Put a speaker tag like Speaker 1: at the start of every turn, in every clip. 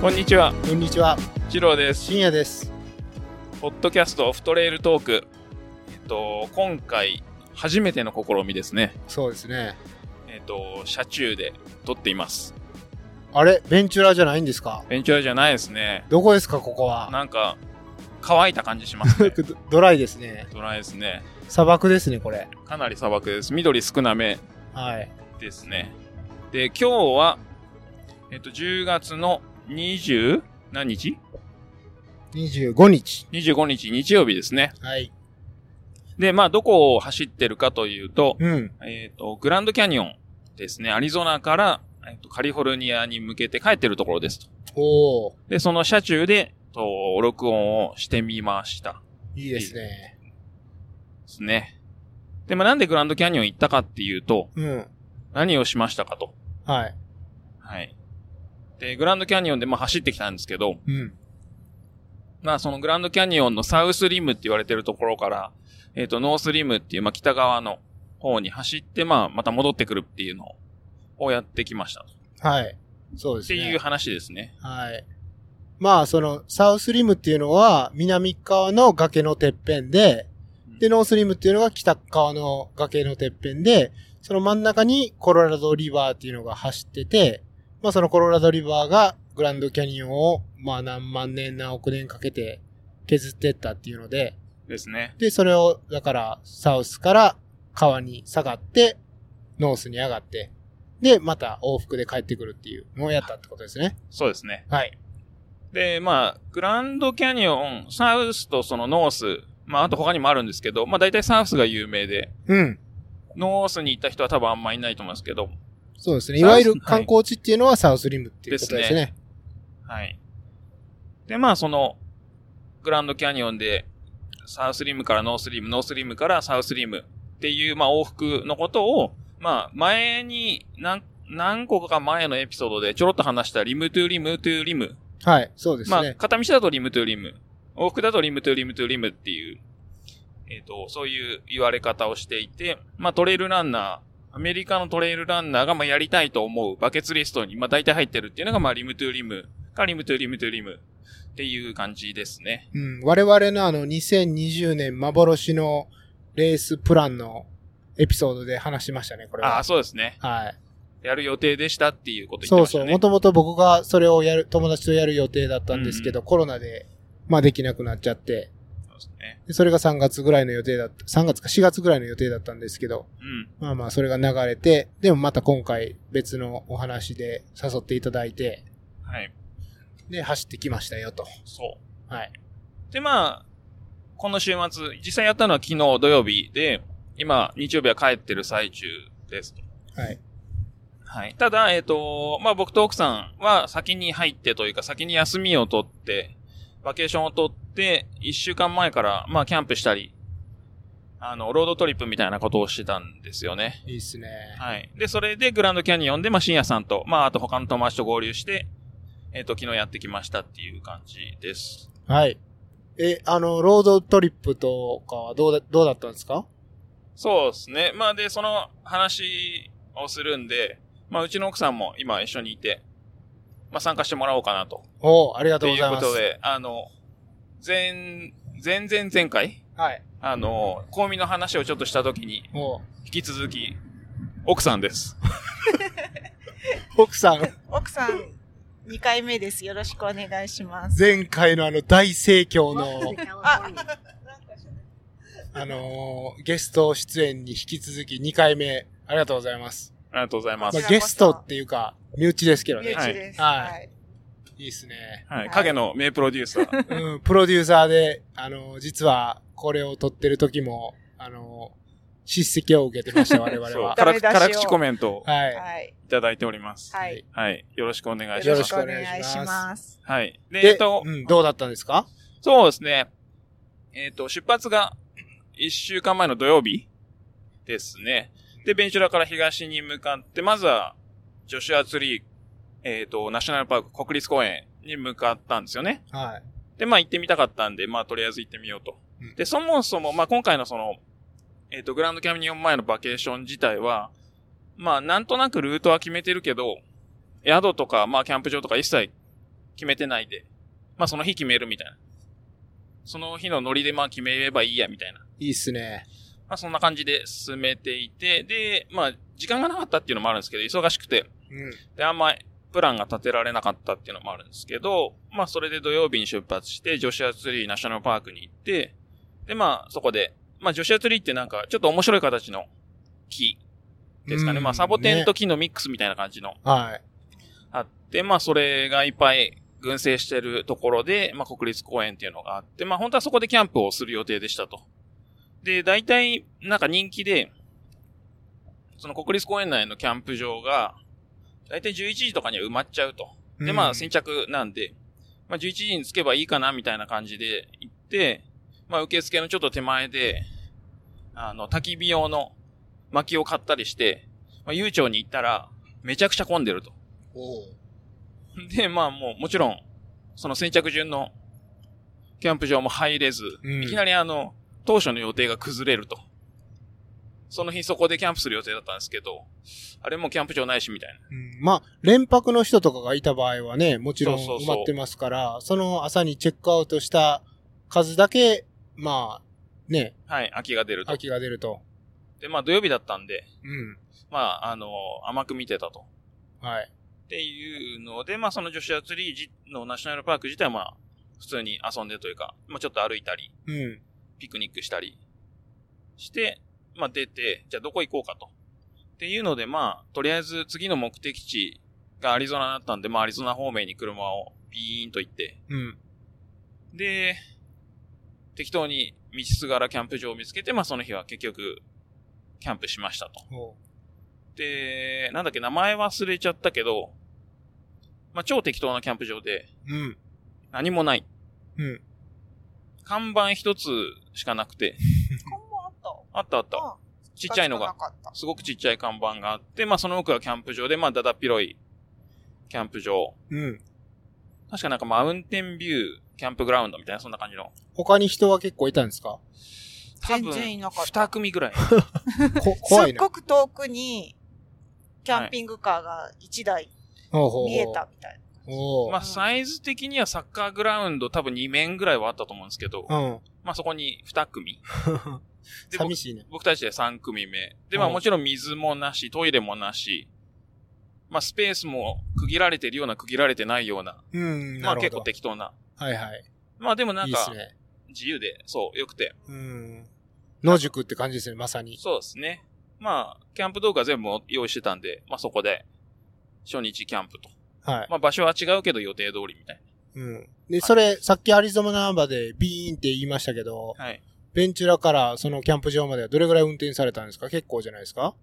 Speaker 1: こんにちは、
Speaker 2: こんにちは、
Speaker 1: 次郎です。
Speaker 2: 深夜です。
Speaker 1: ポッドキャストオフトレイルトーク。えっと、今回、初めての試みですね。
Speaker 2: そうですね。
Speaker 1: えっと、車中で撮っています。
Speaker 2: あれ、ベンチュラじゃないんですか
Speaker 1: 勉強じゃないですね。
Speaker 2: どこですか、ここは。。
Speaker 1: なんか、乾いた感じしますね
Speaker 2: ドドライですね。
Speaker 1: ドライですね。
Speaker 2: 砂漠ですね、これ。
Speaker 1: かなり砂漠です。緑少なめ
Speaker 2: はい。
Speaker 1: ですね。で、今日は、えっと、10月の20、何日
Speaker 2: 25日。
Speaker 1: ?25 日日曜日ですね。
Speaker 2: はい。
Speaker 1: で、まあ、どこを走ってるかというと、
Speaker 2: うん。
Speaker 1: えっ、と、グランドキャニオンですね。アリゾナから、えーとカリフォルニアに向けて帰ってるところですと。
Speaker 2: おー、
Speaker 1: で、その車中で、と、録音をしてみました。
Speaker 2: いいですね。
Speaker 1: ですね。で、まあ、なんでグランドキャニオン行ったかっていうと、
Speaker 2: うん。
Speaker 1: 何をしましたかと。
Speaker 2: はい。
Speaker 1: はい。で、グランドキャニオンで、まあ、走ってきたんですけど、
Speaker 2: うん。
Speaker 1: まあ、そのグランドキャニオンのサウスリムって言われてるところから、えっ、と、ノースリムっていう、まあ、北側の方に走って、まあ、また戻ってくるっていうのをやってきました。
Speaker 2: はい。そうで
Speaker 1: っ
Speaker 2: す
Speaker 1: て
Speaker 2: ね。
Speaker 1: いう話ですね。
Speaker 2: はい。まあ、その、サウスリムっていうのは、南側の崖のてっぺんで、で、ノースリムっていうのが北側の崖のてっぺんで、その真ん中にコロラドリバーっていうのが走ってて、まあそのコロラドリバーがグランドキャニオンを、まあ何万年何億年かけて削ってったっていうので、
Speaker 1: ですね。
Speaker 2: で、それを、だから、サウスから川に下がって、ノースに上がって、で、また往復で帰ってくるっていうのをやったってことですね。
Speaker 1: そうですね。
Speaker 2: はい。
Speaker 1: で、まあ、グランドキャニオン、サウスとそのノース、まあ、あと他にもあるんですけど、まあ、大体サウスが有名で、
Speaker 2: うん。
Speaker 1: ノースに行った人は多分あんまいないと思いますけど、
Speaker 2: そうですね。い
Speaker 1: サウス
Speaker 2: わゆる観光地っていうのはサウスリムっていうことですね。
Speaker 1: はい。で、まあ、その、グランドキャニオンで、サウスリムからノースリム、ノースリムからサウスリムっていう、まあ、往復のことを、まあ、前に、何、何個か前のエピソードでちょろっと話したリムトゥリムトゥリム
Speaker 2: はい、そうですね。
Speaker 1: まあ、片道だとリムトゥリム、往復だとリムトゥリムトゥリムっていう、えっ、と、そういう言われ方をしていて、まあ、トレイルランナー、アメリカのトレイルランナーが、まあ、やりたいと思うバケツリストに、まあ、大体入ってるっていうのが、まあ、リムトゥリムか、リムトゥリムトゥリムっていう感じですね。
Speaker 2: うん、我々のあの2020年幻のレースプランのエピソードで話しましたね、これ
Speaker 1: あ
Speaker 2: は
Speaker 1: あ、。そうですね。
Speaker 2: は
Speaker 1: やる予定でしたっていうこと言って
Speaker 2: い。そう
Speaker 1: ました
Speaker 2: そう。
Speaker 1: ね。
Speaker 2: もともと僕がそれをやる、友達とやる予定だったんですけど、コロナで、まあできなくなっちゃって、
Speaker 1: そうですね。
Speaker 2: でそれが3月ぐらいの予定だった、3月か4月ぐらいの予定だったんですけど、
Speaker 1: うん。
Speaker 2: まあまあそれが流れて、でもまた今回別のお話で誘っていただいて、
Speaker 1: はい。
Speaker 2: で、走ってきましたよと。
Speaker 1: そう。
Speaker 2: はい。
Speaker 1: で、まあ、この週末、実際やったのは昨日土曜日で、今、日曜日は帰ってる最中ですと。
Speaker 2: はい。
Speaker 1: はい。ただ、えっ、と、まあ僕と奥さんは先に入ってというか、先に休みを取って、バケーションを取って、一週間前から、まあキャンプしたり、あの、ロードトリップみたいなことをしてたんですよね。
Speaker 2: いいっすね。
Speaker 1: はい。で、それでグランドキャニオンで、まあ深夜さんと、まああと他の友達と合流して、えっ、と、昨日やってきましたっていう感じです。
Speaker 2: はい。え、あの、ロードトリップとかはどうだ、どうだったんですか
Speaker 1: そうですね。まあで、その話をするんで、まあうちの奥さんも今一緒にいて、まあ参加してもらおうかなと。
Speaker 2: おおありがと
Speaker 1: と
Speaker 2: うご
Speaker 1: い
Speaker 2: ざい
Speaker 1: こ
Speaker 2: うます。
Speaker 1: とで、あの、前、前々前回、
Speaker 2: はい。
Speaker 1: あの、コウミの話をちょっとしたときに、
Speaker 2: おう
Speaker 1: 引き続き、奥さんです。
Speaker 2: 奥さん、
Speaker 3: 奥さん、2回目です。よろしくお願い します。
Speaker 2: 前回のあの、大盛況 の、
Speaker 3: あ、
Speaker 2: あのーゲスト出演に引き続き2回目、ありがとうございます。
Speaker 1: ありがとうございま。
Speaker 2: ますあ、ゲストっていうか、身内ですけど
Speaker 3: 身
Speaker 2: ね。
Speaker 3: 内です。
Speaker 2: はい
Speaker 3: はい。
Speaker 2: いいっすね。
Speaker 1: はい。影の名プロデューサー。
Speaker 2: うん、プロデューサーで、あのー実は、これを撮ってる時も、あのー叱責を受けてました、我々
Speaker 1: そう
Speaker 2: は。
Speaker 1: から
Speaker 3: ダメ出しを
Speaker 1: 辛口コメントを
Speaker 2: はい。
Speaker 3: はい。
Speaker 1: いただいております。
Speaker 3: は
Speaker 2: はい
Speaker 3: い。
Speaker 1: はい。よろしくお願いし
Speaker 3: よ
Speaker 1: ま
Speaker 3: ろ
Speaker 1: す
Speaker 3: し。くお願いし
Speaker 2: よろしくお願いしま
Speaker 3: ます。
Speaker 1: はい。で、えっ
Speaker 2: で、
Speaker 1: と
Speaker 2: う、ん、どうだったんですか
Speaker 1: そうですね。えっと、出発が1週間前の土曜日ですね。で、ベンチュラから東に向かって、まずは、ジョシュアツリー、えっ、と、ナショナルパーク国立公園に向かったんですよね。
Speaker 2: はい。
Speaker 1: で、まあ行ってみたかったんで、まあとりあえず行ってみようと。
Speaker 2: うん
Speaker 1: で、そもそも、まあ今回のその、えっ、と、グランドキャニオン前のバケーション自体は、まあなんとなくルートは決めてるけど、宿とか、まあキャンプ場とか一切決めてないで、まあその日決めるみたいな。その日のノリでまあ決めればいいやみたいな。
Speaker 2: いいっすね。
Speaker 1: まあそんな感じで進めていて、で、まあ時間がなかったっていうのもあるんですけど、忙しくて、
Speaker 2: うん。
Speaker 1: で、あんまプランが立てられなかったっていうのもあるんですけど、まあそれで土曜日に出発して、ジョシュアツリーナショナルパークに行って、で、まあそこで、まあジョシュアツリーってなんかちょっと面白い形の木ですかね。
Speaker 2: うん
Speaker 1: まあサボテンと木のミックスみたいな感じの
Speaker 2: はい。
Speaker 1: あって、まあそれがいっぱい群生してるところで、まあ国立公園っていうのがあって、まあ本当はそこでキャンプをする予定でしたと。で、大体なんか人気で、その国立公園内のキャンプ場が、大体11時とかには埋まっちゃうと。で、まあ先着なんで、まあ11時に着けばいいかなみたいな感じで行って、まあ受付のちょっと手前で、あの、焚き火用の薪を買ったりして、まあ悠長に行ったら、めちゃくちゃ混んでると。
Speaker 2: おう
Speaker 1: で、まあもう、もちろん、その先着順のキャンプ場も入れず、
Speaker 2: うん
Speaker 1: いきなりあの、当初の予定が崩れると。その日そこでキャンプする予定だったんですけど、あれもうキャンプ場ないしみたいな。
Speaker 2: うんまあ、連泊の人とかがいた場合はね、もちろん
Speaker 1: そうそう
Speaker 2: 埋
Speaker 1: そう
Speaker 2: まってますから、その朝にチェックアウトした数だけ、まあ、ね、
Speaker 1: はい、空きが出ると。
Speaker 2: 秋が出ると。
Speaker 1: で、まあ土曜日だったんで、
Speaker 2: うん。
Speaker 1: まあ、あの、甘く見てたと。
Speaker 2: はい。
Speaker 1: っていうので、まあその女子アツリーじのナショナルパーク自体はまあ、普通に遊んでというか、まあちょっと歩いたり、
Speaker 2: うん。
Speaker 1: ピクニックしたりして、まあ出て、じゃあどこ行こうかと。っていうので、まあ、とりあえず次の目的地がアリゾナだったんで、まあアリゾナ方面に車をビーンと行って、
Speaker 2: うん。
Speaker 1: で、適当に道すがらキャンプ場を見つけて、まあその日は結局、キャンプしましたと。
Speaker 2: おう
Speaker 1: で、なんだっけ、名前忘れちゃったけど、まあ超適当なキャンプ場で、
Speaker 2: うん。
Speaker 1: 何もない。
Speaker 2: うん。
Speaker 1: 看板一つしかなくて、
Speaker 3: こんもあった。
Speaker 1: あったあった。
Speaker 3: うん
Speaker 1: ちっちゃいのが
Speaker 3: 近づ、かなかった
Speaker 1: すごくちっちゃい看板があって、まあその奥がキャンプ場で、まあだだっ広いキャンプ場。
Speaker 2: うん。
Speaker 1: 確かなんかマウンテンビューキャンプグラウンドみたいな、そんな感じの。
Speaker 2: 他に人は結構いたんですか
Speaker 1: 多
Speaker 3: 全然い
Speaker 1: 分、
Speaker 3: なかった
Speaker 1: 二組ぐらい。
Speaker 2: こ怖い
Speaker 3: す
Speaker 2: な
Speaker 3: っ。ごく遠くに、キャンピングカーが1台
Speaker 2: ほうほうほう
Speaker 3: 見えた。みたい
Speaker 2: おう
Speaker 1: まあサイズ的にはサッカーグラウンド多分2面ぐらいはあったと思うんですけど、
Speaker 2: うん。
Speaker 1: まあそこに2組。 で僕
Speaker 2: 寂しいね。
Speaker 1: 僕たちで3組目。で、まあ
Speaker 2: はい
Speaker 1: もちろん水もなし、トイレもなし、まあスペースも区切られてるような区切られてないような、
Speaker 2: うん。
Speaker 1: ま
Speaker 2: な
Speaker 1: あ
Speaker 2: る
Speaker 1: 結
Speaker 2: ほ
Speaker 1: 構
Speaker 2: ど。
Speaker 1: 適当な。
Speaker 2: はいはい。
Speaker 1: まあでもないん
Speaker 2: いです
Speaker 1: か
Speaker 2: ね。
Speaker 1: 自由で、そう、良くて。
Speaker 2: うん。野宿って感じですね、まさに。
Speaker 1: そうですね。まあ、キャンプ動画全部用意してたんで、まあそこで、初日キャンプと。
Speaker 2: はい。
Speaker 1: まあ場所は違うけど予定通りみたい
Speaker 2: うん。で、それ、さっきアリゾナバでビーンって言いましたけど、
Speaker 1: な。はい。
Speaker 2: ベンチュラからそのキャンプ場まではどれぐらい運転されたんですか結構じゃないですか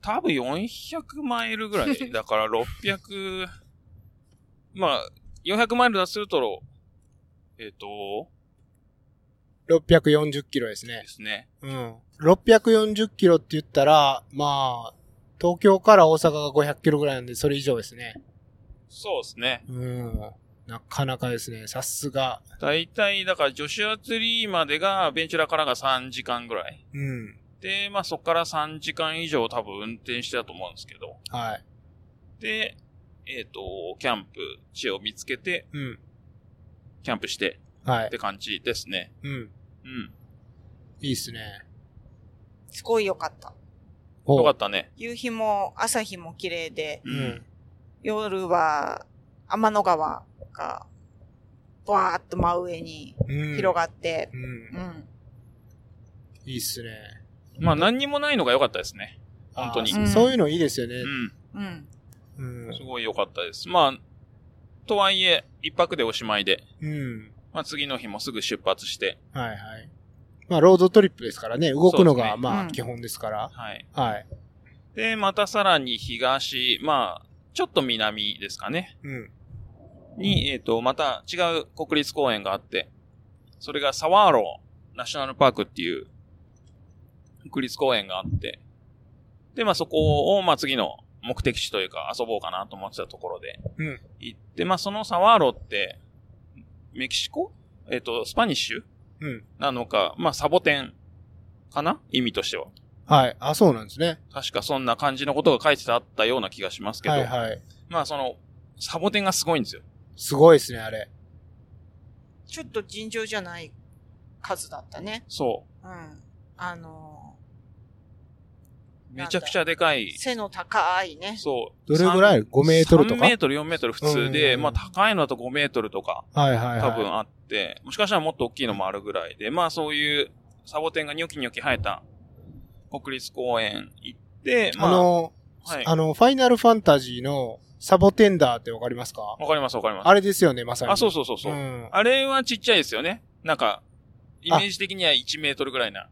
Speaker 1: 多分400マイルぐら い。だから600、まあ、400マイルだとすると、えっ、と、
Speaker 2: ?640 キロですね
Speaker 1: で。すね。
Speaker 2: うん。640キロって言ったら、まあ、東京から大阪が500キロぐらいなんで、それ以上ですね。
Speaker 1: そうですね。
Speaker 2: うん。なかなかですね。さすが。
Speaker 1: 大体、だから、ジョシュアツリーまでが、ベンチュラからが3時間ぐらい。
Speaker 2: うん。
Speaker 1: で、まあそこから3時間以上多分運転してたと思うんですけど。
Speaker 2: はい。
Speaker 1: で、えっ、と、キャンプ地を見つけて、
Speaker 2: うん。
Speaker 1: キャンプして
Speaker 2: は
Speaker 1: っ
Speaker 2: い。
Speaker 1: て感じですね。
Speaker 2: うん。
Speaker 1: うん。
Speaker 2: いいっすね。
Speaker 3: な。すごい良かった。
Speaker 1: よか
Speaker 2: ほう。
Speaker 1: ったね。
Speaker 3: 夕日も朝日も綺麗で、
Speaker 2: う。ん。
Speaker 3: 夜は天の川が、バーっと真上に
Speaker 2: うん。
Speaker 3: 広がって、
Speaker 2: う。
Speaker 3: うんん。
Speaker 2: いいっすね。
Speaker 1: まあ何にもないのが良かったですね。
Speaker 2: あー
Speaker 1: 本当に
Speaker 2: そそういうのいいですよ
Speaker 1: う
Speaker 2: ね。
Speaker 1: ん。
Speaker 3: うん。
Speaker 2: うん
Speaker 1: す。ごい良かったです。まあ、とはいえ、一泊でおしまいで、
Speaker 2: うん。
Speaker 1: まあ次の日もすぐ出発して、
Speaker 2: はいはい。まあ、ロードトリップですからね。動く
Speaker 1: そ
Speaker 2: の
Speaker 1: うです
Speaker 2: が、
Speaker 1: ね
Speaker 2: ま
Speaker 3: う
Speaker 2: あ、
Speaker 3: ん
Speaker 2: 基本ですから。
Speaker 1: はい。
Speaker 2: はい。
Speaker 1: で、またさらに東、まあ、ちょっと南ですかね。
Speaker 2: うん。
Speaker 1: に、えっ、と、また違う国立公園があって、それがサワーローナショナルパークっていう国立公園があって、で、まあそこを、まあ次の目的地というか遊ぼうかなと思ってたところで、
Speaker 2: うん
Speaker 1: 行って、まあそのサワーロって、メキシコえっ、と、スパニッシュ
Speaker 2: うん。
Speaker 1: なのか、まあサボテンかな意味としては。
Speaker 2: はい。あ、そうなんですね。
Speaker 1: 確かそんな感じのことが書いてあったような気がしますけど、
Speaker 2: はいはい。
Speaker 1: まあその、サボテンがすごいんですよ。
Speaker 2: すごいですね、あれ。
Speaker 3: ちょっと尋常じゃない数だったね。
Speaker 1: そ
Speaker 3: うん。あの
Speaker 1: う。めちゃくちゃでかい
Speaker 3: ー、。背の高いね。
Speaker 1: そう。
Speaker 2: どれぐらい ?5 メートルと
Speaker 1: 3
Speaker 2: かは
Speaker 1: メー
Speaker 2: い
Speaker 1: トル、4メートル普
Speaker 2: うんう
Speaker 1: 通
Speaker 2: ん
Speaker 1: で、
Speaker 2: うん
Speaker 1: まあ高いのだと5メートルとか、
Speaker 2: はいはい。
Speaker 1: 多分あって、もしかしたらもっと大きいのもあるぐらいで、まあそういうサボテンがニョキニョキ生えた国立公園行って、ま
Speaker 2: あ
Speaker 1: あ、
Speaker 2: の、
Speaker 1: はい。
Speaker 2: あの、ファイナルファンタジーのサボテンダーってわかりますか
Speaker 1: わかりますわかります。
Speaker 2: あれですよね、まさに。
Speaker 1: あ、そうそうそうそう。
Speaker 2: うん。
Speaker 1: あれはちっちゃいですよね。なんか、イメージ的には1メートルぐらいな。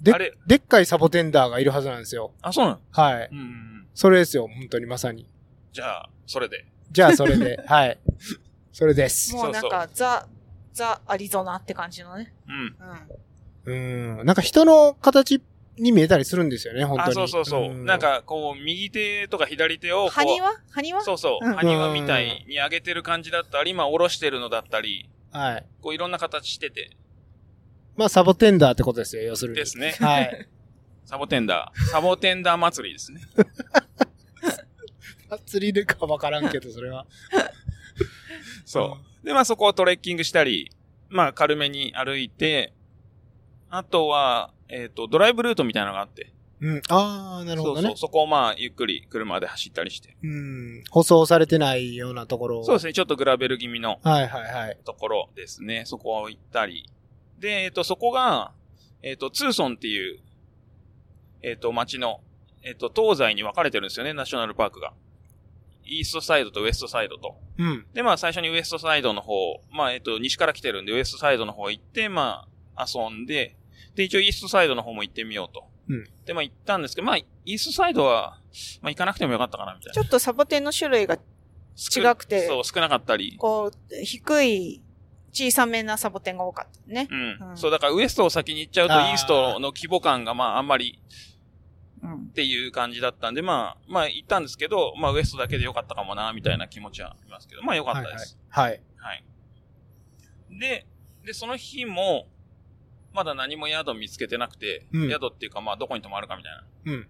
Speaker 2: で
Speaker 1: あれ、
Speaker 2: でっかいサボテンダーがいるはずなんですよ。
Speaker 1: あ、そうなの
Speaker 2: はい。
Speaker 1: うんうんうん。
Speaker 2: それですよ、本当にまさに。
Speaker 1: じゃあ、それで。
Speaker 2: じゃあ、そ れで。はい。それです。
Speaker 3: もうなんか、ザ、ザ・アリゾナって感じのね。
Speaker 1: うん。
Speaker 3: うん。
Speaker 2: うん。なんか人の形に見えたりするんですよね、本当に。
Speaker 1: あ、そうそうそう。
Speaker 2: ん
Speaker 1: なん、か、こう、右手とか左手をこう、
Speaker 3: 埴輪埴輪
Speaker 1: そうそう。
Speaker 3: うん
Speaker 1: 埴輪みたいに上げてる感じだったり、今下ろしてるのだったり、
Speaker 2: はい。
Speaker 1: こういろんな形してて。
Speaker 2: まあ、サボテンダーってことですよ、要するに。
Speaker 1: ですね。
Speaker 2: はい。
Speaker 1: サボテンダ ー。サボテンダー祭りですね。
Speaker 2: 釣りでかわからんけど、それは。
Speaker 1: そう。で、まあそこをトレッキングしたり、まあ軽めに歩いて、あとは、えっ、と、ドライブルートみたいなのがあって。
Speaker 2: うん。うん。ああ、なるほど
Speaker 1: そうそ
Speaker 2: ね
Speaker 1: う。。そこをまあ、ゆっくり車で走ったりして。
Speaker 2: うん。舗装されてないようなところを
Speaker 1: そうですね。ちょっとグラベル気味の
Speaker 2: はいはいはい。
Speaker 1: ところですね。そこを行ったり。で、えっ、と、そこが、えっ、と、ツーソンっていう、えっ、と、町の、えっ、と、東西に分かれてるんですよね。ナショナルパークが。イーストサイドとウエストサイドと。
Speaker 2: うん。
Speaker 1: で、まあ、最初にウエストサイドの方、まあ、えっ、と、西から来てるんで、ウエストサイドの方行って、まあ、遊んで、で、一応イーストサイドの方も行ってみようと。
Speaker 2: うん
Speaker 1: で、まあ、行ったんですけど、まあ、イーストサイドは、まあ、行かなくてもよかったかな、みたいな
Speaker 3: ち。ょっとサボテンの種類が、
Speaker 1: 少
Speaker 3: 違くて
Speaker 1: そう、少なかったり。
Speaker 3: こう、低い、小さめなサボテンが多かったね
Speaker 1: う。ん。
Speaker 3: うん
Speaker 1: そう、だからウエストを先に行っちゃうと、イ
Speaker 2: あー
Speaker 1: ーストの規模感が、まあ、あんまり
Speaker 3: うん
Speaker 1: っ。ていう感じだったんで、まあ、まあ、行ったんですけど、まあ、ウエストだけでよかったかもな、みたいな気持ちはありますけど、まあ、よかったです。
Speaker 2: はいはい。
Speaker 1: はい、で、で、その日も、まだ何も宿見つけてなくて、
Speaker 2: うん
Speaker 1: 宿っていうか、まあ、どこに泊まるかみたいな。
Speaker 2: うん。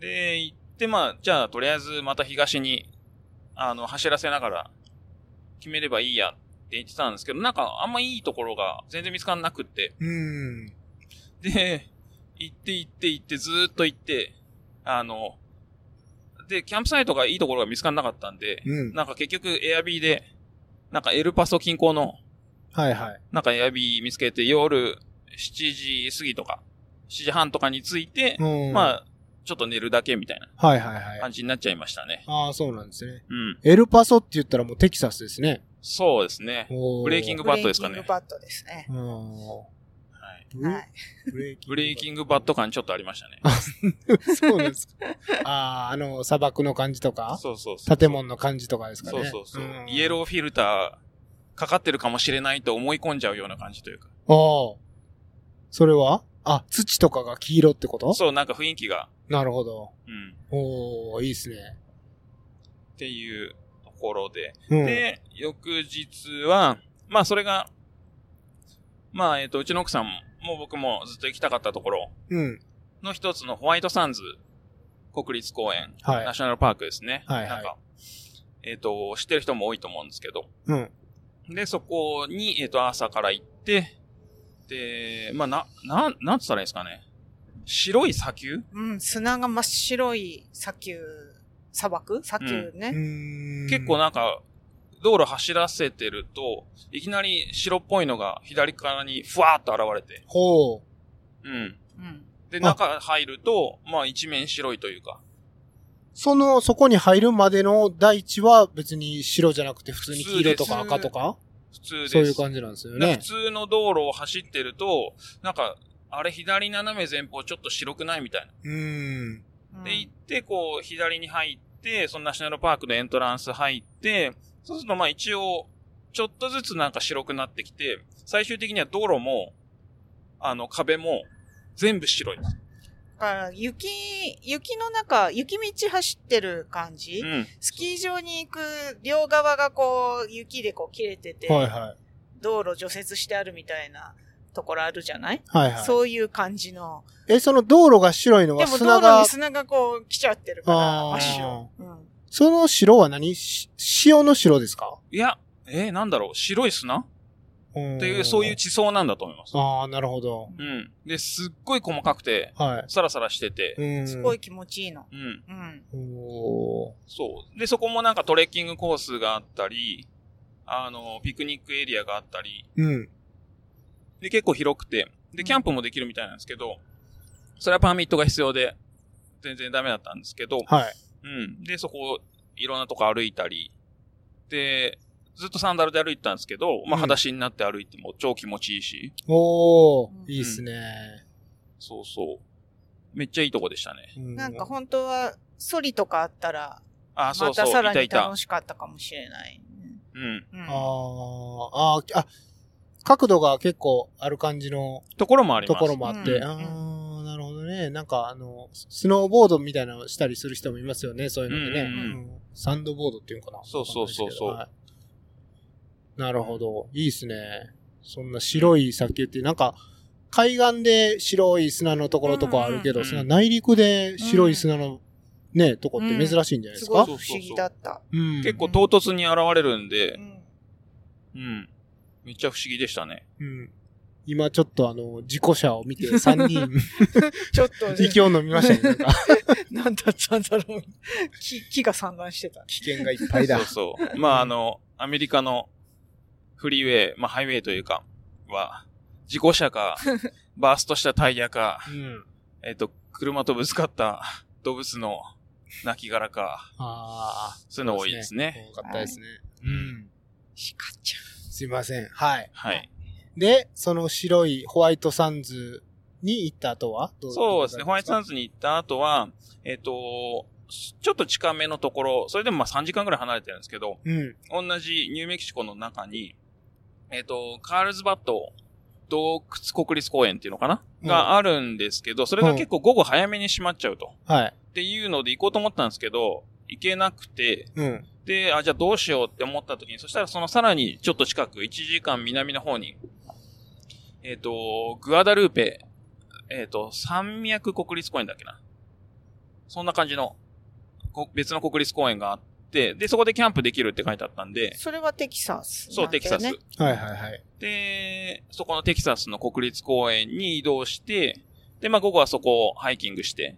Speaker 1: で、行って、まあ、じゃあ、とりあえず、また東に、あの、走らせながら、決めればいいやって言ってたんですけど、なんか、あんまいいところが全然見つからなくって、
Speaker 2: うん。
Speaker 1: で、行って行って行って、ずーっと行って、あの、で、キャンプサイトがいいところが見つからなかったんで、
Speaker 2: うん。
Speaker 1: なんか結局、エアビーで、なんかエルパソ近郊の、
Speaker 2: はいはい。
Speaker 1: なんかエアビー見つけて、夜7時過ぎとか、7時半とかに着いて、
Speaker 2: うん。
Speaker 1: まあ、ちょっと寝るだけみたいな
Speaker 2: あ。はいはいはい。
Speaker 1: 感じになっちゃいましたね。
Speaker 2: ああ、そうなんですね。
Speaker 1: うん。
Speaker 2: エルパソって言ったらもうテキサスですね。
Speaker 1: そうですね。
Speaker 2: ブ
Speaker 1: ブレイキングバットですかね
Speaker 3: ブレイキングバットですね。
Speaker 1: はい、
Speaker 2: ブ
Speaker 3: はい。
Speaker 2: レイキング。
Speaker 1: ブレイキングバット感ちょっとありましたね。
Speaker 2: グ。 そうなんですか。ああ、あの、砂漠の感じとか、
Speaker 1: そうそうそう。
Speaker 2: 建物の感じとかですか
Speaker 1: そ
Speaker 2: ね。
Speaker 1: うそうそう。イ
Speaker 2: イ
Speaker 1: エ
Speaker 2: エロ
Speaker 1: ローフィルターかかってるかもしれないと思い込んじゃうような感じというか。
Speaker 2: ー。ああ。それはあ、土とかが黄色ってこと
Speaker 1: そう、なんか雰囲気が、
Speaker 2: なるほど。
Speaker 1: うん、
Speaker 2: おー、いいですね。
Speaker 1: っていうところで。
Speaker 2: うん。
Speaker 1: で、翌日は、まあそれが、まあえっ、と、うちの奥さんも僕もずっと行きたかったところ
Speaker 2: うん。
Speaker 1: の一つのホワイトサンズ国立公園、
Speaker 2: はい
Speaker 1: ナショナルパークですね。
Speaker 2: はいはい
Speaker 1: なんか、えっ、と、知ってる人も多いと思うんですけど。
Speaker 2: うん。
Speaker 1: で、そこに、えっ、と、朝から行って、で、まあ、な、なん、なんつったらいいんですかね。白い砂丘
Speaker 3: うん、砂が真っ白い砂丘、砂漠砂
Speaker 2: う
Speaker 3: 丘ね。
Speaker 2: ーん
Speaker 1: 結構、なんか、道路走らせてると、いきなり白っぽいのが左側にふわーっと現れて。
Speaker 2: ほう。
Speaker 1: うん。
Speaker 3: うん。
Speaker 1: で、中入ると、まあ一面白いというか、
Speaker 2: その、そこに入るまでの大地は別に白じゃなくて普通に黄色とか
Speaker 3: 普通です
Speaker 2: 赤とか
Speaker 1: 普通です。
Speaker 2: そういう感じなんですよ
Speaker 1: なんか
Speaker 2: ね
Speaker 1: 普。通の道路を走ってると、なんか、あれ左斜め前方ちょっと白くないみたいな。
Speaker 2: うーん。
Speaker 3: うん
Speaker 1: で、行って、こう、左に入って、そのナショナルパークのエントランス入って、そうすると、まあ一応、ちょっとずつなんか白くなってきて、最終的には道路も、あの、壁も、全部白い。
Speaker 3: だから雪、雪の中、雪道走ってる感じ、
Speaker 1: うん。
Speaker 3: スキー場に行く両側がこう、雪でこう切れてて、
Speaker 2: はいはい。
Speaker 3: 道路除雪してあるみたいなところあるじゃない、
Speaker 2: はいはい。
Speaker 3: そういう感じの。
Speaker 2: え、その道路が白いの
Speaker 3: で
Speaker 2: は
Speaker 3: も
Speaker 2: 砂
Speaker 3: 道路
Speaker 2: が
Speaker 3: に、砂がこう来ちゃってるから、
Speaker 2: あー
Speaker 3: 真っ白。うん。
Speaker 2: その白は何し塩の白ですか
Speaker 1: いや、えーなんだろう、白い砂
Speaker 2: っ
Speaker 1: っていう、そういう。地層なんだと思います。
Speaker 2: ああ、なるほど。
Speaker 1: うん。で、すっごい細かくて、
Speaker 2: はい。
Speaker 1: サラサラしてて、
Speaker 2: うん。
Speaker 3: すごい。気持ちいいの。
Speaker 1: うん。
Speaker 3: うん。
Speaker 2: おー
Speaker 1: そう。で、そこもなんかトレッキングコースがあったり、あの、ピクニックエリアがあったり、
Speaker 2: うん。
Speaker 1: で、結構広くて、
Speaker 3: う
Speaker 1: で、
Speaker 3: ん
Speaker 1: キャンプもできるみたいなんですけど、それはパーミットが必要で、全然ダメだったんですけど、
Speaker 2: はい。
Speaker 1: うん。で、そこ、いろんなとこ歩いたり、で、ずっとサンダルで歩いてたんですけど、ま
Speaker 2: う
Speaker 1: あ、
Speaker 2: ん
Speaker 1: 裸足になって歩いても超気持ちいいし、
Speaker 2: おー
Speaker 3: うん
Speaker 2: いいっすね。
Speaker 1: そうそう。めっちゃいいとこでしたね。
Speaker 2: うん
Speaker 3: なんか本当は、ソリとかあったら、
Speaker 1: あ、そ
Speaker 3: ま
Speaker 1: うそ
Speaker 3: た
Speaker 1: う、
Speaker 3: さ
Speaker 1: い
Speaker 3: ら
Speaker 1: た
Speaker 3: に
Speaker 1: いた
Speaker 3: 楽。しかったかもしれない。うん
Speaker 1: うん。
Speaker 3: うん
Speaker 2: あーあー、あ、角度が結構ある感じの
Speaker 1: ところもあり
Speaker 2: と
Speaker 1: ます。
Speaker 2: ころもあって。
Speaker 1: うん
Speaker 2: ああ、なるほどね。なんかあの、スノーボードみたいなのをしたりする人もいますよね、そういうのでね。
Speaker 1: うん
Speaker 3: う
Speaker 2: うんサンドボードっていうのかな。
Speaker 1: そうそうそうそう
Speaker 2: わかんないですけどはいなるほど。いいですね。そんな白い砂丘って、なんか、海岸で白い砂のところとかあるけ
Speaker 1: うんうん
Speaker 2: ど、
Speaker 1: うん
Speaker 2: その内陸で白い砂のね、とこって珍しいんじゃないですす
Speaker 3: ごい
Speaker 2: か
Speaker 3: 不、思議だった。
Speaker 2: うん、
Speaker 1: 結構唐突に現れるんで
Speaker 3: う、ん
Speaker 1: うん。めっちゃ不思議でしたね。
Speaker 2: うん。今ちょっとあの、事故車を見て3人、
Speaker 3: ちょっと、
Speaker 2: 息を飲みましたね。なんか、
Speaker 3: なんだったんだ ろう。木、木が散乱してた。
Speaker 2: 危険がいっぱいだ
Speaker 1: そう。そう。まあ、あの、アメリカのフリーウェイ、まあ、ハイウェイというか、は、事故車 か、バーストしたタイヤか、
Speaker 2: うん。
Speaker 1: えっ、と、車とぶつかった動物の亡骸か、
Speaker 2: ああ。
Speaker 1: そういうの多いですね。。
Speaker 2: 多かったですね。
Speaker 1: うん。
Speaker 3: しかち
Speaker 2: すいません。はい。
Speaker 1: はい。
Speaker 2: で、その白いホワイトサンズに行った後はど
Speaker 1: そうですね。ホワイトサン
Speaker 2: ズ。
Speaker 1: ズに行った後は、えっ、と、ちょっと近めのところ、それでもまあ3時間ぐらい離れてるんですけど、
Speaker 2: うん。
Speaker 1: 同じニューメキシコの中に、えっ、と、カールズバット洞窟国立公園っていうのかな、
Speaker 2: うん
Speaker 1: があるんですけど、それが結構午後早めに閉まっちゃうと。
Speaker 2: はい。
Speaker 1: っていうので行こうと思ったんですけど、行けなくて、
Speaker 2: うん。
Speaker 1: で、あ、じゃあどうしようって思った時に、そしたらそのさらにちょっと近く、1時間南の方に、えっ、と、グアダルーペ、えっ、と、山脈国立公園だっけな。そんな感じの、こ別の国立公園があって、で、そこでキャンプできるって書いてあったんで、
Speaker 3: それはテキサス、
Speaker 1: そう、テキサス。。
Speaker 2: はいはいはい。
Speaker 1: で、そこのテキサスの国立公園に移動して、で、まあ、午後はそこをハイキングして。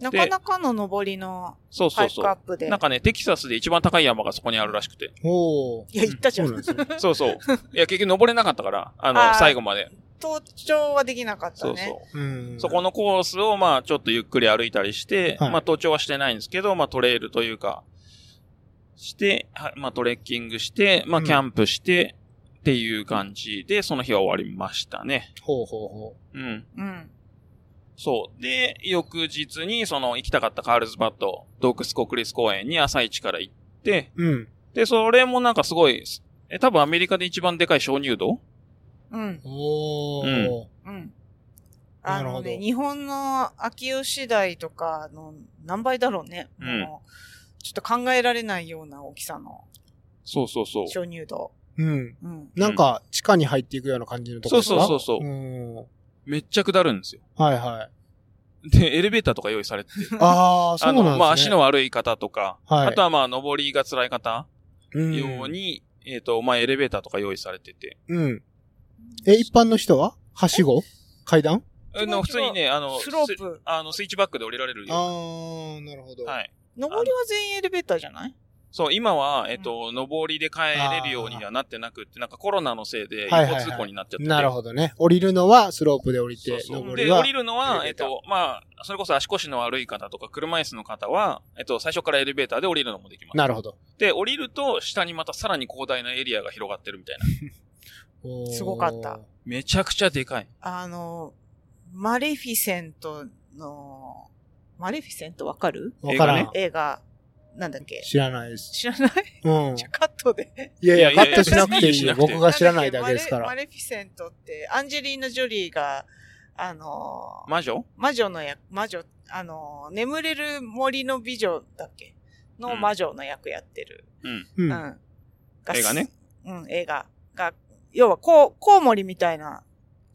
Speaker 3: なかなかの登りの
Speaker 1: そうそ
Speaker 3: ハ
Speaker 1: う
Speaker 3: イ
Speaker 1: そ
Speaker 3: クアッ
Speaker 1: う。
Speaker 3: プで。
Speaker 1: なんかね、テキサスで一番高い山がそこにあるらしく て。
Speaker 2: おー。
Speaker 3: いや、行ったじゃ
Speaker 2: そうなんで
Speaker 3: ん。
Speaker 2: すよ。
Speaker 1: そうそう。いや、結局登れなかったから、あの、
Speaker 3: あー
Speaker 1: 最後まで。
Speaker 3: 登頂はできなかった
Speaker 1: そう
Speaker 3: ね。
Speaker 1: そうう。
Speaker 2: ん。
Speaker 1: そこのコースを、まあ、ちょっとゆっくり歩いたりして、
Speaker 2: はい
Speaker 1: まあ、登頂はしてないんですけど、まあ、トレイルというか、して、はまあ、トレッキングして、まあ、
Speaker 2: うん
Speaker 1: キャンプして、っていう感じで、その日は終わりましたね。
Speaker 2: ほうほうほ
Speaker 1: うん。
Speaker 3: うん。
Speaker 1: そう。で、翌日に、その、行きたかったカールズバット、洞窟国立公園に朝一から行って、
Speaker 2: う。うん。
Speaker 1: で、それもなんかすごい、え、多分アメリカで一番でかい鍾乳洞
Speaker 3: うん。
Speaker 2: おー。
Speaker 1: う
Speaker 3: うん。
Speaker 2: な
Speaker 3: あ
Speaker 2: るほ
Speaker 3: の
Speaker 2: ど
Speaker 3: ね、日本の秋吉台とかの何倍だろうね。
Speaker 1: うん
Speaker 3: もうちょっと考えられないような大きさの
Speaker 1: そうそうそう。
Speaker 3: 鍾乳洞。
Speaker 2: うん。
Speaker 3: うん。
Speaker 2: なんか、地下に入っていくような感じのとこ
Speaker 1: そ
Speaker 2: ろ
Speaker 1: う
Speaker 2: ですか
Speaker 1: そうそうそう。
Speaker 2: うん。は
Speaker 1: めっちゃ下るんですよ。
Speaker 2: いはい。
Speaker 1: で、エレベーターとか用意されてて。
Speaker 2: あー、そうなんです
Speaker 1: あの、
Speaker 2: ね。
Speaker 1: まあ、足の悪い方とか、
Speaker 2: はい
Speaker 1: あとはまあ、登りが辛い方
Speaker 2: うん
Speaker 1: 用に、えっ、と、まあ、エレベーターとか用意されてて。
Speaker 2: うん。え、一般の人ははしご階段
Speaker 1: あの、普通にね、あの、
Speaker 3: スロープ
Speaker 1: すあの、スイッチバックで降りられる
Speaker 2: あ
Speaker 1: よ。
Speaker 2: ー、なるほど。
Speaker 1: はい。
Speaker 3: 登りは全員エレベーターじゃない
Speaker 1: そう、今は、えっ、と、上りで帰れるようにはなってなくって、なんかコロナのせいで、一
Speaker 2: はいは
Speaker 1: 歩
Speaker 2: いはい
Speaker 1: 通行になっちゃってて、
Speaker 2: なるほどね。降りるのはスロープで降り
Speaker 1: そう
Speaker 2: て、
Speaker 1: そう
Speaker 2: 登
Speaker 1: で、
Speaker 2: りは。
Speaker 1: 降りるのは、
Speaker 2: エ
Speaker 1: えっ
Speaker 2: レベーター
Speaker 1: と、まあ、それこそ足腰の悪い方とか、車椅子の方は、えっと、最初からエレベーターで降りるのもできます。
Speaker 2: なるほど。
Speaker 1: で、降りると、下にまたさらに広大なエリアが広がってるみたいな。
Speaker 2: おー
Speaker 3: すごかった。
Speaker 1: めちゃくちゃでかい。
Speaker 3: あの、マレフィセントの、マレフィセントわかる
Speaker 2: わから
Speaker 1: 映
Speaker 2: ん
Speaker 1: 画。
Speaker 3: 映画、なんだっけ
Speaker 2: 知らないです。
Speaker 3: 知らない
Speaker 2: うん。
Speaker 3: じゃ、カットで。
Speaker 2: いやい
Speaker 1: いやい
Speaker 2: や、カ
Speaker 1: や
Speaker 2: ットしなくていいよ。
Speaker 1: 別に
Speaker 2: 僕が知らないだけですか
Speaker 3: マ
Speaker 2: ら。
Speaker 3: レマレフィセントって、アンジェリーナ・ジョリーが、あの、
Speaker 1: 魔女
Speaker 3: 魔女の役、魔女、あの、眠れる森の美女だっけの魔女の役やってる。
Speaker 1: うん。
Speaker 2: う。
Speaker 3: うんん。
Speaker 2: は
Speaker 3: が
Speaker 1: 映画ね。
Speaker 3: うん、映画が、要はコウ、コウモリみたいな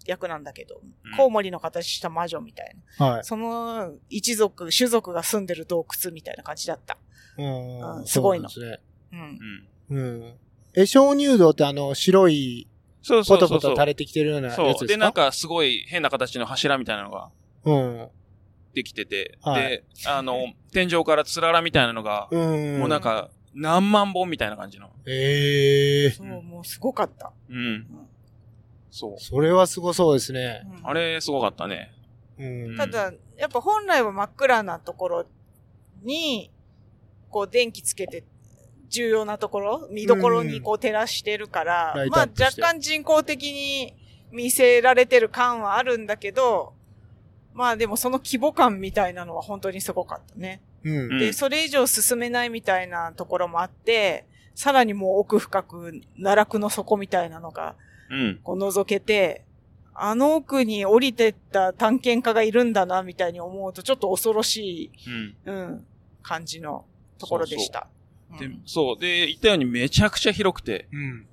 Speaker 3: 役なんだけど、
Speaker 1: ん
Speaker 3: コウモリの形した魔女みたいな。
Speaker 2: い
Speaker 3: その一族、種族が住んでる洞窟みたいな感じだった。
Speaker 2: うん
Speaker 3: すごいの
Speaker 2: そうなんですね。
Speaker 3: うん。
Speaker 1: うん。
Speaker 2: うん。え、鍾乳洞ってあの、白い、
Speaker 1: そうそ
Speaker 2: ポ
Speaker 1: うそう
Speaker 2: ト
Speaker 1: そ
Speaker 2: ポ
Speaker 1: う。
Speaker 2: ト垂れてきてるようなやつです
Speaker 1: そ
Speaker 2: か
Speaker 1: う。で、なんかすごい変な形の柱みたいなのが
Speaker 2: うん。
Speaker 1: できてて、
Speaker 2: はい
Speaker 1: で、あの、天井からつららみたいなのが、
Speaker 2: うん。
Speaker 1: もうなんか、何万本みたいな感じの。
Speaker 2: ええー、
Speaker 3: そう、もうすごかった。
Speaker 1: うん。そう。
Speaker 2: それはすごそうですね。
Speaker 3: うん
Speaker 1: あれ、すごかったね。
Speaker 2: うん。
Speaker 3: ただ、やっぱ本来は真っ暗なところに、こう電気つけて、重要なところ、見どころにこう照らしてるから、
Speaker 2: ライト
Speaker 3: ま
Speaker 2: ア
Speaker 3: あ
Speaker 2: ップ
Speaker 3: 若
Speaker 2: して
Speaker 3: 干人工的に見せられてる感はあるんだけど、まあでもその規模感みたいなのは本当にすごかったね。
Speaker 2: うん。
Speaker 1: うん
Speaker 3: で、それ以上進めないみたいなところもあって、さらにもう奥深く、奈落の底みたいなのが
Speaker 1: うん。
Speaker 3: こう覗けて、あの奥に降りてった探検家がいるんだな、みたいに思うと、ちょっと恐ろしい、
Speaker 1: うん。
Speaker 3: うん、感じのところでした。
Speaker 1: で
Speaker 3: うん、
Speaker 1: そう。で、言ったようにめちゃくちゃ広くて、
Speaker 2: うん。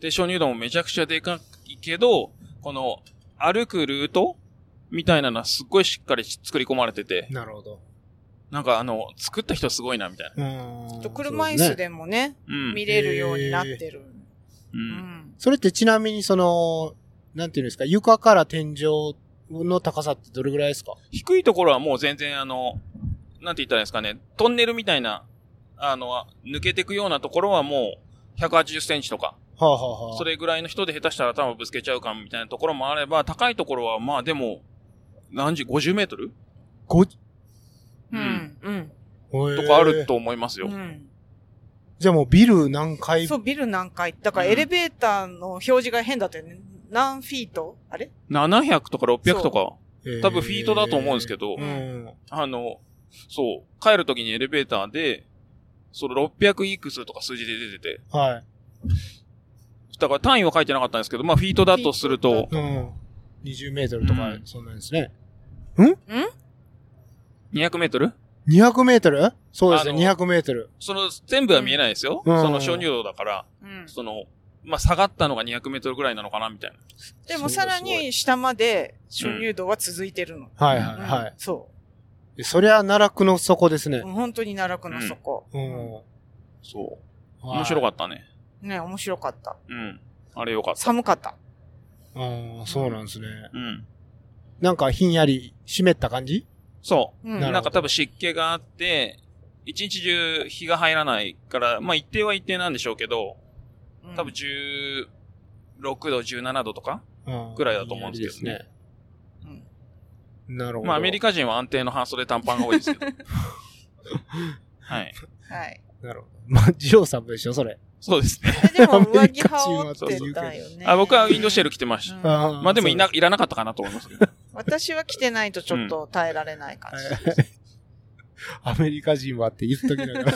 Speaker 1: で、鍾乳洞もめちゃくちゃでかいけど、この、歩くルートみたいなのはすっごいしっかり作り込まれてて、
Speaker 2: なるほど。
Speaker 1: なんかあの、作った人すごいな、みたいな。
Speaker 2: うん。
Speaker 3: と車椅子
Speaker 2: そうすね。
Speaker 3: でもね、
Speaker 1: うん。
Speaker 3: 見れるようになってる。
Speaker 1: う。
Speaker 3: うんん。
Speaker 2: それってちなみにその、なんていうんですか、床から天井の高さってどれぐらいですか
Speaker 1: 低いところはもう全然あの、なんて言ったらいいんですかね、トンネルみたいな、あの、抜けてくようなところはもう、180センチとか、
Speaker 2: はあ、はあはあ、
Speaker 1: それぐらいの人で下手したら頭ぶつけちゃうかもみたいなところもあれば、高いところはまあでも、何時、50メートル
Speaker 2: ご、
Speaker 1: う
Speaker 3: うんん。うん。
Speaker 1: と
Speaker 2: と
Speaker 1: かある。と思いますよ
Speaker 3: う。ん
Speaker 2: じゃあもうビル何階
Speaker 3: そう、ビル何階だからエレベーターの表示が変だったよね。何フィートあれ
Speaker 1: 700とか600とか、多
Speaker 2: 多
Speaker 1: 分フィートだと思うんですけど、
Speaker 2: うん。
Speaker 1: あの、そう、帰るときにエレベーターで、その600いくつとか数字で出てて、
Speaker 2: はい。
Speaker 1: だから単位は書いてなかったんですけど、まあフィートだとすると
Speaker 3: フィート、
Speaker 2: うん。20メートルとか
Speaker 1: う、ん
Speaker 2: そんなんですね。
Speaker 1: 200メートル
Speaker 2: 200メートルそうですね、
Speaker 1: あ
Speaker 2: 200メートル。
Speaker 1: その、全部は見えないですよ。
Speaker 2: うん
Speaker 1: その鍾乳洞だから、
Speaker 3: うん。
Speaker 1: その、まあ下がったのが200メートルぐらいなのかな、みたいな。
Speaker 3: でもさらに下まで鍾乳洞は続いてるの。
Speaker 2: はいはいは
Speaker 3: うんそ
Speaker 2: い。そりゃ奈落の底ですね
Speaker 3: う。。本当に奈落の底。
Speaker 2: うん。面
Speaker 1: そう。面白か
Speaker 2: っ
Speaker 1: ったね。
Speaker 3: ね、面白かった。
Speaker 1: うん。あれよかった。
Speaker 3: 寒かった。
Speaker 2: た。ああ、そうなんですね。
Speaker 1: うん。
Speaker 2: なんかひんやり湿った感じ
Speaker 1: そうう。
Speaker 2: な
Speaker 3: ん。
Speaker 2: るほど
Speaker 1: なんか多分湿気があって、一日中日が入らないから、まあ一定は一定なんでしょうけど、
Speaker 3: うん
Speaker 1: 多分16度、17度とか、
Speaker 2: うん
Speaker 1: ぐらいだと思うんですけどね
Speaker 2: ひやり
Speaker 3: うん
Speaker 2: すね。なるほど。
Speaker 1: まあアメリカ人は安定の半袖短パンが多いです けど。はい。
Speaker 3: はい。
Speaker 2: なるほど。まあ、ジローさんもでしょ、それ。
Speaker 1: そうですね。
Speaker 3: えでも上着羽織ってたよね。
Speaker 1: あ僕はウィンドウシェ
Speaker 3: ル。
Speaker 1: ル着てました。
Speaker 2: あー
Speaker 1: まあでもいな
Speaker 2: そ、
Speaker 1: いらなかったかなと思いますけど。
Speaker 3: 私は着てないとちょっと耐えられない感じ。
Speaker 2: うですアメリカ人はって言っときながら。 な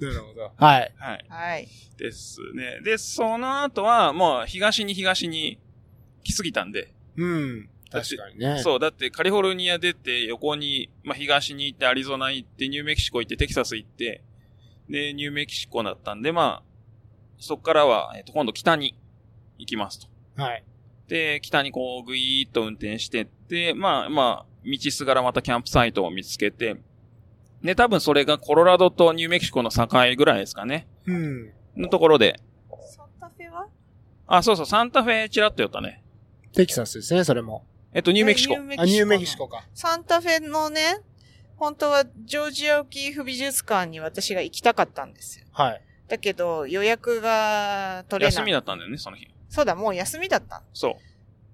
Speaker 2: るほど。はい。
Speaker 1: はい。
Speaker 3: はい。
Speaker 1: ですね。で、その後は、もう東に東に来すぎたんで、
Speaker 2: うん。
Speaker 1: だって
Speaker 2: 確かにね。
Speaker 1: そう、だってカリフォルニア出て、横に、まあ、東に行って、アリゾナ行って、ニューメキシコ行って、テキサス行って、で、ニューメキシコだったんで、まあ、そっからは、えっと、今度北に行きますと。
Speaker 2: はい。
Speaker 1: で、北にこう、ぐいーっと運転してって、まあまあ、道すがらまたキャンプサイトを見つけて、で、多分それがコロラドとニューメキシコの境ぐらいですかね。
Speaker 2: うん。
Speaker 1: のところで、
Speaker 3: サンタフェは
Speaker 1: あ、そうそう、サンタフェチラッと寄ったね。
Speaker 2: テキサスですね、それも。
Speaker 1: えっと、ニューメキシコ
Speaker 3: え。ニュ
Speaker 2: あ、ニューメキシコか。
Speaker 3: サンタフェのね、本当はジョージア沖府美術館に私が行きたかったんですよ。
Speaker 2: はい。
Speaker 3: だけど予約が取れない。
Speaker 1: 休みだったんだよね、その日。
Speaker 3: そうだ、もう休みだった。
Speaker 1: そ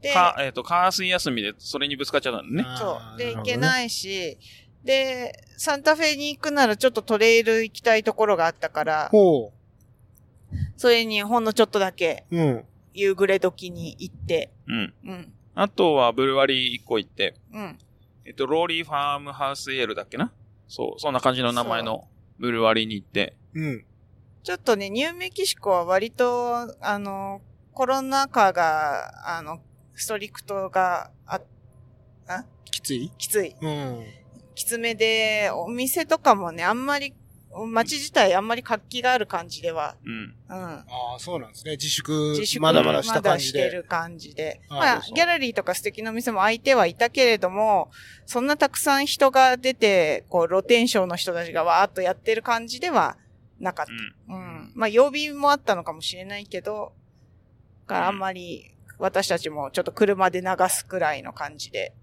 Speaker 3: で
Speaker 1: う。、か、えっ、と、カース休みで、それにぶつかっちゃったんだね。
Speaker 3: そう。で、行け
Speaker 2: い。
Speaker 3: ないし、で、サンタフェに行くならちょっとトレイル行きたいところがあったから、
Speaker 2: ほ
Speaker 3: それにほんのちょっとだけ
Speaker 2: う。うん。
Speaker 3: 夕暮れ時に行って、
Speaker 1: うん。
Speaker 3: うん、
Speaker 1: あとは、ブルワリー1個行って、
Speaker 3: うん。
Speaker 1: えっ、と、ローリーファームハウスエールだっけなそう、そんな感じの名前のブルワリーに行って、
Speaker 2: うん。
Speaker 3: ちょっとね、ニューメキシコは割と、あの、コロナ禍が、あの、ストリクトが、あ、あ、
Speaker 2: きつい
Speaker 3: きつい。
Speaker 2: うん。
Speaker 3: きつめで、お店とかもね、あんまり、街自体あんまり活気がある感じでは、
Speaker 1: うん。
Speaker 3: うん。
Speaker 2: ああ、そうなんですね。自粛、
Speaker 3: 自粛
Speaker 2: まだまだした感じ
Speaker 3: まだして
Speaker 2: で。
Speaker 3: る感じで。
Speaker 2: あ
Speaker 3: ま
Speaker 2: そう
Speaker 3: あ
Speaker 2: そ、う
Speaker 3: ギャラリーとか素敵なお店も開いてはいたけれども、そんなたくさん人が出て、こう、露天商の人たちがわーっとやってる感じではなかっ
Speaker 1: うん。
Speaker 3: た。うん。まあ、曜日もあったのかもしれないけど、があんまり私たちもちょっと車で流すくらいの感じで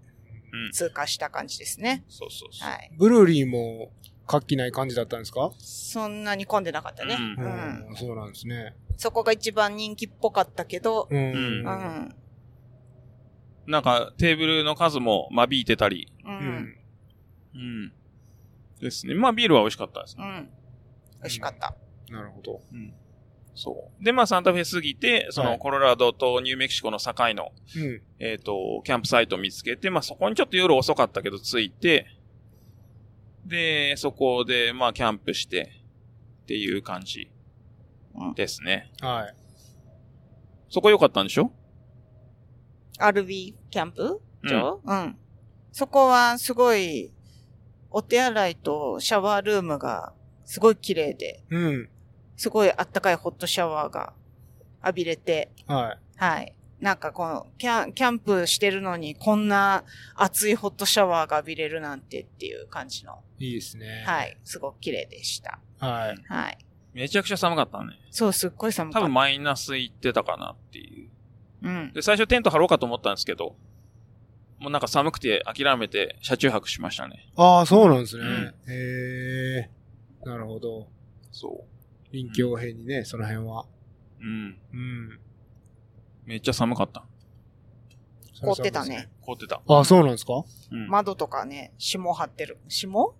Speaker 1: うん。
Speaker 3: 通過した感じですね。
Speaker 1: そうそうそう。
Speaker 3: はい。
Speaker 2: ブルーリーも活気ない感じだったんですか、
Speaker 3: そんなに混んでなかったね。
Speaker 1: うん
Speaker 3: うん。
Speaker 2: うんそうなんですね。
Speaker 3: そこが一番人気っぽかったけど、
Speaker 2: うん。
Speaker 3: う。
Speaker 1: うんなんか、テーブルの数も間引いてたり。
Speaker 3: う。
Speaker 2: うん
Speaker 1: うん。ですね。まあ、ビールは美味しかったです
Speaker 3: う
Speaker 1: ね。
Speaker 3: ん。美味しかった。
Speaker 2: なるほど。
Speaker 1: うん。そう。で、まあ、サンタフェ過ぎて、そ
Speaker 2: はい
Speaker 1: の、コロラドとニューメキシコの境の、
Speaker 2: うん。
Speaker 1: えっ、と、キャンプサイトを見つけて、まあ、そこにちょっと夜遅かったけど着いて、で、そこで、まあ、キャンプして、っていう感じ
Speaker 3: うん
Speaker 1: ですね。
Speaker 2: はい。
Speaker 1: そこ良かったんでしょ
Speaker 3: RV キャンプ
Speaker 1: うん
Speaker 3: 場うん。そこはすごい、お手洗いとシャワールームがすごい綺麗で、
Speaker 2: うん。
Speaker 3: すごいあったかいホットシャワーが浴びれて、
Speaker 2: はい。
Speaker 3: はい。なんかこのキャン、キャンプしてるのにこんな熱いホットシャワーが浴びれるなんてっていう感じの、
Speaker 2: いいですね。
Speaker 3: はい。すごく綺麗でした。
Speaker 2: はい。
Speaker 3: はい。
Speaker 1: めちゃくちゃ寒かったね。
Speaker 3: そう、すっごい寒か
Speaker 1: 多
Speaker 3: った
Speaker 1: 分。マイナス行ってたかなっていう。
Speaker 3: うん。
Speaker 1: で、最初テント張ろうかと思ったんですけど、もうなんか寒くて諦めて車中泊しましたね。
Speaker 2: ああ、そうなんですね。
Speaker 1: う
Speaker 2: へえ。なるほど。
Speaker 1: そ
Speaker 2: 臨機応変にね、その辺は。
Speaker 1: う。うん。
Speaker 2: うん。
Speaker 1: めっちゃ寒かった。
Speaker 3: 凍ってたね。。
Speaker 1: 凍ってた。
Speaker 2: ああ、そうなんですか
Speaker 1: うん。
Speaker 3: 窓とかね、霜張ってる。霜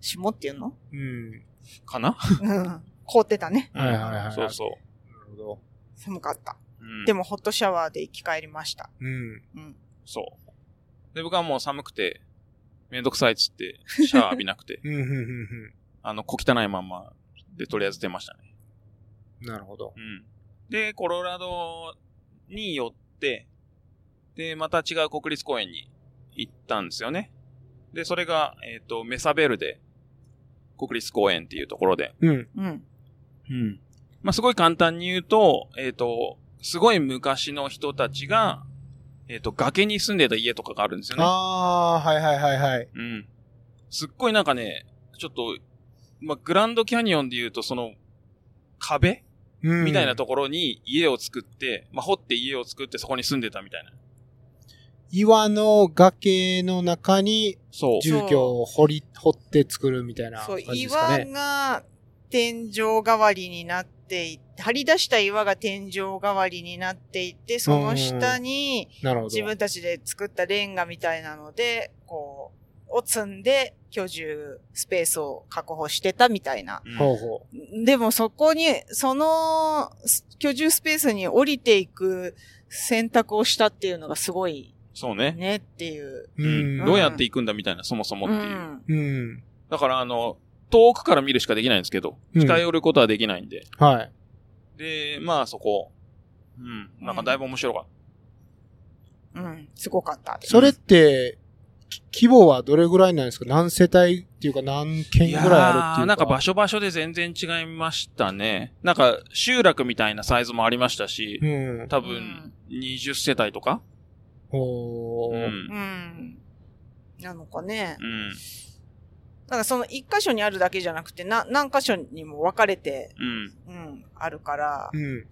Speaker 3: 霜っていうの
Speaker 2: うん。
Speaker 1: かな
Speaker 3: うん。凍ってたね。
Speaker 2: はいはいはいはい
Speaker 1: そうそ
Speaker 2: なるほど。
Speaker 3: 寒かった。
Speaker 1: う。うん、
Speaker 3: でも、ホットシャワーで生き返りました。
Speaker 2: うん。、
Speaker 3: うん。
Speaker 1: そう。で、僕はもう寒くて、めんどくさいっつって、シャワー浴びなくて
Speaker 2: うん、うん、うん、
Speaker 1: あの、小汚いまんまで、とりあえず出ましたね。
Speaker 2: うん。なるほど。
Speaker 1: うん。で、コロラドに寄って、で、また違う国立公園に行ったんですよね。で、それが、えっ、と、メサベルデ国立公園っていうところで、
Speaker 2: うん。
Speaker 3: うん。
Speaker 1: うん。まあ、すごい簡単に言うと、えっ、と、すごい昔の人たちが、えっ、と、崖に住んでた家とかがあるんですよね。
Speaker 2: ああ、はいはいはいはい。
Speaker 1: うん。すっごいなんかね、ちょっと、まあ、グランドキャニオンで言うと、その、壁
Speaker 2: うん。
Speaker 1: みたいなところに家を作って、まあ、掘って家を作ってそこに住んでたみたいな。
Speaker 2: 岩の崖の中に
Speaker 1: そう。
Speaker 2: 住居を掘り、掘って作るみたいな
Speaker 3: そ
Speaker 2: 感
Speaker 3: う、
Speaker 2: じですか
Speaker 3: 岩
Speaker 2: ね。
Speaker 3: が天井代わりになっていて、張り出した岩が天井代わりになっていて、その下に
Speaker 2: なるほど。
Speaker 3: 自分たちで作ったレンガみたいなので、こう、を積んで居住スペースを確保してたみたいな。
Speaker 1: うん
Speaker 2: ほうほ
Speaker 3: でもそこに、そのす居住スペースに降りていく選択をしたっていうのがすごい
Speaker 1: そうね。
Speaker 3: ねっていう。
Speaker 2: う。
Speaker 1: うん。どうやって行くんだみたいな、そもそもっていう。
Speaker 3: ん
Speaker 2: うん。
Speaker 1: だから、あの、遠くから見るしかできないんですけど、
Speaker 2: うん
Speaker 1: 近寄ることはできないんで。
Speaker 2: はい。
Speaker 1: で、まあ、そこ。うん。なんかだいぶ面白かっ
Speaker 3: うん。すごかった。
Speaker 2: それって、き規模はどれぐらいなんですか何世帯っていうか何
Speaker 1: た。
Speaker 2: 軒ぐらいあるっていうか。
Speaker 1: なんか場所場所で全然違いましたね。なんか、集落みたいなサイズもありましたし、
Speaker 2: うん。
Speaker 1: 多
Speaker 3: う
Speaker 1: 分
Speaker 3: ん、
Speaker 1: 20世帯とか
Speaker 2: ほ
Speaker 1: う
Speaker 2: ー
Speaker 1: ん。
Speaker 3: うん。なのかね。
Speaker 1: うん。
Speaker 3: なんかその一箇所にあるだけじゃなくて、な、何箇所にも分かれて、
Speaker 1: うん。
Speaker 3: うん、あるから
Speaker 2: う、ん。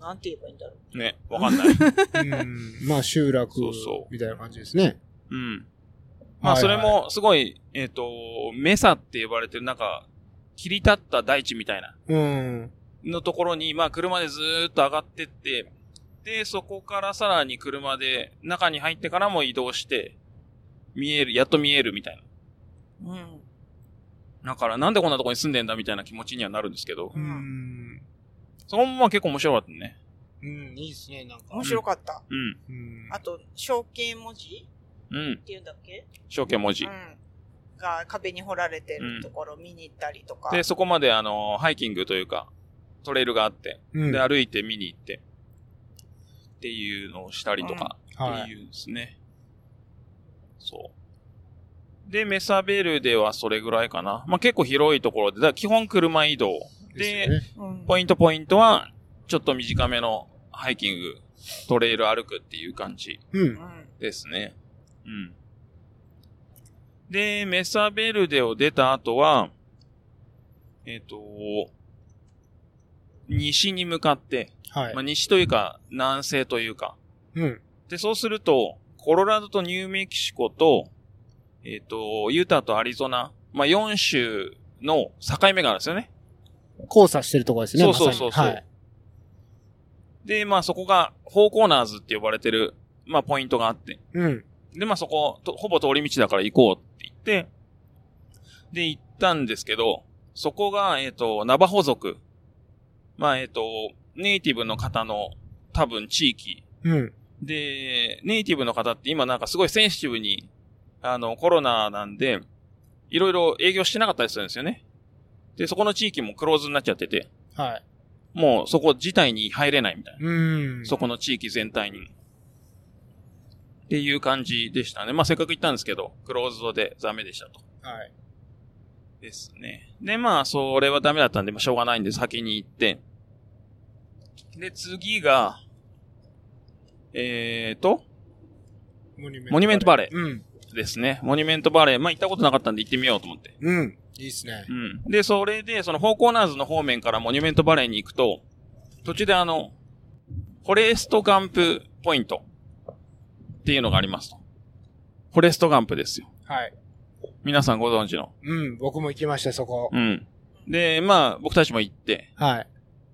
Speaker 3: なんて言えばいいんだろう。
Speaker 1: ね、わかんない。
Speaker 2: うん。まあ集落
Speaker 1: そうそう
Speaker 2: みたいな感じですね。
Speaker 1: うん。まあ、
Speaker 2: はい
Speaker 1: そ
Speaker 2: は
Speaker 1: れ
Speaker 2: い
Speaker 1: も、すごい、えっ、と、メサって呼ばれてる、なんか、切り立った大地みたいな、
Speaker 2: うん。
Speaker 1: のところに、まあ、車でずーっと上がってって、で、そこからさらに車で、中に入ってからも移動して、見える、やっと見えるみたい
Speaker 3: うん。
Speaker 1: な。だから、なんでこんなとこに住んでんだみたいな気持ちにはなるんですけど
Speaker 2: う、ん。
Speaker 1: そこもまあ結構面白かったね。
Speaker 2: うん、いいですね、なんか。
Speaker 3: 面白かった。
Speaker 1: うん。
Speaker 2: うん
Speaker 3: あと、象形文字
Speaker 1: うん
Speaker 3: っ。ていうんだっけ
Speaker 1: 象形文字
Speaker 3: う。ん。が壁に彫られてるところ見に行ったりとか。
Speaker 1: で、そこまであの、ハイキングというか、トレイルがあって、
Speaker 2: うん
Speaker 1: で、歩いて見に行って、っていうのをしたりとか、
Speaker 2: は
Speaker 1: って
Speaker 2: い。
Speaker 1: いうんですね。そう。で、メサベルではそれぐらいかな。まあ、結構広いところで、だから基本車移動。で、
Speaker 2: です
Speaker 3: うん
Speaker 1: ポイントポイントは、ちょっと短めのハイキング、トレイル歩くっていう感じ
Speaker 2: よね
Speaker 3: う。ん。
Speaker 1: ですね。うん。で、メサベルデを出た後は、えっ、と、西に向かって、
Speaker 2: はい
Speaker 1: まあ、。西というか南西というか。
Speaker 2: うん。
Speaker 1: で、そうすると、コロラドとニューメキシコと、えっ、と、ユタとアリゾナ、まあ、4州の境目があるんですよね。
Speaker 2: 交差してるところですね。
Speaker 1: そうそうそう
Speaker 2: まさに
Speaker 1: そうで、まあ、そこが、フォーコーナーズって呼ばれてる、まあ、ポイントがあって。
Speaker 2: はい。うん。
Speaker 1: で、まあそこ、とほぼ通り道だから行こうって言って、で、行ったんですけど、そこが、えっ、と、ナバホ族。まあ、えっ、と、ネイティブの方の多分地域。
Speaker 2: うん。
Speaker 1: で、ネイティブの方って今なんかすごいセンシティブに、あの、コロナなんで、いろいろ営業してなかったりするんですよね。で、そこの地域もクローズになっちゃってて、
Speaker 2: はい。
Speaker 1: もうそこ自体に入れないみたいな。
Speaker 2: うん。
Speaker 1: そこの地域全体に。っていう感じでしたね。まあ、せっかく行ったんですけど、クローズドでダメでしたと。
Speaker 2: はい。
Speaker 1: ですね。で、まあ、それはダメだったんで、まあ、しょうがないんで先に行って。で、次が、えーと、
Speaker 2: モニュメン
Speaker 1: モニュメントバレ
Speaker 2: ー。うん。
Speaker 1: ーですね。モニュメントバレー。まあ、行ったことなかったんで行ってみようと思って。
Speaker 2: うん。いいっすね
Speaker 1: う。ん。で、それで、その、フォーコーナーズの方面からモニュメントバレーに行くと、途中であの、フォレストガンプポイントっていうのがありますと。フォレストガンプですよ。
Speaker 2: はい。
Speaker 1: 皆さんご存知の。
Speaker 2: うん。僕も行きました、そこ。
Speaker 1: うん。で、まあ、僕たちも行って、
Speaker 2: はい。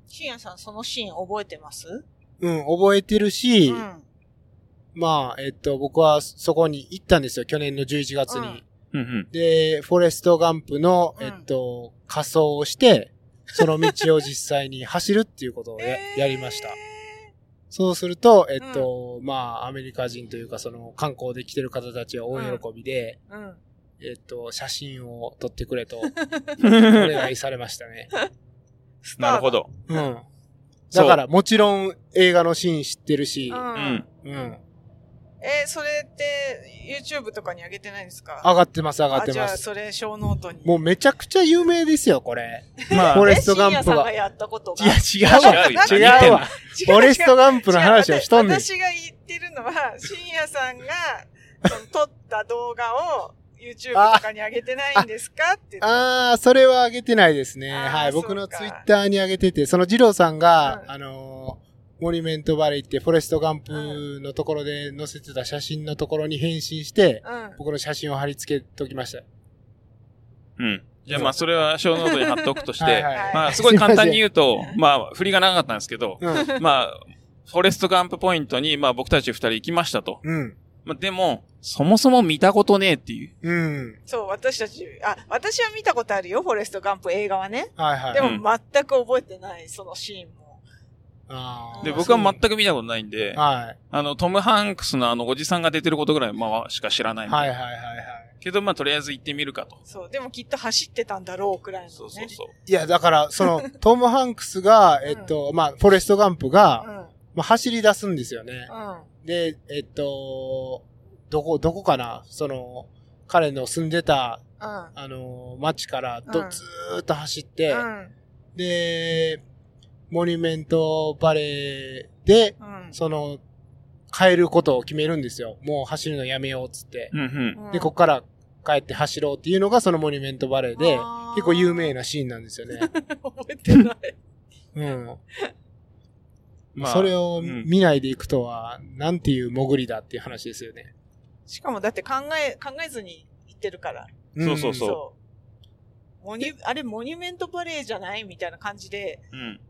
Speaker 3: しんやさん、そのシーン覚えてます
Speaker 2: うん。覚えてるし
Speaker 3: う、ん。
Speaker 2: まあ、えっと、僕はそこに行ったんですよ、去年の11月に。
Speaker 1: うんうん。
Speaker 2: で、フォレストガンプの、
Speaker 3: うん
Speaker 2: えっと、仮装をして、その道を実際に走るっていうこと をや,、やりました。そうすると、えっと、まあ、アメリカ人というか、その、観光で来てる方たちは大喜びで、
Speaker 3: た。うん。
Speaker 2: えっと、写真を撮ってくれと、お願いされました ね。
Speaker 3: スターだ
Speaker 1: なるほ。ど。
Speaker 2: うん。
Speaker 1: そう
Speaker 2: だから、もちろん映画のシーン知ってるし
Speaker 3: う、
Speaker 1: うんん。。
Speaker 2: うん。
Speaker 3: えーそれって、YouTube とかに上げてないですか
Speaker 2: 上がってます、上がって
Speaker 3: あじゃ
Speaker 2: ま
Speaker 3: あ、
Speaker 2: す。
Speaker 3: それ、小ノートに。
Speaker 2: もうめちゃくちゃ有名ですよ、これ。
Speaker 1: まあ
Speaker 2: フォ、レ
Speaker 3: え
Speaker 2: ストガンプが
Speaker 3: 深夜さんがやったこと
Speaker 2: い
Speaker 3: が。
Speaker 2: や、違うわ。
Speaker 1: 違うよ何
Speaker 2: 違
Speaker 1: 言ってん
Speaker 2: う
Speaker 1: の
Speaker 2: わ。フォレストガンプの話をしとんねん。
Speaker 3: 私が言ってるのは、深夜さんが、その撮った動画を YouTube とかに上げてないんですかって 言って。
Speaker 2: あー、それは上げてないですね。
Speaker 3: あー
Speaker 2: はい。
Speaker 3: そうか
Speaker 2: 僕のツイッターに上げてて、その二郎さんが、
Speaker 3: うん
Speaker 2: あのーモニュメントバレー行って、フォレストガンプのところで載せてた写真のところに返信して、
Speaker 3: うん。
Speaker 2: 僕の写真を貼り付けときました。
Speaker 1: うん。じゃあまあ、それは小ノートに貼っておくとして、
Speaker 2: はいはい
Speaker 3: はい
Speaker 1: まあ、すごい簡単に言うと、まあ、振りがなかったんですけど、
Speaker 2: うん。
Speaker 1: まあ、フォレストガンプポイントに、まあ僕たち二人行きましたと。
Speaker 2: うん。
Speaker 1: まあでも、そもそも見たことねえっていう。
Speaker 2: うん。
Speaker 3: そう、私たち、あ、私は見たことあるよ、フォレストガンプ映画はね。
Speaker 2: はいはい。
Speaker 3: でも
Speaker 1: うん
Speaker 3: 全く覚えてない、そのシーンも。
Speaker 2: あー
Speaker 1: で、僕は全く見たことないんで、
Speaker 2: はい。
Speaker 1: あの、トム・ハンクスのあの、おじさんが出てることぐらい、まあ、しか知らない。
Speaker 2: はいはいはいはい。
Speaker 1: けど、まあ、とりあえず行ってみるかと。
Speaker 3: そう、でもきっと走ってたんだろう、くらいのね。
Speaker 1: そうそうそう。
Speaker 2: いや、だから、そ の、トム・ハンクスが、えっと、まあ、フォレストガンプ
Speaker 3: う
Speaker 2: が、
Speaker 3: ん。
Speaker 2: まあ、走り出すんですよね。
Speaker 3: うん。
Speaker 2: で、えっと、どこ、どこかなその、彼の住んでた、
Speaker 3: うん。
Speaker 2: あの、町からど、
Speaker 3: うん
Speaker 2: ずーっと走って、
Speaker 3: うん。
Speaker 2: で、モニュメントバレーで、
Speaker 3: うん。
Speaker 2: その、変えることを決めるんですよ。もう走るのやめようっつって。
Speaker 1: うんうん。
Speaker 3: うん
Speaker 2: で、こっから帰って走ろうっていうのがそのモニュメントバレーで、
Speaker 3: あー
Speaker 2: 結構有名なシーンなんですよね。
Speaker 3: 覚えてない。
Speaker 2: うん。
Speaker 1: まあ、
Speaker 2: それを
Speaker 1: うん
Speaker 2: 見ないでいくとは、なんていう潜りだっていう話ですよね。
Speaker 3: しかもだって考え、考えずに行ってるから。
Speaker 1: そうそうそう
Speaker 3: う。モニュ、あれ、モニュメントバレーじゃないみたいな感じで
Speaker 1: うん。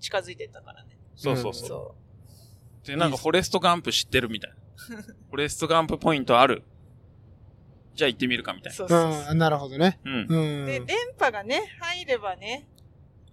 Speaker 3: 近づいてったからね。
Speaker 1: そうそうそう。
Speaker 3: そ
Speaker 1: で、なんか、フォレストガンプ知ってるみ たいな。フォレストガンプポイントある。じゃあ行ってみるかみた
Speaker 3: う。
Speaker 1: い
Speaker 3: そう
Speaker 2: う
Speaker 3: そうそう。
Speaker 2: ん、なるほどね。
Speaker 1: な。うん。
Speaker 2: うん。
Speaker 3: で、電波がね、入ればね、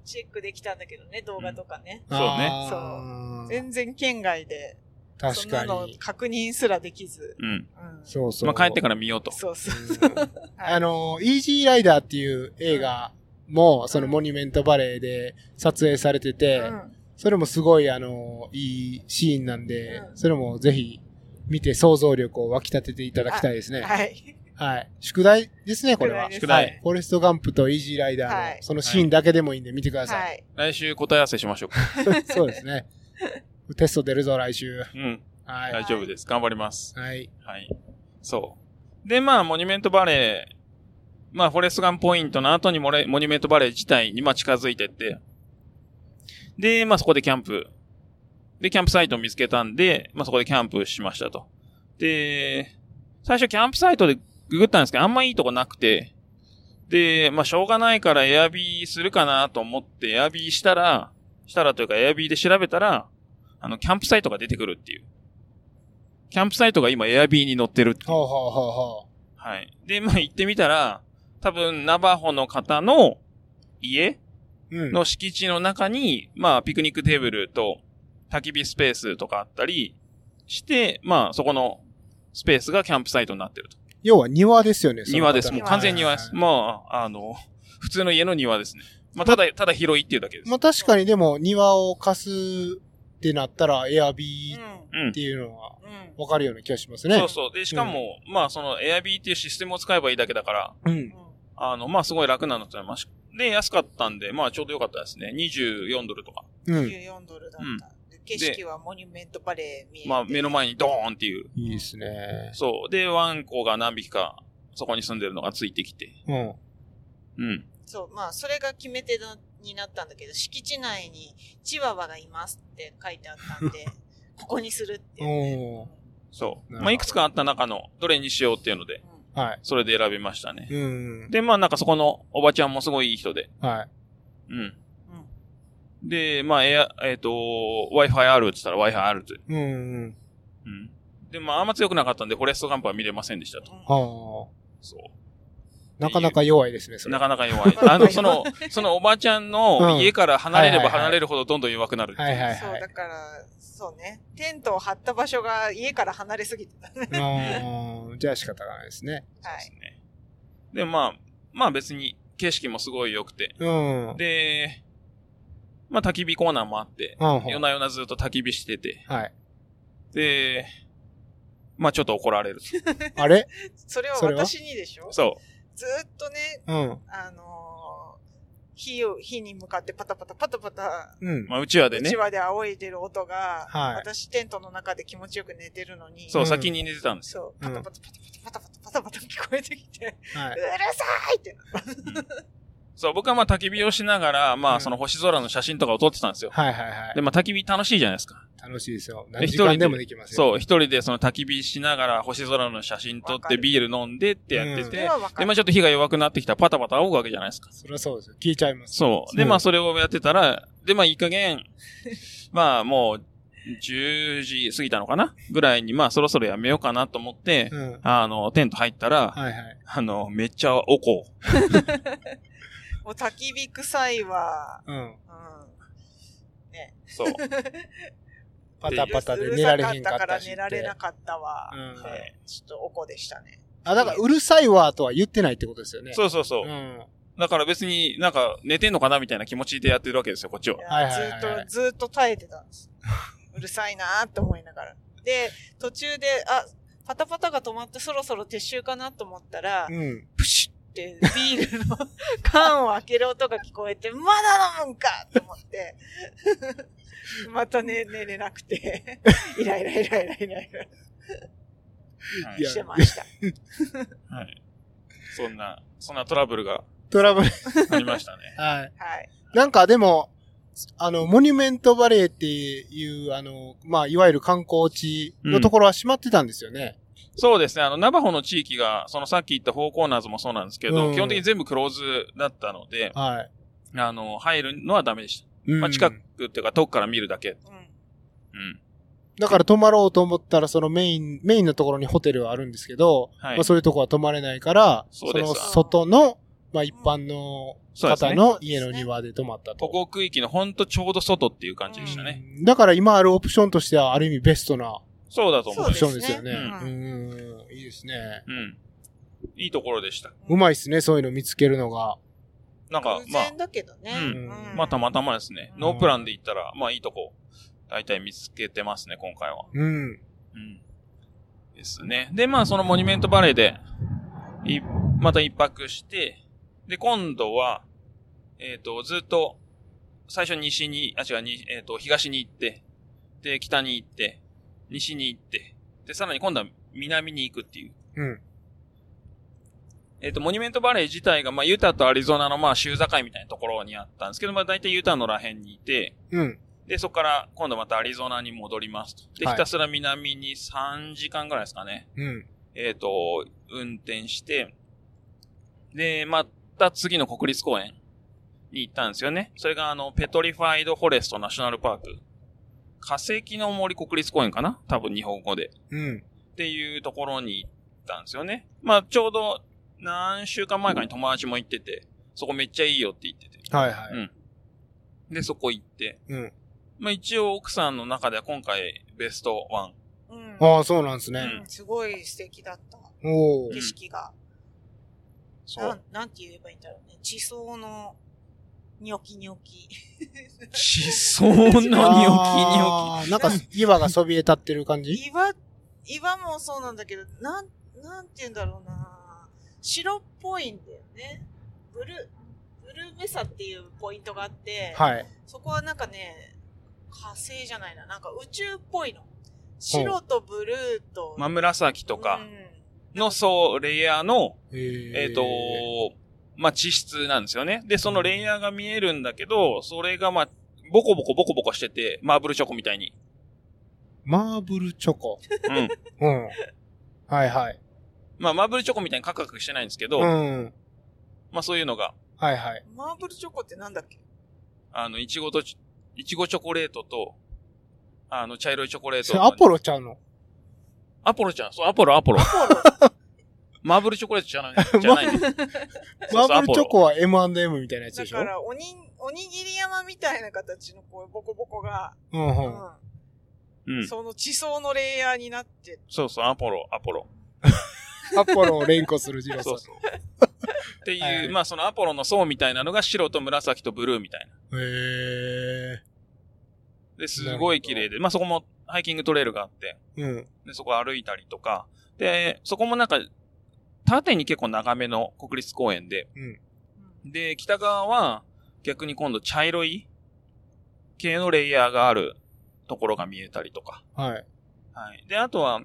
Speaker 3: チェックできたんだけどね、動画とかね。
Speaker 1: そうね
Speaker 2: あー
Speaker 3: 全然県外で、そん
Speaker 2: 確
Speaker 3: な
Speaker 2: か
Speaker 3: の
Speaker 2: に。
Speaker 3: 確認すらできず。
Speaker 1: うん。
Speaker 3: うん
Speaker 2: そうそ
Speaker 1: ま
Speaker 2: う。
Speaker 1: あ、帰ってから見ようと。
Speaker 3: そうそう。
Speaker 2: うんあの、イージーライダーっていう映画も、そのモニュメントバレーで撮影されてて、
Speaker 3: うん
Speaker 2: それもすごい、あの、いいシーンなんで、
Speaker 3: うん
Speaker 2: それもぜひ見て想像力を湧き立てていただきたいですね。
Speaker 3: はい。
Speaker 2: はい。宿題ですね、これは。
Speaker 3: 宿
Speaker 1: 題です
Speaker 2: はいフォレストガンプとイージーライダ
Speaker 3: は
Speaker 2: ー
Speaker 3: い
Speaker 2: の、そのシーンだけでもいいんで見てくださ。
Speaker 3: はいい。
Speaker 1: 来週答え合わせしま しょうか。
Speaker 2: そうですね。テスト出るぞ、来週。
Speaker 1: うん。
Speaker 2: はい。
Speaker 1: 大丈夫です。頑張ります。
Speaker 2: はい。
Speaker 1: はい。そう。で、まあ、モニュメントバレまあ、フォレストガンポイントの後にモレモニュメントバレー自体にまあ近づいてって、で、まあそこでキャンプ。で、キャンプサイトを見つけたんで、まあそこでキャンプしましたと。で、最初キャンプサイトでググったんですけど、あんまいいとこなくて、で、まあしょうがないからエアビーするかなと思って、エアビーしたら、したらというかエアビーで調べたら、あの、キャンプサイトが出てくるっていう。キャンプサイトが今エアビーに載ってるっていう
Speaker 2: はあ、はあはあはあ、
Speaker 1: はい。で、まあ行ってみたら、多分、ナバホの方の家
Speaker 2: うん。
Speaker 1: の敷地の中に、まあ、ピクニックテーブルと焚き火スペースとかあったりして、まあ、そこのスペースがキャンプサイトになってると。
Speaker 2: 要は庭ですよね。その
Speaker 1: 庭です。
Speaker 2: 方
Speaker 1: も
Speaker 2: の
Speaker 1: う完全に庭です。
Speaker 2: はい
Speaker 1: まあ、あの、普通の家の庭ですね。まあ、ただ、ただ広いっていうだけです。
Speaker 2: まあ確かにでも庭を貸すってなったら、エアビー
Speaker 1: うん
Speaker 2: って。いうのは
Speaker 3: うん。
Speaker 2: わかるような気がしますね。
Speaker 1: そうそう。で、しかも、まあ、その、Airb っていうシステムを使えばいいだけだから、
Speaker 2: うん。
Speaker 1: あの、まあ、すごい楽なんだと思います。で、安かったんで、まあ、ちょうどよかったですね。24ドルとか。
Speaker 2: う
Speaker 3: うん。
Speaker 2: ん。
Speaker 3: 94ドルだった。で景色はモニュメントバレー見えて。
Speaker 1: まあ、目の前にドーンっていう。
Speaker 2: いいですね。
Speaker 1: そう。で、ワンコが何匹か、そこに住んでるのがついてきて。
Speaker 2: うん。
Speaker 1: うん。
Speaker 3: そう、まあ、それが決め手のになったんだけど、敷地内にチワワがいますって書いてあっ たんで、ここにするって、
Speaker 2: おー
Speaker 1: そう。
Speaker 2: なるほど
Speaker 1: まあ、いくつかあった中の、どれにしようっていうので、
Speaker 3: うん
Speaker 2: はい。
Speaker 1: それで選びましたね。
Speaker 2: うん。
Speaker 1: で、まあ、なんかそこのおばちゃんもすごいいい人で。
Speaker 2: は
Speaker 1: うん。
Speaker 3: うん
Speaker 1: で、まあ、エア、えっ、と、Wi-Fi あるって言ったら Wi-Fi あるって。
Speaker 2: い。うんうん。
Speaker 1: うん。で、まあ、あんま強くなかったんで、フォレストガンプは見れませんでしたと。
Speaker 3: うん
Speaker 2: は
Speaker 1: そう。
Speaker 2: あ。なかなか弱いですね、それ。
Speaker 1: な
Speaker 2: は
Speaker 1: かなか弱い。あの、その、そのおばちゃんの家から離れれ
Speaker 2: う
Speaker 1: ば
Speaker 2: んはいはいはい
Speaker 1: 離れるほどどんどん弱くなるっていう。
Speaker 2: いはい
Speaker 3: そう、
Speaker 2: はい
Speaker 3: だ。から、そうね。テントを張った場所が家から離れすぎてたね。
Speaker 2: うんじゃあ仕方がないですね。
Speaker 3: はい。
Speaker 1: ね。で、まあ、まあ別に景色もすごい良くて。
Speaker 2: うん。うん
Speaker 1: で、まあ焚き火コーナーもあって、
Speaker 2: は
Speaker 1: 夜な夜なずっと焚き火してて、
Speaker 2: い。
Speaker 1: で、まあちょっと怒られる。
Speaker 2: あれ
Speaker 3: それは
Speaker 2: それは
Speaker 3: 私にでしょ
Speaker 1: そ
Speaker 3: ずーっとね、
Speaker 2: うん。
Speaker 3: あのー火を、火に向かってパタパタパタパタ、
Speaker 2: うん
Speaker 1: う。。まあうちわで
Speaker 3: う
Speaker 1: ね
Speaker 3: ち、わで仰いでる音が、
Speaker 2: はい
Speaker 3: 私テントの中で気持ちよく寝てるのに、
Speaker 1: そう、
Speaker 2: うん
Speaker 1: 先に寝てたんですよ。
Speaker 3: そう、
Speaker 2: う
Speaker 3: パ
Speaker 2: ん
Speaker 3: タパタパタパタパタパタパタパタ聞こえてきて、
Speaker 2: は
Speaker 3: う
Speaker 2: い。
Speaker 3: るさいってな
Speaker 1: そう、僕はまあ焚き火をしながら、ま
Speaker 2: う
Speaker 1: あ
Speaker 2: ん
Speaker 1: その星空の写真とかを撮ってたんですよ。
Speaker 2: はいはいは
Speaker 1: で、まあ焚き火楽しいじゃないですか。
Speaker 2: い。楽しいですよ。
Speaker 1: で
Speaker 2: 何時間でもできますよ。
Speaker 1: そう、一人でその焚き火しながら星空の写真撮っ
Speaker 3: わか
Speaker 1: て
Speaker 3: る
Speaker 1: ビール飲んでってやって
Speaker 2: うん
Speaker 1: て、
Speaker 3: それはわか
Speaker 1: で、
Speaker 3: る
Speaker 1: まあちょっと火が弱くなってきたらパタパタ仰ぐわけじゃないですか。
Speaker 2: そりゃそうですよ。聞いちゃいます。
Speaker 1: そう。で、
Speaker 2: うん
Speaker 1: まあ、それをやってたら、で、まあ、いい加 減、まあ、もう、10時過ぎたのかなぐらいに、まあ、そろそろやめようかなと思って、
Speaker 2: うん。
Speaker 1: あの、テント入ったら、
Speaker 2: はいはい。
Speaker 1: あの、めっちゃおこう。
Speaker 3: もう焚き火臭いわ。
Speaker 2: うん。
Speaker 3: うん。
Speaker 1: そう。
Speaker 2: パタパタ
Speaker 3: う
Speaker 2: で
Speaker 3: る
Speaker 2: 寝
Speaker 3: さ
Speaker 2: られ
Speaker 3: か
Speaker 2: へ
Speaker 3: っ
Speaker 2: ん
Speaker 3: た
Speaker 2: か
Speaker 3: か
Speaker 2: っ
Speaker 3: ら
Speaker 2: たしって。
Speaker 3: 寝られなかったわ。
Speaker 2: うん
Speaker 3: で
Speaker 1: はい
Speaker 3: ちょっとおこでしたね。
Speaker 2: あ、だから、うるさいわとは言ってないってことですよね。
Speaker 1: そうそうそうう。
Speaker 2: ん。
Speaker 1: だから別になんか、寝てんのかなみたいな気持ちでやってるわけですよ、こっちは。
Speaker 2: はいはいはい
Speaker 3: ずっと、ずっと耐えてたんです。うるさいなーって思いながら。で、途中で、あ、パタパタが止まってそろそろ撤収かなと思ったら、
Speaker 2: うん。
Speaker 3: プシュってビールの缶を開ける音が聞こえて、まだ飲むんかと思って、またね、寝れなくて、イライライライライライ
Speaker 1: はい
Speaker 2: い
Speaker 3: ラ
Speaker 2: や
Speaker 3: してました。
Speaker 1: はい。そんな、そんなトラブルが
Speaker 2: トラブル。。
Speaker 1: ありましたね
Speaker 2: はい。
Speaker 3: はい。
Speaker 2: なんかでも、あの、モニュメントバレーっていう、あの、まあ、いわゆる観光地のところは閉まってたんですよね。
Speaker 1: そうですね。あの、ナバホの地域が、そのさっき言ったフォーコーナーズもそうなんですけど、
Speaker 2: うん
Speaker 1: 基本的に全部クローズだったので、
Speaker 2: は
Speaker 1: あの、入るのはダメでした。
Speaker 2: い。うん
Speaker 1: まあ、近くっていうか遠くから見るだけ。
Speaker 3: うん。
Speaker 1: うん。
Speaker 2: だから泊まろうと思ったら、そのメイン、メインのところにホテルはあるんですけど、
Speaker 1: はい
Speaker 2: まあ、そういうとこは泊まれないから、
Speaker 1: そうです
Speaker 2: の外の、まあ、一般の
Speaker 1: そうです
Speaker 2: 方
Speaker 1: ね
Speaker 2: の家の庭で泊まったと。
Speaker 1: 保護区域のほんとちょうど外っていう感じでしたね。
Speaker 2: うんだから今あるオプションとしては、ある意味ベストな
Speaker 1: そうだと思
Speaker 2: オ
Speaker 1: う
Speaker 3: そう
Speaker 2: プ
Speaker 3: で
Speaker 2: シ
Speaker 3: す
Speaker 2: ョンですよね。
Speaker 1: う
Speaker 2: うんん、いいですね。
Speaker 1: うん。いいところでした。
Speaker 2: うまいですね、そういうの見つけるのが。
Speaker 1: なんか
Speaker 3: 偶、
Speaker 1: まあ
Speaker 3: 然、だけどね。
Speaker 1: うんまあたまたまですね。
Speaker 3: うん
Speaker 1: ノープランで行ったら、まあいいとこ、大体見つけてますね、今回は。
Speaker 2: うん。
Speaker 1: うん。ですね。で、まあそのモニュメントバレーで、い、また一泊して、で、今度は、えっ、と、ずっと、最初西に、あ、違う、にえっ、と、東に行って、で、北に行って、西に行って、で、さらに今度は南に行くっていう。
Speaker 2: うん。
Speaker 1: えっ、と、モニュメントバレー自体が、まあ、ユタとアリゾナの、まあ、州境みたいなところにあったんですけど、まあ、大体ユタのら辺にいて、
Speaker 2: うん。
Speaker 1: で、そこから、今度またアリゾナに戻りますと。で、
Speaker 2: はい
Speaker 1: ひたすら南に3時間ぐらいですかね。
Speaker 2: うん。
Speaker 1: えっ、と、運転して、で、また次の国立公園に行ったんですよね。それがあの、ペトリファイド・フォレスト・ナショナル・パーク。化石の森国立公園かな多分日本語で。
Speaker 2: うん。
Speaker 1: っていうところに行ったんですよね。まあ、ちょうど何週間前かに友達も行ってて、そこめっちゃいいよって言ってて。
Speaker 2: はいはい。
Speaker 1: で、そこ行って。
Speaker 2: うん。
Speaker 1: まあ一応奥さんの中では今回ベストワン。
Speaker 3: うん。
Speaker 2: ああ、そうなんですね。
Speaker 3: うんすごい素敵だった。
Speaker 2: おお
Speaker 3: 景。色が。
Speaker 1: そ
Speaker 3: なん
Speaker 1: う。、
Speaker 3: なんて言えばいいんだろうね。地層の、ニョキニョキ。
Speaker 1: 地層のニョキニョキ。
Speaker 2: あ ーなんか岩がそびえ立ってる感じ
Speaker 3: 岩、岩もそうなんだけど、なん、なんて言うんだろうな白っぽいんだよね。ブル、ブルーメサっていうポイントがあって、
Speaker 2: はい。
Speaker 3: そこはなんかね、火星じゃないな。なんか宇宙っぽいの。白とブルーと。
Speaker 1: まあ、紫とか
Speaker 3: うん
Speaker 1: のそう、レイヤーの、え
Speaker 2: え
Speaker 1: っ、と、まあ、地質なんですよね。で、そのレイヤーが見えるんだけど、それがまあ、ボコボコボコボコしてて、マーブルチョコみたいに。
Speaker 2: マーブルチョコ。
Speaker 1: うん。
Speaker 2: うん。はいはい。
Speaker 1: まあ、マーブルチョコみたいにカクカクしてないんですけど、
Speaker 2: うん。
Speaker 1: まあそういうのが、
Speaker 2: はいはい。
Speaker 3: マーブルチョコってなんだっけ
Speaker 1: あの、いちごとち、いちごチョコレートと、あの、茶色いチョコレート
Speaker 2: それ
Speaker 1: と。
Speaker 2: アポロちゃうの
Speaker 1: アポロちゃん、そう、アポロ、 アポロ。マーブルチョコレートじゃない、じゃない。
Speaker 2: マ
Speaker 1: うそう
Speaker 2: ーブルチョコは M&M みたいなやつ
Speaker 3: だ
Speaker 2: でしょ
Speaker 3: から、おにん、おにぎり山みたいな形のこう、ボコボコが、
Speaker 2: うんう。
Speaker 3: うん
Speaker 1: う
Speaker 3: ん。
Speaker 1: ん。
Speaker 3: その地層のレイヤーになってて
Speaker 1: そうそう、アポロ、アポロ。
Speaker 2: アポロを連呼するジロさ
Speaker 1: そ
Speaker 2: ん
Speaker 1: う。そう。 っていう、
Speaker 2: はいはい
Speaker 1: まあそのアポロの層みたいなのが白と紫とブルーみたいな。
Speaker 2: へえ。
Speaker 1: で、すごい綺麗で、まあそこもハイキングトレイルがあって、
Speaker 2: うん。
Speaker 1: で、そこ歩いたりとか、で、そこもなんか、縦に結構長めの国立公園で、で、北側は逆に今度茶色い系のレイヤーがあるところが見えたりとか。
Speaker 2: はい。
Speaker 1: はい。で、あとは、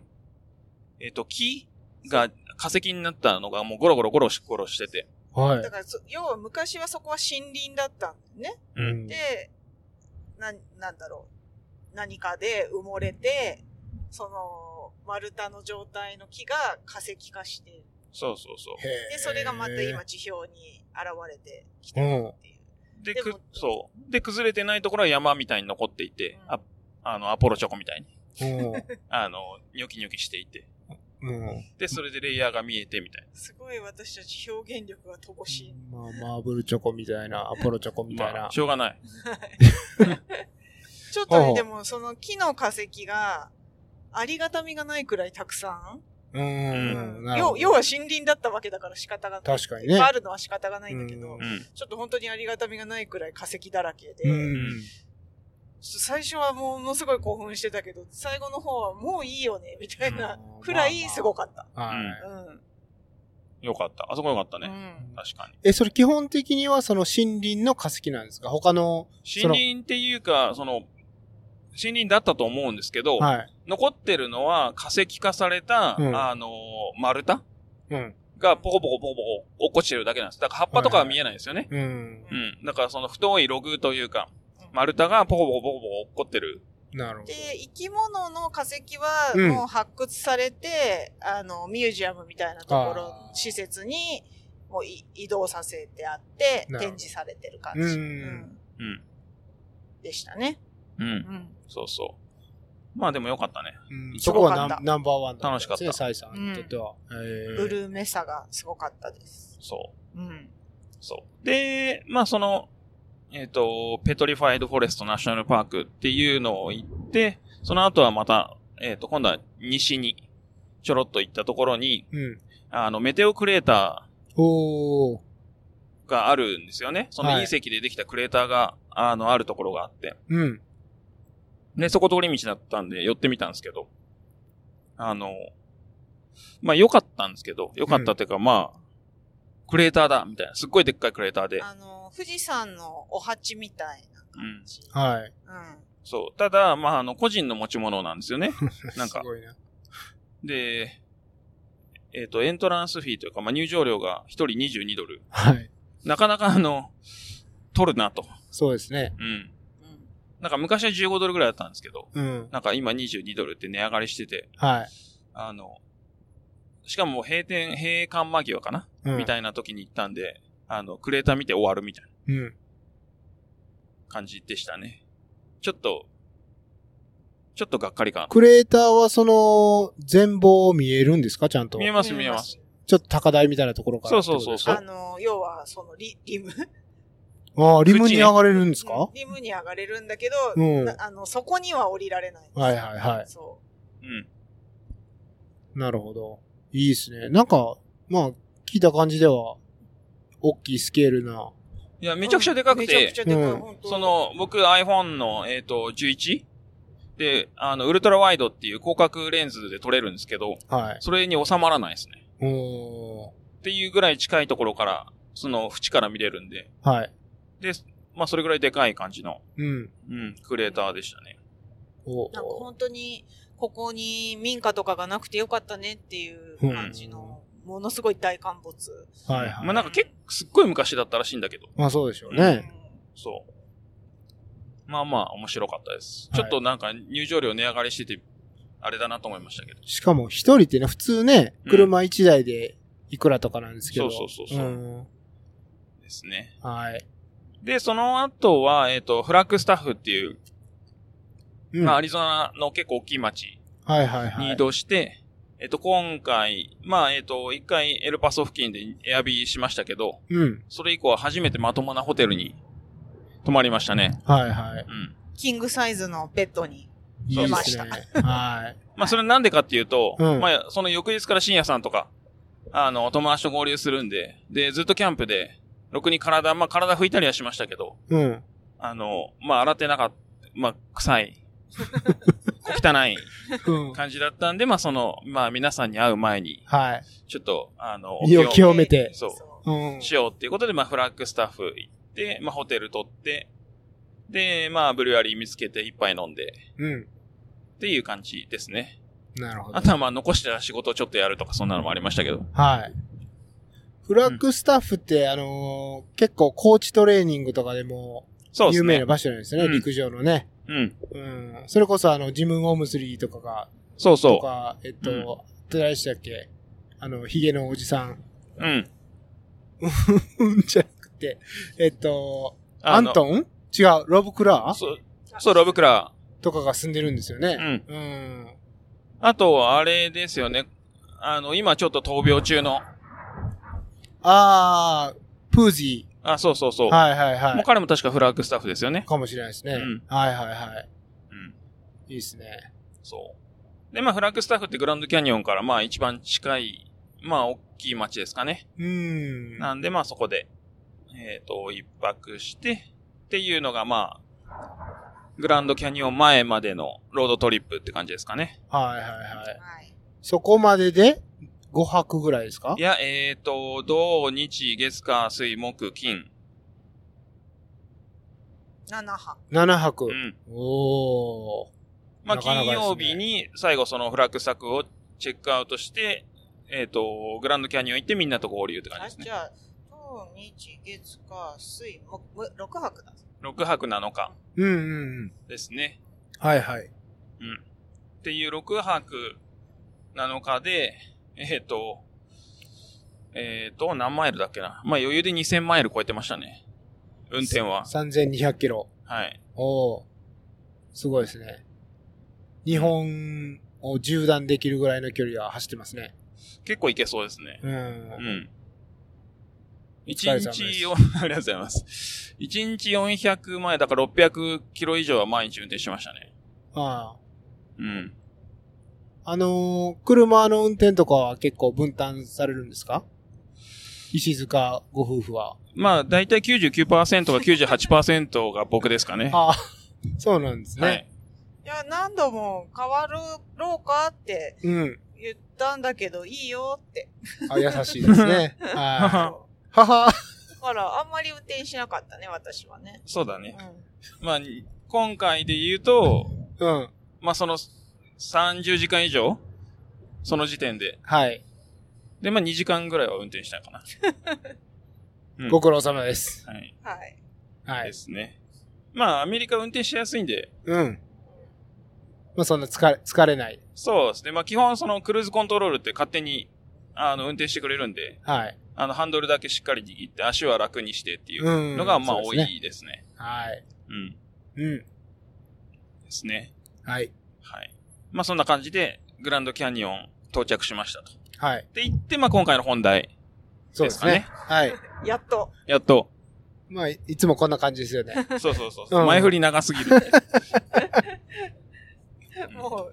Speaker 1: えっ、と、木が化石になったのがもうゴロゴロゴロゴロしてて。
Speaker 2: は
Speaker 3: だ
Speaker 2: い。
Speaker 3: からそ、要は昔はそこは森林だったんだよね。
Speaker 1: うん
Speaker 2: うん
Speaker 3: で、な、なんだろう。何かで埋もれて、その、丸太の状態の木が化石化してる、
Speaker 1: そうそうそう。
Speaker 3: で、それがまた。
Speaker 2: へ
Speaker 3: 今地表に現れてきて
Speaker 2: ーう
Speaker 3: る
Speaker 2: ん。
Speaker 3: っていう。
Speaker 1: で、
Speaker 3: で
Speaker 1: く
Speaker 3: も、
Speaker 1: そう。で、崩れてないところは山みたいに残っていて、ああの、アポロチョコみたいに、
Speaker 2: う
Speaker 1: あの、ニョキニョキしていて。
Speaker 2: ん。うん。
Speaker 1: で、それでレイヤーが見えてみたい
Speaker 3: すごい私たち表現力が乏しい。
Speaker 2: まあ、マーブルチョコみたいな、アポロチョコみ
Speaker 1: な。
Speaker 2: たい
Speaker 1: ま
Speaker 2: な
Speaker 1: あ、し。ょうがない。
Speaker 3: ちょっと
Speaker 2: ほうほ
Speaker 3: ね、
Speaker 2: う
Speaker 3: でもその木の化石が、ありがたみがないくらいたくさん、
Speaker 2: う
Speaker 3: うん
Speaker 2: ん。なるほ
Speaker 3: 要
Speaker 2: ど
Speaker 3: 要は森林だったわけだから仕方がない。
Speaker 2: 確かに
Speaker 3: いっ
Speaker 2: ね
Speaker 3: ぱい。あるのは仕方がないんだけど、
Speaker 2: うん
Speaker 1: うん。
Speaker 3: ちょっと本当にありがたみがないくらい化石だらけで、
Speaker 2: うん。
Speaker 3: 最初はものすごい興奮してたけど、最後の方はもういいよね、みたいな
Speaker 2: うん
Speaker 3: くらいすごかった。
Speaker 2: はい。
Speaker 3: うん。
Speaker 1: よかった。あそこよかった
Speaker 3: う
Speaker 1: ね。
Speaker 3: ん。
Speaker 1: 確かに。
Speaker 2: え、それ基本的にはその森林の化石なんですか他の、その
Speaker 1: 森林っていうか、その、森林だったと思うんですけど、
Speaker 2: はい。
Speaker 1: 残ってるのは化石化された、
Speaker 2: うん
Speaker 1: あのー、丸太
Speaker 2: うん。
Speaker 1: がポコポコポコポコ落っこちてるだけなんです。だから葉っぱとかは見えないんですよね。
Speaker 2: うん。
Speaker 3: はいは
Speaker 1: うん。だからその太いログというか、
Speaker 3: うん
Speaker 1: 丸太がポコポコポコポコ落っこってる。
Speaker 2: なるほど。
Speaker 3: で、生き物の化石は
Speaker 2: うん
Speaker 3: もう発掘されて、あの、ミュージアムみたいなところ
Speaker 2: あ、ー
Speaker 3: 施設にもうい移動させてあっ
Speaker 2: なる
Speaker 3: て、
Speaker 2: ほど
Speaker 3: 展示されてる感じ、
Speaker 2: うん
Speaker 1: うん。
Speaker 3: うんでしたね。
Speaker 1: うん。
Speaker 3: うん。
Speaker 1: そうそう。まあでもよかったね。
Speaker 2: うん
Speaker 3: す
Speaker 2: そ
Speaker 3: ご
Speaker 2: こ
Speaker 3: かった
Speaker 2: はナンナンバーワンだんですね
Speaker 1: 楽し
Speaker 2: サイさんにとっては。え
Speaker 3: ブルーメサがすごかったです。
Speaker 1: そう。
Speaker 3: うん。
Speaker 1: そう。で、まあその、えっ、と、ペトリファイドフォレストナショナルパークっていうのを行って、その後はまた、えっ、と、今度は西にちょろっと行ったところに、
Speaker 2: うん。
Speaker 1: あの、メテオクレータ
Speaker 2: おー。
Speaker 1: ーがあるんですよね。その
Speaker 2: はい
Speaker 1: 隕石でできたクレーターが、あの、あるところがあって。
Speaker 2: うん。
Speaker 1: で、そこ通り道だったんで、寄ってみたんですけど、あの、まあ、良かったんですけど、良かったっていうか、まあ、クレーターだ、みたいな。すっごいでっかいクレーターで。
Speaker 3: あの、富士山のお鉢みたいな感じ。
Speaker 2: はい。
Speaker 3: うん。
Speaker 1: そう。ただ、まあ、あの、個人の持ち物なんですよね。なん
Speaker 2: す
Speaker 1: か。
Speaker 2: ごいな。
Speaker 1: で、えっ、と、エントランスフィーというか、まあ、入場料が1人22ドル。
Speaker 2: はい。
Speaker 1: なかなかあの、取るなと。
Speaker 2: そうですね。
Speaker 1: うん。なんか昔は15ドルぐらいだったんですけど、
Speaker 2: うん。
Speaker 1: なんか今22ドルって値上がりしてて、
Speaker 2: はい。
Speaker 1: あの、しかも閉店、閉館間際かな、
Speaker 2: うん、
Speaker 1: みたいな時に行ったんで、あの、クレーター見て終わるみたいな
Speaker 2: うん。
Speaker 1: 感じでしたね。ちょっと、ちょっとがっかり感。
Speaker 2: クレーターはその、全貌見えるんですかちゃんと。
Speaker 1: 見え
Speaker 2: ち
Speaker 1: ます、見えます。。
Speaker 2: ょっと高台みたいなところから。
Speaker 1: そうそうそうそう
Speaker 2: あ
Speaker 3: あの、要は、そのリ、リム。で
Speaker 2: あー、リムに上がれるんですか
Speaker 3: リムに上がれるんだけど、
Speaker 2: うん
Speaker 3: なあの、そこには降りられない。
Speaker 2: はいはいはい。
Speaker 3: そ
Speaker 1: うん。
Speaker 2: なるほど。いいですね。なんか、まあ、聞いた感じでは、大きいスケールな。
Speaker 1: いや、
Speaker 3: う。
Speaker 1: めちゃくちゃでかく
Speaker 3: めちゃ
Speaker 1: て
Speaker 3: くち、ゃでかい、
Speaker 2: うん
Speaker 3: 本当
Speaker 1: そ、の、僕 iPhone の、えっ、と、11? で、あの、ウルトラワイドっていう広角レンズで撮れるんですけど、
Speaker 2: はい。
Speaker 1: それに収まらないですね。
Speaker 2: おー。
Speaker 1: っていうぐらい近いところから、その、縁から見れるんで、
Speaker 2: はい。
Speaker 1: で、まあ、それぐらいでかい感じの、
Speaker 2: うん。
Speaker 1: うん、クレーターでしたね。
Speaker 2: お
Speaker 3: なんか本当に、ここに民家とかがなくてよかったねっていう感じの、ものすごい大陥没。
Speaker 2: はいはい。
Speaker 1: まあ、
Speaker 2: ま
Speaker 1: なんか結構、すっごい昔だったらしいんだけど、
Speaker 2: あそうでしょう
Speaker 3: う
Speaker 2: ね。
Speaker 3: ん
Speaker 1: そう。まあまあ、面白かったです。
Speaker 2: はい
Speaker 1: ちょっとなんか、入場料値上がりしてて、あれだなと思いましたけど。
Speaker 2: しかも一人ってね、普通ね
Speaker 1: う、ん
Speaker 2: 車一台でいくらとかなんですけど。
Speaker 1: そうそうそうそうんですね。
Speaker 2: はい。
Speaker 1: で、その後は、えっ、と、フラッグスタッフっていう、
Speaker 2: うん
Speaker 1: まあ、アリゾナの結構大きい町
Speaker 2: はいはい
Speaker 1: に
Speaker 2: は
Speaker 1: 移
Speaker 2: い。
Speaker 1: 動して、えっ、と、今回、まあ、えっ、と、一回エルパソ付近でエアビーしましたけど、
Speaker 2: うん。
Speaker 1: それ以降は初めてまともなホテルに泊まりましたね。
Speaker 2: はいはい。
Speaker 1: うん。
Speaker 3: キングサイズのベッドに。
Speaker 2: いい
Speaker 1: 出
Speaker 2: で
Speaker 1: ます
Speaker 2: す
Speaker 3: した
Speaker 2: ね。はい。
Speaker 1: まあ、それなんでかっていうと、
Speaker 2: うん
Speaker 1: まあ、その翌日から深夜さんとか、あの、友達と合流するんで、で、ずっとキャンプで、ろくに体、まあ、体拭いたりはしましたけど、
Speaker 2: うん。
Speaker 1: あの、まあ、洗ってなかった、まあ、臭 い、汚い
Speaker 2: うん。
Speaker 1: 感じだったんで、まあ、その、まあ、皆さんに会う前に、
Speaker 2: はい。
Speaker 1: ちょっと、あの、
Speaker 2: 身を
Speaker 1: お
Speaker 2: 清めて
Speaker 1: そう
Speaker 2: うん。
Speaker 1: しようっていうことで、まあ、フラッグスタッフ行って、まあ、ホテル取って、で、まあ、ブリュワリー見つけて一杯飲んで、
Speaker 2: うん。
Speaker 1: っていう感じですね。
Speaker 2: なるほど
Speaker 1: あ。とは、まあ、残した仕事をちょっとやるとか、そんなのもありましたけど。
Speaker 2: はい。フラッグスタッフって、あのー結構コーチトレーニングとかでも
Speaker 1: そうで
Speaker 2: 有
Speaker 1: すね。
Speaker 2: 名な場所なんですね、
Speaker 1: うん
Speaker 2: 陸上のね。
Speaker 1: うん。
Speaker 2: うん。それこそあの、ジム・ウォームスリーとかが、
Speaker 1: そう
Speaker 2: と
Speaker 1: そ
Speaker 2: か、えっ
Speaker 1: うん
Speaker 2: と、誰でしたっけあの、ヒゲのおじさん。
Speaker 1: う。うん。
Speaker 2: うんじゃなくて、えっと、ア
Speaker 1: あの
Speaker 2: ントン違う、ロブ・クラー
Speaker 1: そう、そう、ロブクラ
Speaker 2: とかが住んでるんですよ
Speaker 1: ー。う
Speaker 2: ね。
Speaker 1: ん。
Speaker 2: うん。
Speaker 1: あと、あれですよね。あの、今ちょっと闘病中の、
Speaker 2: あー、プージ
Speaker 1: あ、そうそうそう。
Speaker 2: ー。はいはいは
Speaker 1: もう
Speaker 2: い。
Speaker 1: 彼も確かフラッグスタッフですよね。
Speaker 2: かもしれないですね。
Speaker 1: うん
Speaker 2: はいはいは
Speaker 1: うん。
Speaker 2: い。いいですね。
Speaker 1: そう。で、まあ、フラッグスタッフってグランドキャニオンから、まあ、一番近い、まあ、大きい町ですかね。
Speaker 2: うん。
Speaker 1: なんで、まあ、そこで、えっ、と、一泊して、っていうのが、まあ、グランドキャニオン前までのロードトリップって感じですかね。
Speaker 2: はいはいはい。
Speaker 3: はい。
Speaker 2: そこまでで5泊ぐらいですか
Speaker 1: いや、えっ、と、土、日、月、火、水、木、金。
Speaker 3: 7波。
Speaker 2: ?7 泊。
Speaker 1: うん。
Speaker 2: おー。
Speaker 1: まあ、
Speaker 2: なかなか
Speaker 1: 金
Speaker 2: ですね
Speaker 1: 曜日に最後そのフラッグスタッフをチェックアウトして、えっ、と、グランドキャニオン行ってみんなと合流って感じ
Speaker 3: あ
Speaker 1: ですね
Speaker 3: じ。ゃあ、今日、日、月、火、水、木、む6泊だ。
Speaker 1: 6泊7日
Speaker 2: うんうんうん。
Speaker 1: ですね。
Speaker 2: はいはい。
Speaker 1: うん。っていう6泊7日で、えっ、と、えっ、と、何マイルだっけな。まあ余裕で2000マイル超えてましたね。運転は。
Speaker 2: 3200キロ。
Speaker 1: はい。
Speaker 2: おー。すごいですね。日本を縦断できるぐらいの距離は走ってますね。
Speaker 1: 結構いけそうですね。
Speaker 2: うん。
Speaker 1: うん。
Speaker 2: お
Speaker 1: 一
Speaker 2: 疲れ様です
Speaker 1: 日を、 ありがとうございます。一日400マイル、だから600キロ以上は毎日運転してましたね。
Speaker 2: ああ
Speaker 1: うん。
Speaker 2: あのー車の運転とかは結構分担されるんですか石塚ご夫婦は。
Speaker 1: まあ、だいたい99%か98%が僕ですかね。
Speaker 2: ああ、そうなんですね。
Speaker 1: はい。
Speaker 3: いや、何度も変わろうかって
Speaker 2: うん。
Speaker 3: 言ったんだけど、いいよって。
Speaker 2: あ、優しいです ね。
Speaker 1: は
Speaker 2: はい。
Speaker 3: そ
Speaker 2: はは。
Speaker 3: うだから、あんまり運転しなかったね、私はね。
Speaker 1: そうだ
Speaker 3: う
Speaker 1: ね。
Speaker 3: ん。
Speaker 1: まあ、今回で言うと、
Speaker 2: うん。
Speaker 1: まあ、その30時間以上、その時点で
Speaker 2: はい。
Speaker 1: で、まあ2時間ぐらいは運転したか な。うん
Speaker 2: ご苦労様です。
Speaker 1: はい。
Speaker 3: はい。
Speaker 2: は
Speaker 1: で
Speaker 2: い。
Speaker 1: すね。まあ、アメリカ運転しやすいんで、
Speaker 2: うん。まあそんな疲れ、疲れない。
Speaker 1: そうですね。まあ、基本、その、クルーズコントロールって勝手に、あの、運転してくれるんで、
Speaker 2: はい。
Speaker 1: あの、ハンドルだけしっかり握って、足は楽にしてっていう
Speaker 2: うん。
Speaker 1: のが、まあ、
Speaker 2: そ
Speaker 1: 多
Speaker 2: うですね。
Speaker 1: いですね。
Speaker 2: はい。
Speaker 1: うん。
Speaker 2: うん。
Speaker 1: ですね。
Speaker 2: はい。
Speaker 1: はい。まあ、そんな感じで、グランドキャニオン到着しましたと。
Speaker 2: はい。
Speaker 1: で、行って、まあ、今回の本題。
Speaker 2: そうですね。
Speaker 1: です
Speaker 2: はい。
Speaker 3: やっと。
Speaker 1: やっと。
Speaker 2: まあ、いいつもこんな感じですよね。
Speaker 1: そうそうそうそう。
Speaker 2: うん
Speaker 1: 前振り長すぎる。うん
Speaker 3: もう、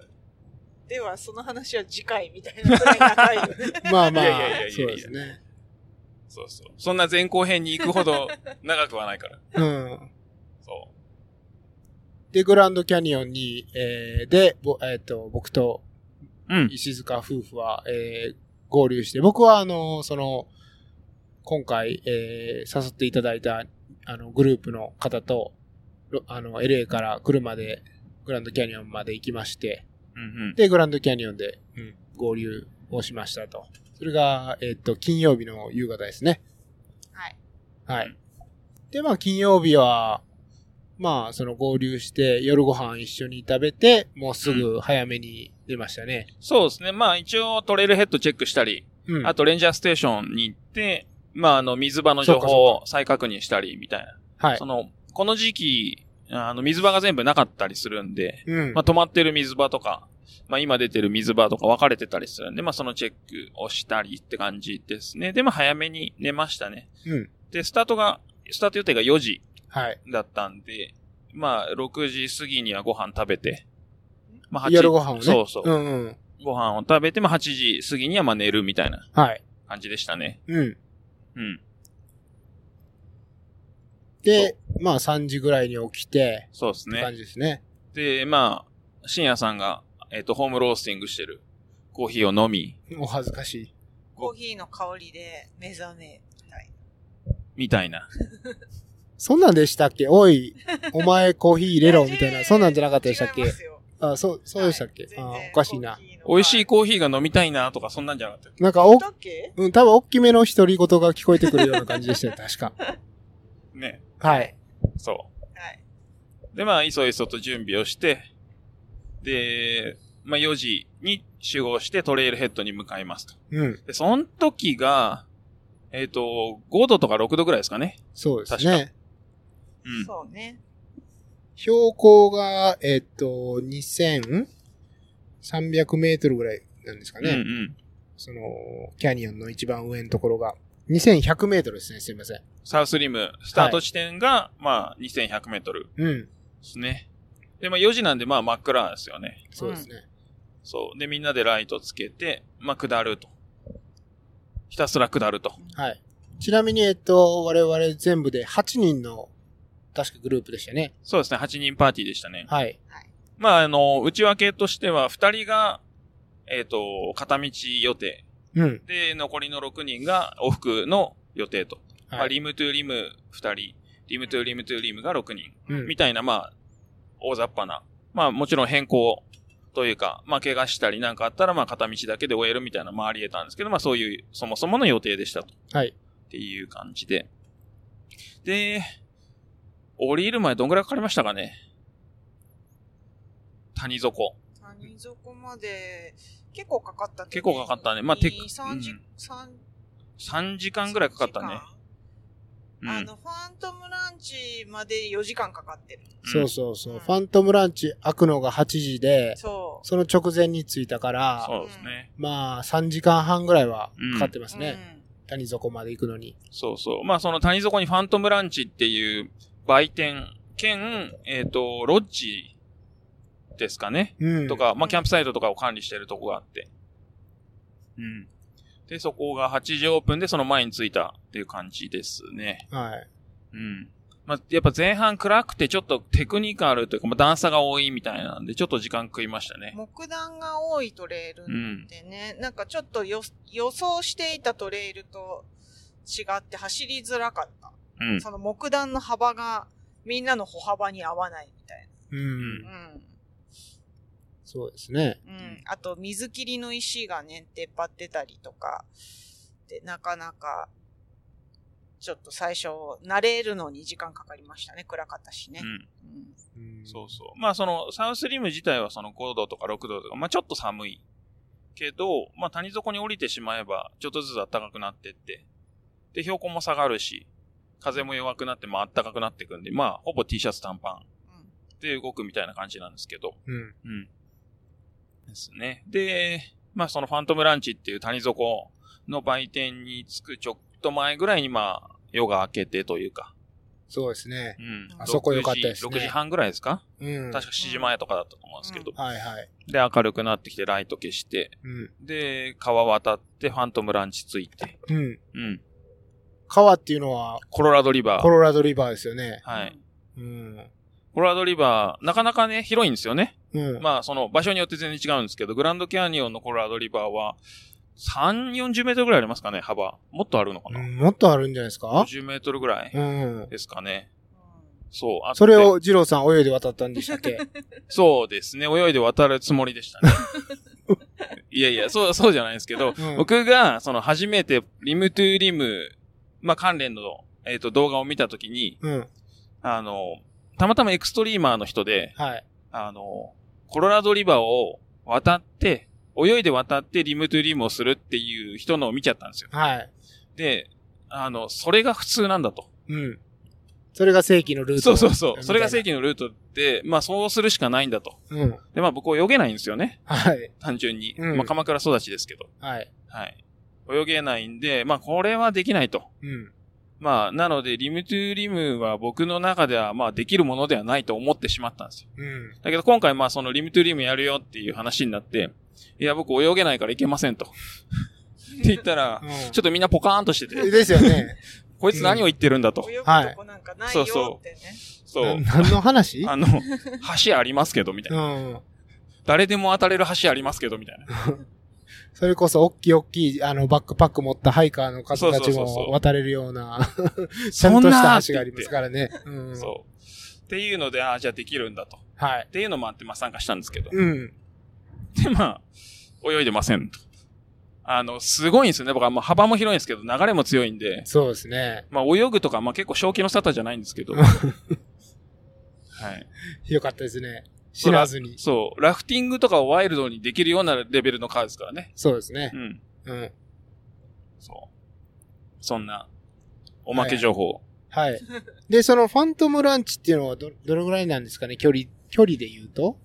Speaker 3: ではその話は次回みたいなぐらい長 いよね。
Speaker 2: まあま
Speaker 1: いやいやいやいや
Speaker 2: あ
Speaker 1: い、や
Speaker 2: そうですね。
Speaker 1: そうそう。そんな前後編に行くほど長くはないから。
Speaker 2: うん。
Speaker 1: そ
Speaker 2: で、グランドキャニオンに、えー、で、ぼえっ、と、僕と
Speaker 1: う。うん。
Speaker 2: 石塚夫婦は、えー、合流して、僕は、あのその、今回、えー、誘っていただいた、あの、グループの方と、ろあの、LA から車で、グランドキャニオンまで行きまして、
Speaker 1: うんうん。
Speaker 2: で、グランドキャニオンで、うん合流をしましたと。それが、えっ、と、金曜日の夕方ですね。
Speaker 3: はい。
Speaker 2: は
Speaker 1: う
Speaker 2: い。で、まあ、金曜日は、まあ、その合流して、夜ご飯一緒に食べて、もうすぐ早めに出ましたね。
Speaker 1: そうですね。まあ、一応、トレイルヘッドチェックしたり、
Speaker 2: うん。
Speaker 1: あと、レンジャーステーションに行って、まあ、あの、水場の情報を再確認したり、みたいな。
Speaker 2: はい
Speaker 1: そ。の、この時期、あの、水場が全部なかったりするんで、
Speaker 2: うん。
Speaker 1: まあ、止まってる水場とか、まあ、今出てる水場とか分かれてたりするんで、まあ、そのチェックをしたりって感じですね。で、まあ、早めに寝ましたね。
Speaker 2: うん。
Speaker 1: で、スタートが、スタート予定が4時
Speaker 2: はい。
Speaker 1: だったんで、まあ、6時過ぎにはご飯食べて、まあ、8
Speaker 2: 夜ご飯をね。
Speaker 1: そうそう。
Speaker 2: うんうん。
Speaker 1: ご飯を食べて、まあ、8時過ぎにはまあ寝るみたいな
Speaker 2: はい。
Speaker 1: 感じでしたね。
Speaker 2: うん。
Speaker 1: うん。
Speaker 2: で、まあ、3時ぐらいに起きて、
Speaker 1: そうです
Speaker 2: って感
Speaker 1: ね。
Speaker 2: じですね。
Speaker 1: で、まあ、深夜さんが、えっ、と、ホームロースティングしてるコーヒーを飲み、
Speaker 2: お恥ずかしい。
Speaker 3: コーヒーの香りで目覚めみたい
Speaker 1: みたいな。
Speaker 2: そんなんでしたっけお い、お前コーヒー入れろ、みたいな。そんなんじゃなかった
Speaker 3: な。
Speaker 2: でしたっ
Speaker 3: 違い
Speaker 2: け
Speaker 3: ますよ
Speaker 2: あ、そう、そうでしたっけ、
Speaker 3: は
Speaker 2: あ
Speaker 3: い全然
Speaker 2: おかしいな
Speaker 3: コー。ヒーの
Speaker 1: 美味しいコーヒーが飲みたいなとか、そんなんじゃなかったっけ
Speaker 2: なんか、お
Speaker 3: だ、っけ
Speaker 2: うん、多分大きめの独り言が聞こえてくるような感じ でしたよ、確か。
Speaker 1: ね。
Speaker 2: はい。
Speaker 1: そ
Speaker 3: はい。
Speaker 1: う。で、まあ、いそいそと準備をして、で、まあ、4時に集合してトレイルヘッドに向かいますと。
Speaker 2: うん。
Speaker 1: で、その時が、えっ、と、5度とか6度ぐらいですかね。
Speaker 2: そうです
Speaker 1: 確
Speaker 2: ね。
Speaker 1: うん。
Speaker 3: そうね。
Speaker 2: 標高が、えっと、2300メートルぐらいなんですかね。
Speaker 1: うんうん。
Speaker 2: その、キャニオンの一番上のところが。2100メートルですね、すいません。
Speaker 1: サウスリム、スタート地点が、まあ、2100メートル
Speaker 2: うん。
Speaker 1: ですね。で、まあ、4時なんで、まあ、真っ暗ですよね。
Speaker 2: そうですね。
Speaker 1: そう。で、みんなでライトつけて、まあ、下ると。ひたすら下ると。
Speaker 2: はい。ちなみに、えっと、我々全部で8人の、確かグループでしたね。
Speaker 1: そうですね。8人パーティーでしたね。
Speaker 2: はい。
Speaker 1: まあ、あの、内訳としては、二人が、えっ、と、片道予定。
Speaker 2: うん。
Speaker 1: で、残りの6人が往復の予定と。まあ、
Speaker 2: はい。
Speaker 1: リムトゥリム2人、リムトゥリムトゥリムが6人。
Speaker 2: うん
Speaker 1: みたいな、まあ、大雑把な。まあ、もちろん変更というか、まあ、怪我したりなんかあったら、まあ、片道だけで終えるみたいな、まあ、あり得たんですけど、まあ、そういう、そもそもの予定でしたと。
Speaker 2: はい。
Speaker 1: っていう感じで。で、降りるまでどんぐらいかかりましたかね谷底。
Speaker 3: 谷底まで、結構かかったね
Speaker 1: 結構かかったねまあテク
Speaker 3: 2、3時
Speaker 1: うん、
Speaker 3: 三
Speaker 1: 3時間ぐらいかかったね。
Speaker 3: 時間あの、ファントムランチまで4時間かかってる。
Speaker 2: そうそうそう。
Speaker 3: うん
Speaker 2: ファントムランチ開くのが8時で、
Speaker 3: そう。
Speaker 2: その直前に着いたか
Speaker 1: う
Speaker 2: ら
Speaker 1: ん、そうですね。
Speaker 2: まあ、3時間半ぐらいはかかってますね。
Speaker 3: うん
Speaker 2: 谷底まで行くのに。
Speaker 1: そうそう。まあその谷底にファントムランチっていう売店兼、えっ、と、ロッジですかね。
Speaker 2: うん。
Speaker 1: とか、まあキャンプサイトとかを管理してるとこがあって。うん。で、そこが8時オープンでその前に着いたっていう感じですね。
Speaker 2: はい。
Speaker 1: うん。まあ、やっぱ前半暗くてちょっとテクニカルというか、まあ、段差が多いみたいなんで、ちょっと時間食いましたね。
Speaker 3: 木段が多いトレイル
Speaker 1: うん。
Speaker 3: でね、なんかちょっとよ予想していたトレイルと違って走りづらかった。
Speaker 1: うん。
Speaker 3: その木段の幅がみんなの歩幅に合わないみたい
Speaker 2: うん。
Speaker 3: な。うん。
Speaker 2: そうですね。
Speaker 3: うん。あと、水切りの石がね、出っ張ってたりとか、で、なかなか、ちょっと最初、慣れるのに時間かかりましたね。暗かったしね
Speaker 1: う。ん。
Speaker 3: うん。
Speaker 2: うん
Speaker 1: そうそう。まあその、サウスリム自体はその5度とか6度とか、まあちょっと寒い。けど、まあ谷底に降りてしまえば、ちょっとずつ暖かくなってって。で、標高も下がるし、風も弱くなって、まあ暖かくなっていくんで、まあほぼ T シャツ短パ
Speaker 3: うん
Speaker 1: ンで動くみたいな感じなんですけど。
Speaker 2: うん。
Speaker 1: うん。ですね。で、まあそのファントムランチっていう谷底の売店に着くちょっと前ぐらいにまあ夜が明けてというか。
Speaker 2: そうですね。
Speaker 1: うん。
Speaker 2: あそこ良かったですね
Speaker 1: 6時半ぐらいですか、
Speaker 2: うん。
Speaker 1: 確か7時前とかだったと思うんですけど。
Speaker 2: はいはい。
Speaker 1: で、明るくなってきてライト消して、
Speaker 2: うん。
Speaker 1: で、川渡ってファントムランチ着いて、
Speaker 2: うん。
Speaker 1: うん。
Speaker 2: 川っていうのは、
Speaker 1: コロラドリバ
Speaker 2: コ
Speaker 1: ー。
Speaker 2: ロラドリバーですよね。
Speaker 1: はい。。
Speaker 2: うん。
Speaker 1: コロラドリバー、なかなかね、広いんですよね。
Speaker 2: うん。
Speaker 1: まあ、その場所によって全然違うんですけど、グランドキャニオンのコロラドリバーは、3、40メートルぐらいありますかね、幅。もっとあるのか
Speaker 2: う
Speaker 1: な、
Speaker 2: んもっとあるんじゃないですか
Speaker 1: ?50 メートルぐらい
Speaker 2: うん。
Speaker 1: ですかね。
Speaker 3: うん
Speaker 1: そう、あって
Speaker 2: それ。を二郎さん泳いで渡ったんでしたっけ
Speaker 1: そうですね、泳いで渡るつもりでした ね。いやいや、そう、そうじゃないですけど、
Speaker 2: うん
Speaker 1: 僕が、その、初めて、リムトゥーリム、まあ、関連の、えっ、と、動画を見たときに、
Speaker 2: うん。
Speaker 1: あの、たまたまエクストリーマーの人で、
Speaker 2: はい。
Speaker 1: あの、コロラドリバーを渡って、泳いで渡ってリムトゥリムをするっていう人のを見ちゃったんですよ。
Speaker 2: はい。
Speaker 1: で、あの、それが普通なんだと。
Speaker 2: うん。それが正規のルート。
Speaker 1: そうそうそう。それが正規のルートで、まあそうするしかないんだと。
Speaker 2: 規。うん。
Speaker 1: で、まあ僕泳げないんですよね。
Speaker 2: はい。
Speaker 1: 単純に。
Speaker 2: うん
Speaker 1: まあ鎌倉育ちですけど。
Speaker 2: はい。
Speaker 1: はい。泳げないんで、まあこれはできないと。
Speaker 2: うん。
Speaker 1: まあ、なので、リムトゥリムは僕の中では、まあ、できるものではないと思ってしまったんですよ
Speaker 2: うん。
Speaker 1: だけど今回まあそのリムトゥリムやるよっていう話になって、いや僕泳げないからいけませんと。って言ったら、
Speaker 2: うん
Speaker 1: ちょっとみんなポカーンとしてて、
Speaker 2: ですよね。
Speaker 1: こいつ何を言ってるんだと。
Speaker 3: 泳ぐとこなんかないよ
Speaker 1: はいそうそう
Speaker 3: ってね。
Speaker 1: そ
Speaker 2: な
Speaker 1: う。
Speaker 2: 何の話
Speaker 1: あの、橋ありますけど、みたいうな。
Speaker 2: ん。
Speaker 1: 誰でも当たれる橋ありますけど、みたいな。
Speaker 2: それこそ、おっきいおっきい、あの、バックパック持ったハイカーの方たち
Speaker 1: そうそうそうそ
Speaker 2: も
Speaker 1: う
Speaker 2: 渡れるよう な、ちゃ
Speaker 1: そ
Speaker 2: ん
Speaker 1: ん
Speaker 2: とし
Speaker 1: な
Speaker 2: た
Speaker 1: ーって
Speaker 2: 橋
Speaker 1: 言っ
Speaker 2: がありま
Speaker 1: て
Speaker 2: す。からね。うん。
Speaker 1: そう。っていうので、ああ、じゃあできるんだと。っ
Speaker 2: はい。
Speaker 1: ていうのもあって、まあ参加したんですけど。
Speaker 2: うん。
Speaker 1: で、まあ、泳いでませんと。あの、すごいんですよね。僕はまあ幅も広いんですけど、流れも強いんで、
Speaker 2: そうですね。
Speaker 1: まあ泳ぐとか、まあ結構正気の沙汰じゃないんですけ ど。はい。
Speaker 2: よかったですね。死なずに。
Speaker 1: そう、ラフティングとかをワイルドにできるようなレベルの川ですからね。
Speaker 2: そうですね
Speaker 1: う。ん。
Speaker 2: うん。
Speaker 1: そう。そんな、おまけ情報。
Speaker 2: はい。で、そのファントムランチっていうのはど、どれぐらいなんですかね距離、距離で言うと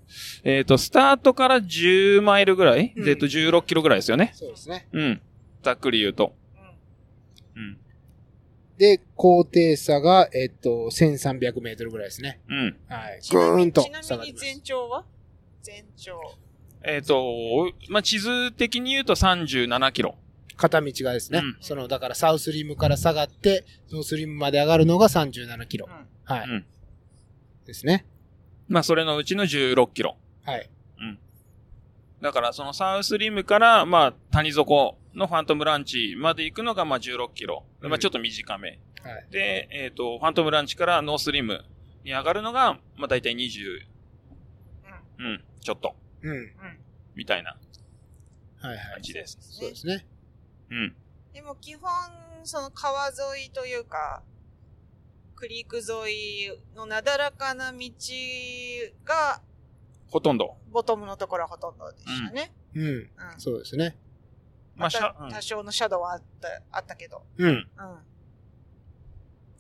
Speaker 1: えっ、と、スタートから10マイルぐらい、
Speaker 3: うん
Speaker 1: えっと、16キロぐらいですよね。
Speaker 2: そうですね。
Speaker 1: うん。ざっくり言うと。
Speaker 3: うん
Speaker 1: うん。
Speaker 2: で、高低差が、えっと、1300メートルぐらいですね。
Speaker 1: うん。
Speaker 2: はい。
Speaker 3: ち
Speaker 2: ぐ
Speaker 3: なみ
Speaker 2: ー
Speaker 3: に
Speaker 2: んと
Speaker 3: ちな
Speaker 2: 下が
Speaker 3: み
Speaker 2: り
Speaker 3: に
Speaker 2: ま
Speaker 3: 全
Speaker 2: す。
Speaker 3: 長は全長。
Speaker 1: えっ、と、まあ、地図的に言うと37キロ。
Speaker 2: 片道がですね、
Speaker 1: うん
Speaker 2: その、だからサウスリムから下がって、ノースリムまで上がるのが37キロ。
Speaker 3: うん
Speaker 2: はい、
Speaker 1: うん
Speaker 2: ですね。
Speaker 1: まあ、それのうちの16キロ。
Speaker 2: はい。
Speaker 1: だから、そのサウスリムから、まあ、谷底のファントムランチまで行くのが、まあ、16キロ。まあ、ちょっと短め。
Speaker 2: はい。
Speaker 1: で、えっ、と、ファントムランチからノースリムに上がるのが、まあ、大体20、うん、ちょっと、
Speaker 2: うん。
Speaker 1: みたいな
Speaker 2: はいはい。
Speaker 1: 感じです。
Speaker 3: そ
Speaker 2: そう
Speaker 3: うで
Speaker 2: です
Speaker 3: ね。
Speaker 2: すね。
Speaker 1: うん。
Speaker 3: でも基本、その川沿いというか、クリーク沿いのなだらかな道が、
Speaker 1: ほとんど。
Speaker 3: ボトムのところはほとんどでしたね。
Speaker 2: うん。
Speaker 3: うん。
Speaker 2: そうですね。
Speaker 1: まあ、シャ
Speaker 3: た、多少のシャドウはあった、あったけど。
Speaker 2: うん。
Speaker 3: うん。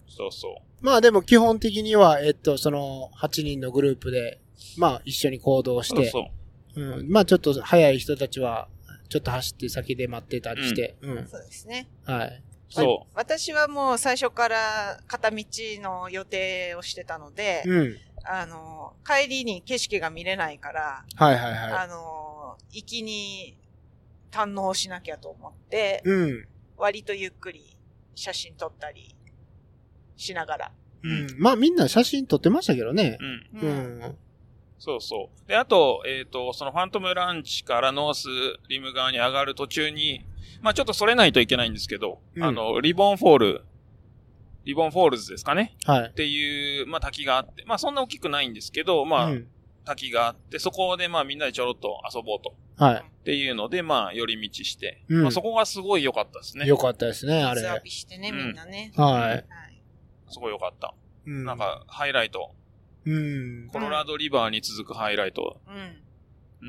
Speaker 1: そうそ
Speaker 2: まあでも基本的には、えっと、その、8人のグループで、まあ一緒に行動
Speaker 1: う。
Speaker 2: し
Speaker 1: そう
Speaker 2: て、
Speaker 1: そ
Speaker 2: うん、まあちょっと早い人たちは、ちょっと走って先で待ってたりして、うん。
Speaker 3: そうですね。
Speaker 2: はい。
Speaker 1: う。そ
Speaker 3: 私はもう最初から片道の予定をしてたので、
Speaker 2: うん。
Speaker 3: あの、帰りに景色が見れないから、
Speaker 2: はいはいは
Speaker 3: あの、行きに堪能しなきゃと思って
Speaker 2: い。、うん。
Speaker 3: 割とゆっくり写真撮ったりしながら。
Speaker 1: う。
Speaker 2: うん。まあみんな写真撮ってましたけどね
Speaker 1: う。ん。
Speaker 3: う
Speaker 2: う。ん。
Speaker 1: そうそう。で、あと、えっ、と、そのファントムランチからノースリム側に上がる途中に、まあちょっとそれないといけないんですけど、
Speaker 2: うん
Speaker 1: あの、リボンフォール、リボンフォールズですかね
Speaker 2: はい
Speaker 1: っ。ていう、まあ滝があって、まあそんな大きくないんですけど、まあ、
Speaker 2: うん
Speaker 1: 滝があって、そこでまあみんなでちょろっと遊ぼうと。
Speaker 2: は
Speaker 1: っていうので、まあ、寄り道して。
Speaker 2: うん
Speaker 1: まあ、そこがすごい良かったですね。
Speaker 2: い。よかったですね、あれ。
Speaker 3: 水浴
Speaker 2: は
Speaker 3: びしてね、みんなね。
Speaker 2: い。
Speaker 3: はい。
Speaker 1: すごい良かった。
Speaker 2: うん
Speaker 1: なん、か、ハイライト。
Speaker 2: うん。
Speaker 1: コロラドリバーに続くハイライト。
Speaker 3: うん。
Speaker 1: う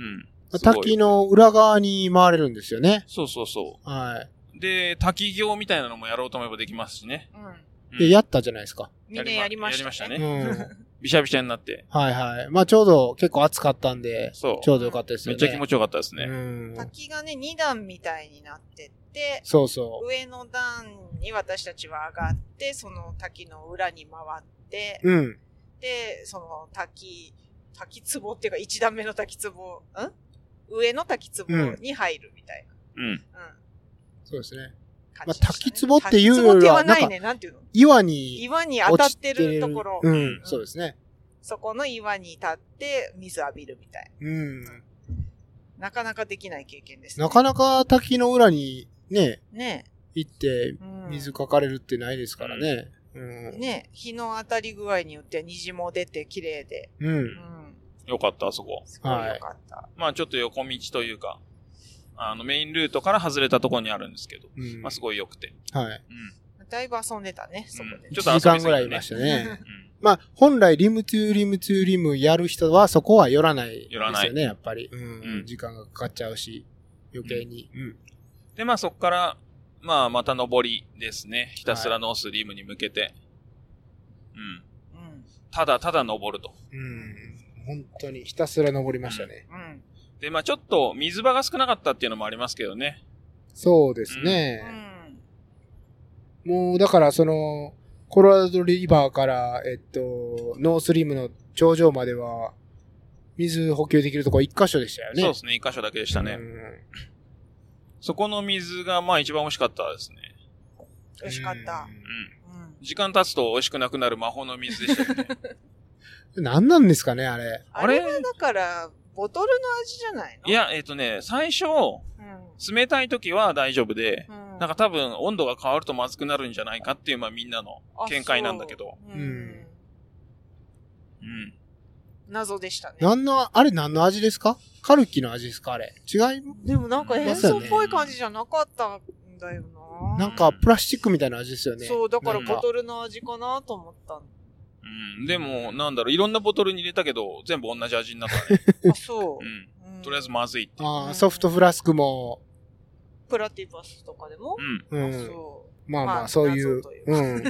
Speaker 1: ん。すごい
Speaker 2: 滝の裏側に回れるんですよね。
Speaker 1: そうそうそ
Speaker 2: は
Speaker 1: う。で、滝行みたいなのもやろうと思えばできますしね。
Speaker 3: うん。
Speaker 1: うん
Speaker 2: い。で、やったじゃないですか。
Speaker 3: みんなやりましたね。
Speaker 1: やりました
Speaker 2: う
Speaker 1: ね
Speaker 2: ん。
Speaker 1: びしゃびしゃになって。
Speaker 2: はいはい。まあちょうど結構暑かったんで、
Speaker 1: そう
Speaker 2: ち。ょうどよかったです
Speaker 1: め
Speaker 2: よ
Speaker 1: っ
Speaker 2: ね。
Speaker 1: ちゃ気持ちよかったです
Speaker 2: う
Speaker 1: ね。
Speaker 2: ん。
Speaker 3: 滝がね、2段みたいになってて、
Speaker 2: そうそ
Speaker 3: 上の段に私たちは上がって、その滝の裏に回って、
Speaker 2: う。うん。
Speaker 3: で、その滝、滝壺っていうか、1段目の滝壺、ん上の滝壺に入るみたい
Speaker 1: うん。
Speaker 3: な、うん、
Speaker 2: そうですね。
Speaker 3: 感
Speaker 2: まあ
Speaker 3: じでしたね、
Speaker 2: 滝壺っていうよりは
Speaker 3: 滝壺ではない
Speaker 2: な
Speaker 3: ね、なんていうの
Speaker 2: 岩に
Speaker 3: 岩に当
Speaker 2: 落
Speaker 3: たっ
Speaker 2: ち
Speaker 3: てるところ、
Speaker 2: う
Speaker 1: うん
Speaker 2: ん。そうですね。
Speaker 3: そこの岩に立って水浴びるみたい
Speaker 2: うん。
Speaker 3: な。なかなかできない経験です、ね。
Speaker 2: なかなか滝の裏にね、
Speaker 3: ね
Speaker 2: 行って
Speaker 3: え、うん
Speaker 2: 水かかれるってないですからね。うん。
Speaker 3: ね、日の当たり具合によっては虹も出て綺麗で、
Speaker 2: う。
Speaker 3: うんん、
Speaker 1: よかった、あそこ。
Speaker 3: すごい良かった。
Speaker 1: まあ、ちょっと横道というか、あの、メインルートから外れたところにあるんですけど、
Speaker 2: うん
Speaker 1: まあ、。すごい良くて。
Speaker 2: はい。
Speaker 1: う
Speaker 3: だいぶ遊んでたね、そこで。
Speaker 1: うんちょっと
Speaker 2: 1時間ぐらいいましたね。
Speaker 1: ん。うん。
Speaker 2: まあ、本来リムトゥーリムトゥーリムやる人はそこは寄らないで
Speaker 1: 寄らな
Speaker 2: すよね、
Speaker 1: い
Speaker 2: やっぱり。うん。
Speaker 1: うん
Speaker 2: 時間がかかっちゃうし、余計に。うん。
Speaker 1: で、まあ、そこから、まあ、また上りですね。ひたすらノースリムに向けて。うん。
Speaker 3: うん。
Speaker 1: ただただ登ると。
Speaker 2: うん。本当にひたすら登りましたね。
Speaker 3: うん。
Speaker 1: で、まあちょっと水場が少なかったっていうのもありますけどね。
Speaker 2: そうです
Speaker 3: う
Speaker 2: ね。
Speaker 3: ん。
Speaker 2: もうだからその、コロラドリバーから、えっと、ノースリムの頂上までは、水補給できるとこ一箇所でしたよね。
Speaker 1: そうですね、一箇所だけでしたね。
Speaker 2: うん
Speaker 1: そこの水がまあ一番美味しかったですね。
Speaker 3: 美味しかった。
Speaker 1: うん。
Speaker 3: うん。
Speaker 1: 時間経つと美味しくなくなる魔法の水でしたよね。
Speaker 2: うん。何なんですかね、あれ。
Speaker 1: あ
Speaker 3: あ
Speaker 1: れ
Speaker 3: れはだから、ボトルの味じゃないの
Speaker 1: い、や、えっ、とね、最初、
Speaker 3: う
Speaker 1: 冷たい時は大丈夫で、
Speaker 3: ん。う
Speaker 1: なんか、多分温度が変わるとまずくなるんじゃないかっていう、まあみんなの
Speaker 3: あ
Speaker 1: 見解なんだけど。
Speaker 3: そうう。うん。
Speaker 1: うん。
Speaker 3: 謎でしたね。
Speaker 2: 何の、あれ何の味ですかカルキの味ですかあれ。違い
Speaker 3: でもなんか変装っぽい感じじゃなかったんだよな。
Speaker 2: なんかプラスチックみたいな味ですよね。
Speaker 3: そう、だから
Speaker 2: なんか
Speaker 3: ボトルの味かなと思ったんだ
Speaker 1: うん。でも、なんだろう、いろんなボトルに入れたけど、全部同じ味になったね。
Speaker 3: あ、そうう。
Speaker 1: ん。
Speaker 3: うん
Speaker 1: とりあえずまずいって。
Speaker 2: ああ、ソフトフラスクも、
Speaker 3: プラティバスとかでも
Speaker 1: う、ん。
Speaker 2: う
Speaker 3: あ
Speaker 2: ん。
Speaker 3: そ
Speaker 2: まあ
Speaker 3: ま
Speaker 2: ま
Speaker 3: あ
Speaker 2: あ、そういう
Speaker 3: 謎とい、
Speaker 2: う
Speaker 3: う
Speaker 2: ん。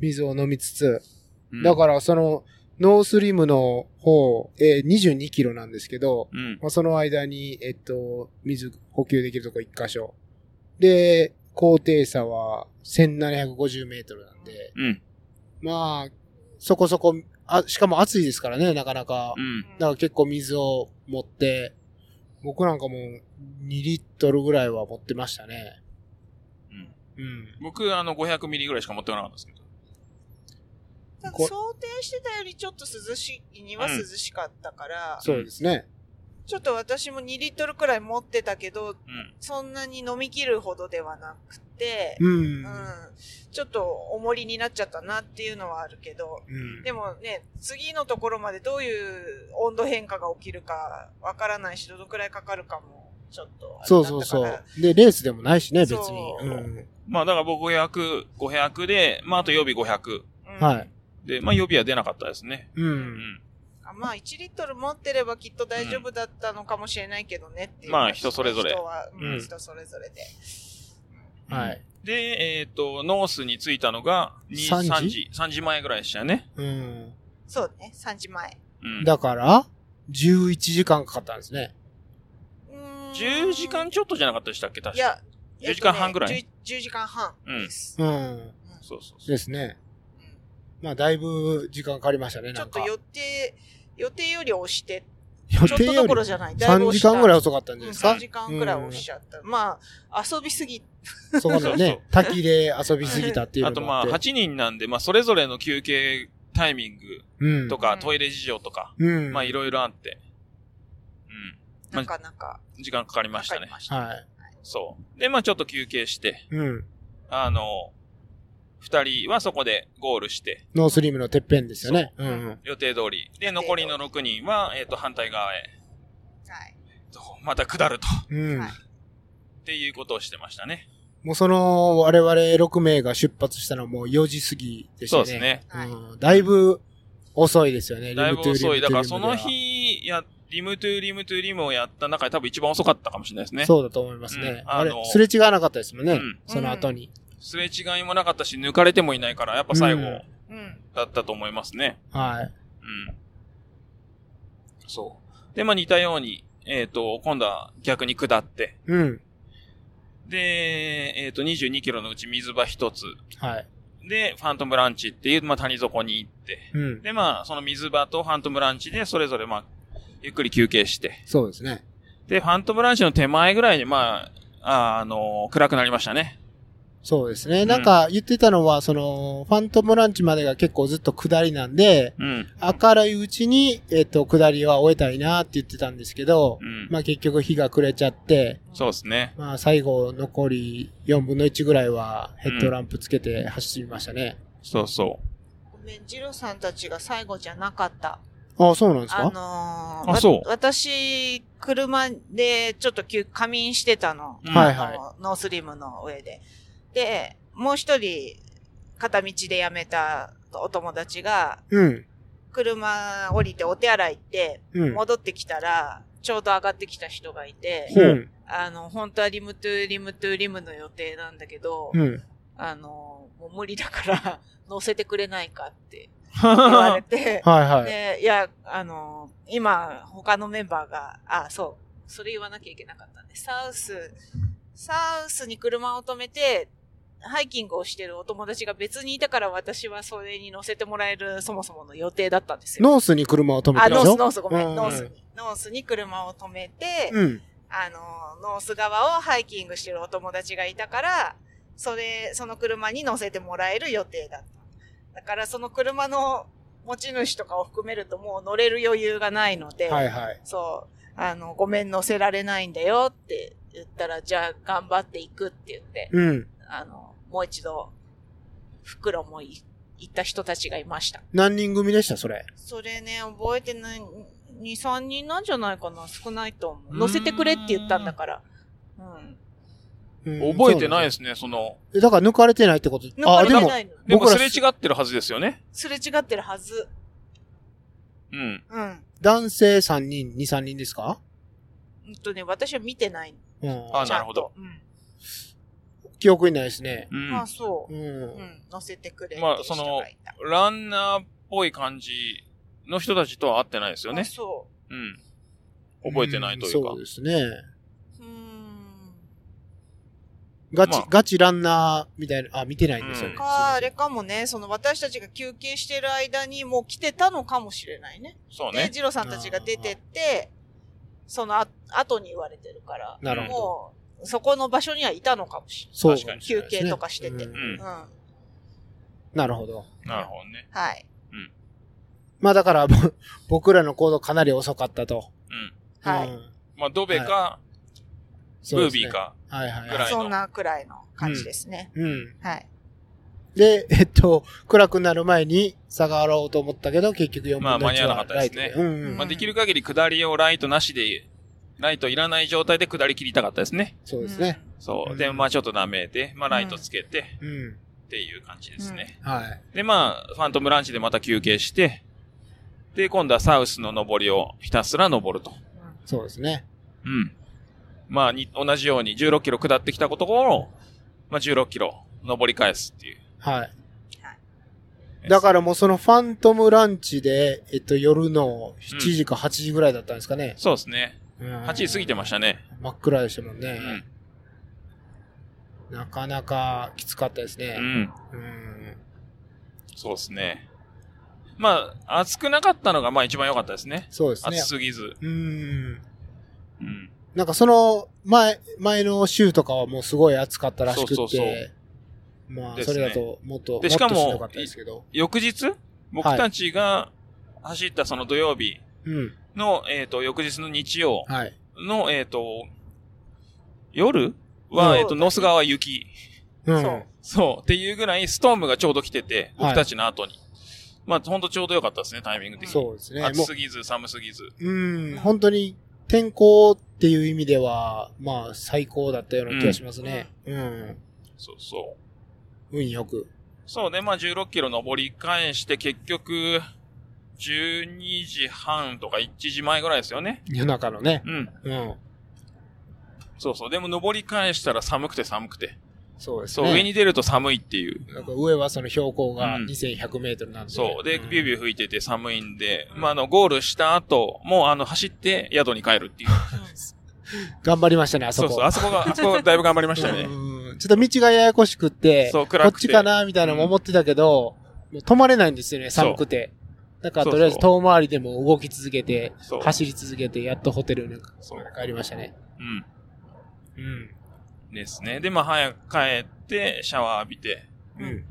Speaker 2: 水を飲みつつ。
Speaker 1: うん
Speaker 2: だから、その、ノースリムの方、えー、22キロなんですけど、
Speaker 1: うん。
Speaker 2: まあ、その間に、えっと、水補給できるとこ1箇所。で、高低差は1750メートルなんで、
Speaker 1: うん。
Speaker 2: まあ、そこそこ、あ、しかも暑いですからね、なかなか。
Speaker 1: うん
Speaker 3: う。。
Speaker 2: だから結構水を持って、僕なんかもう2リットルぐらいは持ってましたね。
Speaker 1: うん
Speaker 2: うん。
Speaker 1: 僕、あの、500ミリぐらいしか持ってこなかったんですけど。
Speaker 3: なんか
Speaker 2: こ
Speaker 3: 想定してたよりちょっと涼しいには涼しかったから、
Speaker 2: そうですね。
Speaker 3: ちょっと私も2リットルくらい持ってたけど、
Speaker 1: うん。
Speaker 3: そんなに飲み切るほどではなくて、
Speaker 2: う。
Speaker 3: うんん、ちょっと重りになっちゃったなっていうのはあるけど、
Speaker 2: うん
Speaker 3: でもね、次のところまでどういう温度変化が起きるかわからないし、どのくらいかかるかも、ちょっとあれだったから。
Speaker 2: そうそうそう。で、レースでもないしね、別に。。
Speaker 3: そううん
Speaker 1: まあ、だから僕500、500で、まあ、あと予備500。
Speaker 3: うん
Speaker 2: はい。
Speaker 1: で、まあ、予備は出なかったですね。
Speaker 2: う。
Speaker 1: うんん。
Speaker 3: あまあ、1リットル持ってればきっと大丈夫だったのかもしれないけどねっていう。
Speaker 1: まあ人それぞれ
Speaker 3: 人は、うん
Speaker 2: うん
Speaker 3: 人それぞれで。
Speaker 2: はい。
Speaker 1: で、えっ、と、ノースに着いたのが、2 3
Speaker 2: 3時
Speaker 1: 時 ?3 時前ぐらいでしたよね。
Speaker 2: うん。
Speaker 3: そうね、3時前。
Speaker 1: うん。
Speaker 2: だから、11時間かかったんですね。
Speaker 3: うーん
Speaker 1: 10時間ちょっとじゃなかったでしたっけ確か。
Speaker 3: いや、
Speaker 1: 10時間半ぐらい
Speaker 3: えっとね 10, 10時間半です。
Speaker 2: うん。
Speaker 3: うん
Speaker 1: そうそうそう。
Speaker 2: ですね。まあ、だいぶ時間かかりましたね、
Speaker 3: ち
Speaker 2: な
Speaker 3: ょっ
Speaker 2: ん
Speaker 3: と
Speaker 2: か。
Speaker 3: 予定、予定より押して、
Speaker 2: 予
Speaker 3: ちょっとどころじゃない。だいぶ
Speaker 2: 3
Speaker 3: 押
Speaker 2: 時
Speaker 3: した
Speaker 2: 間ぐらい
Speaker 3: い
Speaker 2: 遅かったんじゃないです
Speaker 3: 3
Speaker 2: か
Speaker 3: 時間ぐらい押しちゃった。まあ、遊びすぎ。
Speaker 2: そこ
Speaker 1: そう
Speaker 2: の
Speaker 1: そ
Speaker 2: ね
Speaker 1: う、
Speaker 2: 滝で遊びすぎたっていう
Speaker 1: あ
Speaker 2: の
Speaker 1: と、
Speaker 2: も
Speaker 1: ま
Speaker 2: あっ
Speaker 1: あ、
Speaker 2: て。
Speaker 1: 8人なんで、まあ、それぞれの休憩タイミング
Speaker 2: うん
Speaker 1: とか、
Speaker 3: うん
Speaker 1: トイレ事情とか、
Speaker 2: うん。
Speaker 1: まあ、いろいろあって、う
Speaker 3: なかなか。
Speaker 1: ん。時間かかりま
Speaker 3: か
Speaker 1: した
Speaker 3: か
Speaker 1: ね
Speaker 3: り。ました。
Speaker 2: はい。
Speaker 1: そう。で、まあ、ちょっと休憩して、
Speaker 2: うん。
Speaker 1: あの、二人はそこでゴールして、
Speaker 2: ノースリムのてっぺんですよね。うんうん。
Speaker 1: 予定通り。で、残りの6人は、えっ、と、反対側へ、
Speaker 3: はい。
Speaker 1: えっとまた下ると。
Speaker 2: うん。
Speaker 3: はい
Speaker 1: っていうことをしてましたね。
Speaker 2: もうその、我々6名が出発したのはもう4時過ぎでした
Speaker 1: そう
Speaker 2: ね。
Speaker 1: です。ね。
Speaker 3: はい
Speaker 2: うん、だいぶ遅いですよね、
Speaker 1: だいぶ遅い。だからその
Speaker 2: では
Speaker 1: 日、や、リムトゥーリムトゥーリムをやった中で多分一番遅かったかもしれないですね。
Speaker 2: そうだと思いますね。
Speaker 1: うん
Speaker 2: あれ
Speaker 1: あの、
Speaker 2: すれ違わなかったですもんね。
Speaker 1: うん
Speaker 2: その後に。
Speaker 1: すれ違いもなかったし、抜かれてもいないから、やっぱ最後
Speaker 2: うん
Speaker 3: うん。
Speaker 1: だったと思いますね。
Speaker 2: はい。
Speaker 1: うん。そう。で、まあ似たように、えっ、と、今度は逆に下って、
Speaker 2: うん。
Speaker 1: で、えっ、と、22キロのうち水場一つ、
Speaker 2: はい。
Speaker 1: で、ファントムランチっていう、まあ谷底に行って、
Speaker 2: うん。
Speaker 1: で、まあ、その水場とファントムランチで、それぞれまあ、ゆっくり休憩して、
Speaker 2: そうですね。
Speaker 1: で、ファントムランチの手前ぐらいに、まあ、あーあのー暗くなりましたね。
Speaker 2: そうです
Speaker 1: う
Speaker 2: ね。
Speaker 1: ん
Speaker 2: なんか言ってたのは、その、ファントムランチまでが結構ずっと下りなんで、
Speaker 1: うん。
Speaker 2: 明るいうちに、えっ、と、下りは終えたいなって言ってたんですけど
Speaker 1: う、ん。
Speaker 2: まあ結局日が暮れちゃって、
Speaker 1: そうですね。
Speaker 2: まあ最後残り4分の1ぐらいはヘッドランプつけて走りましたね。
Speaker 1: そう そ
Speaker 3: ごめん、ジロさんたちが最後じゃなかった。
Speaker 2: ああ、そうなんです
Speaker 3: あ
Speaker 2: か
Speaker 3: のー
Speaker 1: あ
Speaker 3: わ
Speaker 1: そう
Speaker 3: 私、車でちょっと休仮眠してたの。
Speaker 1: う。うん
Speaker 2: はい
Speaker 3: あのノースリムの上で。で、もう一人、片道で辞めたお友達が、
Speaker 2: うん。
Speaker 3: 車降りてお手洗い行って、
Speaker 2: うん。
Speaker 3: 戻ってきたら、ちょうど上がってきた人がいて、
Speaker 1: ほう
Speaker 2: うん
Speaker 3: あの、本当はリムトゥリムトゥリムの予定なんだけど、
Speaker 2: うん。
Speaker 3: あの、もう無理だから、 乗せてくれないかって言わ れて、
Speaker 2: はいはい。
Speaker 3: で、いや、あの、今、他のメンバーが、あ、そう、それ言わなきゃいけなかったね。サウス、サウスに車を止めて、ハイキングをしてるお友達が別にいたから私はそれに乗せてもらえるそもそもの予定だったんですよ。
Speaker 2: ノースに車を止め
Speaker 3: あ、
Speaker 2: てる
Speaker 3: ノ
Speaker 2: でし
Speaker 3: ース、
Speaker 2: ょ
Speaker 3: ノース、ごめ
Speaker 2: うん
Speaker 3: ん、ノースに。ノースに車を止めて、
Speaker 2: うん。
Speaker 3: あの、ノース側をハイキングしてるお友達がいたから、それ、その車に乗せてもらえる予定だった。だからその車の持ち主とかを含めるともう乗れる余裕がないので、
Speaker 2: はいはい。
Speaker 3: そう、あの、ごめん乗せられないんだよって言ったら、じゃあ頑張っていくって言って、
Speaker 2: うん。
Speaker 3: あの、もう一度、袋もい行った人たちがいました。
Speaker 2: 何人組でした、それ。
Speaker 3: それね、覚えてない、2、3人なんじゃないかな少ないと思う。乗せてくれって言ったんだから。うん。
Speaker 2: うん
Speaker 1: 覚えてない
Speaker 2: そうなんで
Speaker 1: ですね、その。
Speaker 2: すえだから抜かれてないってこと。
Speaker 3: 抜かれ
Speaker 2: で
Speaker 3: て
Speaker 2: も
Speaker 3: な、いの。
Speaker 1: でも
Speaker 2: 僕
Speaker 1: す
Speaker 2: ら
Speaker 1: れ違ってるはずですよね。
Speaker 3: すれ違ってるはず。
Speaker 1: うん。
Speaker 3: うん。
Speaker 2: 男性3人、2、3人ですか
Speaker 3: うんとね、私は見てない。
Speaker 2: うん。
Speaker 1: あ
Speaker 3: ちゃ
Speaker 1: なん
Speaker 3: と
Speaker 1: るほど。
Speaker 3: うん。
Speaker 2: 記憶にないですね。。
Speaker 1: うん。
Speaker 3: あ、そうう。うんん。乗せてくれって
Speaker 1: まあ
Speaker 3: いう人がいた。
Speaker 1: ランナーっぽい感じの人たちとは会ってないですよ
Speaker 3: あ、
Speaker 1: ね。
Speaker 3: そ
Speaker 1: うん。覚えてないというか
Speaker 2: んそう。ですね。
Speaker 3: う。うーん。
Speaker 2: ガチ
Speaker 1: まあ、
Speaker 2: ガチランナーみたいな、あ、見てないんですよ
Speaker 1: う
Speaker 2: ね。
Speaker 1: ん
Speaker 3: か、あれかもね、その私たちが休憩してる間にもう来てたのかもしれないね。
Speaker 1: そう
Speaker 3: で、
Speaker 1: ね。
Speaker 3: ジロさんたちが出てって、そのあ後に言われてるから。
Speaker 2: なるほど。
Speaker 3: もう、そこの場所にはいたのかもし
Speaker 2: そう
Speaker 1: 確かに
Speaker 3: 休憩とかしてて
Speaker 2: うん
Speaker 1: うん。
Speaker 3: れない。
Speaker 2: なるほど。
Speaker 3: ん
Speaker 1: なるほどね。
Speaker 3: うん。はい。
Speaker 2: まあだから、ぼ 僕らの行動かなり遅かったと。
Speaker 1: うん。
Speaker 3: は
Speaker 2: う
Speaker 3: い。
Speaker 2: ん
Speaker 1: まあ、ドベか、
Speaker 2: そ
Speaker 1: ブー
Speaker 2: うですね
Speaker 1: ビー。か。
Speaker 2: はいは
Speaker 1: ぐ
Speaker 2: いは
Speaker 1: ら
Speaker 2: い。
Speaker 1: いの
Speaker 3: そんなくらいの感じですね。
Speaker 2: うん。
Speaker 3: はい。
Speaker 2: で、えっと、暗くなる前に差が洗おうと思ったけど、結局4分の1
Speaker 1: まあ
Speaker 2: は
Speaker 1: 間に合わなかったですね
Speaker 2: ライトうん、うん
Speaker 1: まあ、できる限り下りをライトなしで、ライトいらない状態で下り切りたかったですね。
Speaker 2: そうですね。
Speaker 1: そうう。
Speaker 2: ん
Speaker 1: で、まあちょっと舐めて、まあライトつけて、
Speaker 2: うん。
Speaker 1: っていう感じですね。
Speaker 2: はい。
Speaker 1: で、まあ、ファントムランチでまた休憩して、で、今度はサウスの上りをひたすら登ると。
Speaker 3: うん。
Speaker 2: そうですね。
Speaker 1: うん。まあ、に同じように16キロ下ってきたことを、まあ16キロ登り返すっていう。
Speaker 2: はい。だからもうそのファントムランチで、えっと、夜の7時か8時ぐらいだったんですかね。
Speaker 1: そうですね。
Speaker 2: 8
Speaker 1: 8時過ぎてましたね。
Speaker 2: 真っ暗でしたもん
Speaker 1: う
Speaker 2: ね。
Speaker 1: ん。
Speaker 2: なかなかきつかったです
Speaker 1: う
Speaker 2: ね。
Speaker 1: ん。
Speaker 2: うん。
Speaker 1: そうですね。まあ、暑くなかったのが、まあ一番良かったですね。
Speaker 2: そうですね
Speaker 1: 暑。すぎず。
Speaker 2: うん。
Speaker 1: うん。
Speaker 2: なんかその前、前の週とかはもうすごい暑かったらしくって。
Speaker 1: そうそうそう
Speaker 2: まあ、
Speaker 1: です
Speaker 2: そ
Speaker 1: ね
Speaker 2: れだともっと、
Speaker 1: で
Speaker 2: も
Speaker 1: し
Speaker 2: っ
Speaker 1: か
Speaker 2: と
Speaker 1: も
Speaker 2: しんどかったですけど。
Speaker 1: 翌日、僕たちが走ったその土曜日
Speaker 2: うん。
Speaker 1: の、えっ、と、翌日の日曜
Speaker 2: はい。
Speaker 1: の、えっ、と、夜は、
Speaker 3: うん
Speaker 1: えっ、と、ノス川雪。
Speaker 2: うん。
Speaker 3: そう
Speaker 1: そう。っていうぐらい、ストームがちょうど来てて、
Speaker 2: はい
Speaker 1: 僕たちの後に。まあ、ほんとちょうどよかったですね、タイミング的に。
Speaker 2: そうですね。も
Speaker 1: 暑
Speaker 2: う
Speaker 1: すぎず、寒すぎず。
Speaker 2: うん、本当に天候っていう意味では、まあ最高だったような気がしますね。うん。
Speaker 1: そうそう。
Speaker 2: 運よく。
Speaker 1: そうで、まあ、16キロ登り返して、結局、12時半とか1時前ぐらいですよね。
Speaker 2: 夜中のね。
Speaker 1: うん。
Speaker 2: うん。
Speaker 1: そうそう。でも、登り返したら寒くて寒くて。
Speaker 2: そうです
Speaker 1: そう、
Speaker 2: ね。
Speaker 1: 上に出ると寒いっていう。
Speaker 2: なんか上はその標高が
Speaker 1: うん
Speaker 2: 2100メートルなんで。
Speaker 1: そう。で、ビュー
Speaker 2: ュー。
Speaker 1: ビュー吹いてて寒いんで、まあ、あの、ゴールした後、もう、あの、走って宿に帰るっていう。
Speaker 2: 頑張りましたね、あそ
Speaker 1: そう
Speaker 2: こ。
Speaker 1: そう。あそこが、あそこだいぶ頑張りましたね。
Speaker 2: うんちょっと道がややこしくって、
Speaker 1: そう暗く
Speaker 2: こ
Speaker 1: て
Speaker 2: っちかなみたいなのも思ってたけど、もう止まれないんですよね、寒くて。だから
Speaker 1: そうそう
Speaker 2: とりあえず遠回りでも動き続けて
Speaker 1: そう、
Speaker 2: 走り続けて、やっとホテルに
Speaker 1: そう。
Speaker 2: 帰りましたね。
Speaker 1: うん。
Speaker 2: うん。
Speaker 1: ですね。で、まあ、早く帰って、シャワー浴びて、
Speaker 2: うん。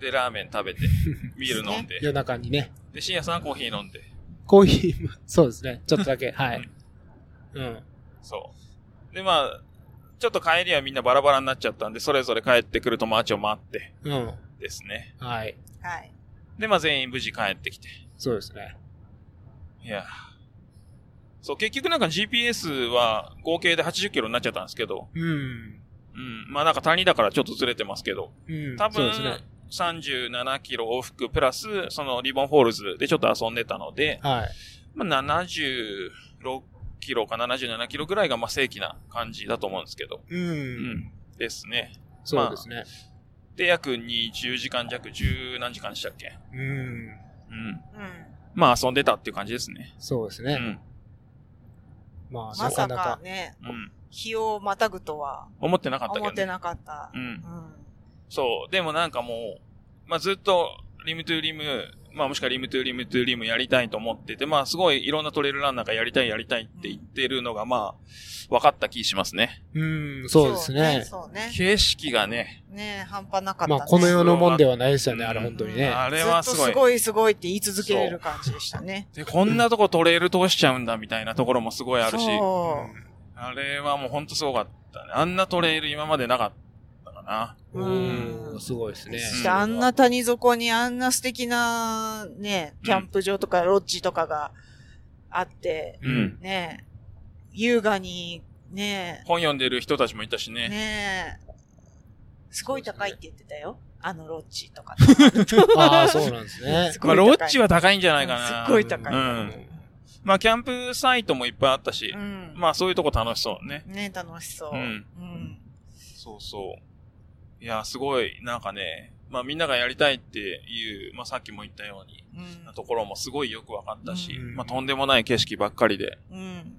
Speaker 1: で、ラーメン食べ て、ビール飲んで、
Speaker 2: 夜中にね。
Speaker 1: で、深夜さんはコーヒー飲んで、
Speaker 2: コーヒーも、 そうですね。ちょっと だけ。はい。うん。
Speaker 1: そう。で、まあ、ちょっと帰りはみんなバラバラになっちゃったんで、それぞれ帰ってくる友達を待って、
Speaker 2: うん。
Speaker 1: ですね。
Speaker 2: はい。
Speaker 3: はい。
Speaker 1: で、まあ、全員無事帰ってきて。
Speaker 2: そうですね。
Speaker 1: いやーそう、結局なんか GPS は合計で80キロになっちゃったんですけど、
Speaker 2: うん。
Speaker 1: うん。まあ、なんか谷だからちょっとずれてますけど、
Speaker 2: うん。
Speaker 1: 多
Speaker 2: そう
Speaker 1: 分、
Speaker 2: ですね。
Speaker 1: 37キロ往復プラス、そのリボンホールズでちょっと遊んでたので、
Speaker 2: はい。
Speaker 1: まあ、76キロか77キロぐらいがまあ正規な感じだと思うんですけど。
Speaker 2: う。
Speaker 1: うんん。ですね。
Speaker 2: そうですね。
Speaker 1: で、約20時間弱、10何時間でしたっけ
Speaker 2: うん。
Speaker 1: うん。
Speaker 3: うん。
Speaker 1: まあ遊んでたっていう感じですね。
Speaker 2: そうです
Speaker 1: う
Speaker 2: ね。
Speaker 1: ん。
Speaker 2: まあ、
Speaker 3: ま
Speaker 2: なか
Speaker 3: さ
Speaker 2: なか
Speaker 3: か。ね、
Speaker 1: うん。
Speaker 3: 日をまたぐとは
Speaker 1: 思ってなかったけ
Speaker 3: 思
Speaker 1: ど、
Speaker 3: って
Speaker 1: ね。
Speaker 3: なかった
Speaker 1: う。ん
Speaker 3: う。ん。
Speaker 1: そう。でもなんかもう、まあずっとリムトゥーリム、まあもしくはリムトゥーリムトゥーリムやりたいと思ってて、まあすごいいろんなトレイルランナーがやりたいやりたいって言ってるのがまあ分かった気しますね。
Speaker 2: うん。そうですね。
Speaker 3: そうね。そうね
Speaker 1: 景色がね、
Speaker 3: ね半端なかったね。
Speaker 2: まあ、この世
Speaker 1: よ
Speaker 2: のもんではないですよね、
Speaker 1: うん
Speaker 2: あれ本当にね。
Speaker 1: あれは
Speaker 3: ずっ
Speaker 1: す
Speaker 3: と
Speaker 1: ご
Speaker 3: す
Speaker 1: い。
Speaker 3: ごいすごいって言い続けれる感じでしたね。
Speaker 1: で、こんなとこトレイル通しちゃうんだみたいなところもすごいあるし、
Speaker 3: そ
Speaker 1: あれはもうほんとすごかったね。あんなトレイル今までなかったかな。
Speaker 3: う
Speaker 2: うん。
Speaker 3: うん
Speaker 2: すごいですね。
Speaker 3: そしてあんな谷底にあんな素敵なね、キャンプ場とかロッジとかがあって、
Speaker 2: うん
Speaker 1: うん
Speaker 3: ね、優雅にね、
Speaker 1: 本読んでる人たちもいたしね。
Speaker 3: ねえ、すごい高いって言ってたよ。あのロッジとか。
Speaker 2: ああ、そうなんですね。
Speaker 3: す
Speaker 1: ま
Speaker 3: ご
Speaker 1: あ、
Speaker 3: い
Speaker 1: ロ
Speaker 3: 高い
Speaker 1: ッジは高いんじゃないかな。
Speaker 3: すっごい高い
Speaker 1: うんまあ、キャンプサイトもいっぱいあったし
Speaker 3: う、ん。
Speaker 1: まあ、そういうとこ楽しそうね。
Speaker 3: ね楽しそう。
Speaker 1: うん
Speaker 3: うん。
Speaker 1: そうそう。いや、すごい、なんかね、まあ、みんながやりたいっていう、まあ、さっきも言ったように、
Speaker 3: うん
Speaker 1: ところもすごいよくわかったし、
Speaker 2: うん
Speaker 1: まあ、とんでもない景色ばっかりで、
Speaker 3: うん。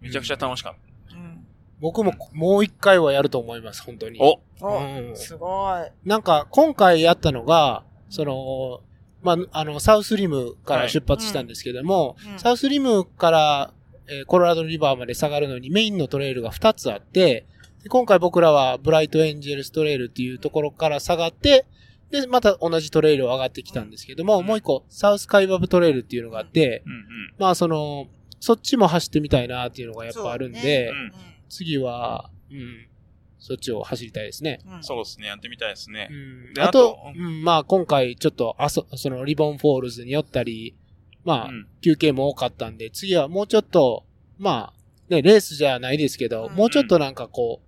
Speaker 1: めちゃくちゃ楽しかった。
Speaker 3: うん。
Speaker 2: 僕ももう一回はやると思います、本当に。
Speaker 1: お
Speaker 3: お、
Speaker 2: うん
Speaker 3: すごい。
Speaker 2: なんか、今回やったのが、その、まあ、あの、サウスリムから出発したんですけども、
Speaker 3: はいうん
Speaker 2: サウスリムから、えーコロラドリバーまで下がるのにメインのトレイルが2つあって、で今回僕らはブライトエンジェルストレイルっていうところから下がって、で、また同じトレイルを上がってきたんですけども、
Speaker 1: うん
Speaker 2: もう一個、サウスカイバブトレイルっていうのがあって、
Speaker 1: うんうん。
Speaker 2: まあ、その、そっちも走ってみたいなっていうのがやっぱあるん
Speaker 3: そうね
Speaker 2: で、
Speaker 1: うん
Speaker 2: 次は、うん、そっちを走りたいですね。
Speaker 3: うん。うん
Speaker 1: そうですね、やってみたいですね。
Speaker 2: うん
Speaker 1: で
Speaker 2: あと
Speaker 1: あと、
Speaker 2: うん、まあ今回ちょっとあそ、そのリボンフォールズに寄ったり、まあ
Speaker 1: うん
Speaker 2: 休憩も多かったんで、次はもうちょっと、まあね、レースじゃないですけど、
Speaker 3: うん
Speaker 2: もうちょっとなんかこ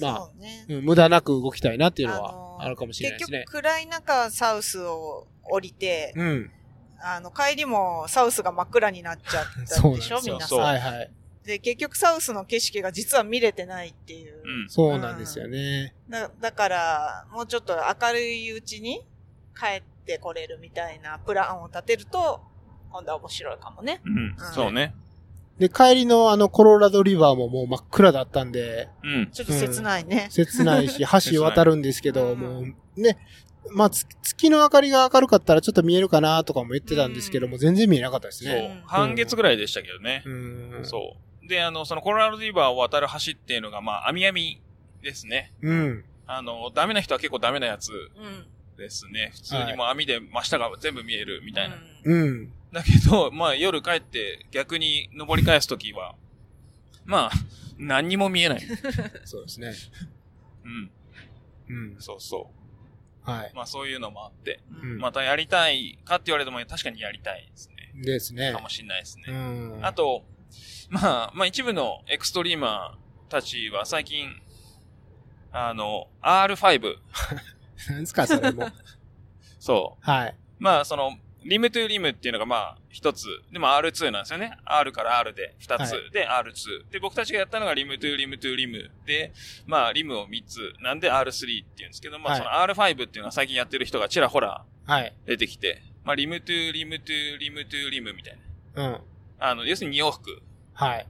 Speaker 2: まあ
Speaker 3: そうね
Speaker 2: う、うん無駄なく動きたいなっていうの
Speaker 3: の
Speaker 2: は
Speaker 3: ー
Speaker 2: あるかもしれないですね
Speaker 3: 結。局、暗い中、サウスを降りて、
Speaker 2: うん。
Speaker 3: あの、帰りもサウスが真っ暗になっちゃった
Speaker 2: そうんなん
Speaker 3: で
Speaker 2: です
Speaker 3: しょ
Speaker 2: よ
Speaker 3: みんな
Speaker 1: そう
Speaker 3: さ。
Speaker 2: はいはい。
Speaker 3: で、結局サウスの景色が実は見れてないっていう。
Speaker 1: うん。
Speaker 2: そうなんですよね。
Speaker 3: だだから、もうちょっと明るいうちに帰ってこれるみたいなプランを立てると、今度は面白いかもね。
Speaker 1: うん。
Speaker 3: はい
Speaker 1: そうね。
Speaker 2: で、帰りのあのコロラドリバーももう真っ暗だったんで、
Speaker 1: うん。
Speaker 3: ちょっと切ないね。
Speaker 2: 切ない し、橋渡るんですけど、
Speaker 3: 切ない
Speaker 2: もう、ね、まあ、つ月の明かりが明るかったらちょっと見えるかなとかも言ってたんですけども、全然見えなかったです
Speaker 1: そう
Speaker 2: ね。。
Speaker 1: 半月ぐらいでしたけどね。
Speaker 2: うん。
Speaker 1: そう。で、あの、そのコロラドリバーを渡る橋っていうのが、まあ、網網ですね。
Speaker 2: うん。
Speaker 1: あの、ダメな人は結構ダメなやつ
Speaker 3: うん。
Speaker 1: ですね。普通にもう網で真下が全部見えるみたいな。
Speaker 3: うん
Speaker 2: うん。
Speaker 1: だけど、 まあ、夜帰って逆に登り返すときは、まあ、何にも見えない。
Speaker 2: そうですね。
Speaker 1: うん。
Speaker 2: うん。
Speaker 1: そうそ。。
Speaker 2: はいう
Speaker 1: まあそういうのもあって、
Speaker 2: うん
Speaker 1: またやりたいかって言われても確かにやりたいですね。
Speaker 2: ですね
Speaker 1: か。もしれないですね
Speaker 2: う。ん。
Speaker 1: あと、まあ、まあ一部のエクストリーマーたちは最近、あの、R5、
Speaker 2: なんですか、それ も。
Speaker 1: そ
Speaker 2: はい。
Speaker 1: う。まあその、リムトゥリムっていうのがまあ一つ、でも R2 なんですよね。R から R で二つ、
Speaker 2: は
Speaker 1: で R2。で、僕たちがやったのがリムトゥリムトゥリムで、まあリムを三つ、なんで R3 っていうんですけど、まあその R5 っていうのは最近やってる人がちらほら
Speaker 2: はい。
Speaker 1: 出てきて、まあリムトゥリムトゥリムトゥリムみたい
Speaker 2: うん。
Speaker 1: な。あの、要するに2往復
Speaker 2: はい。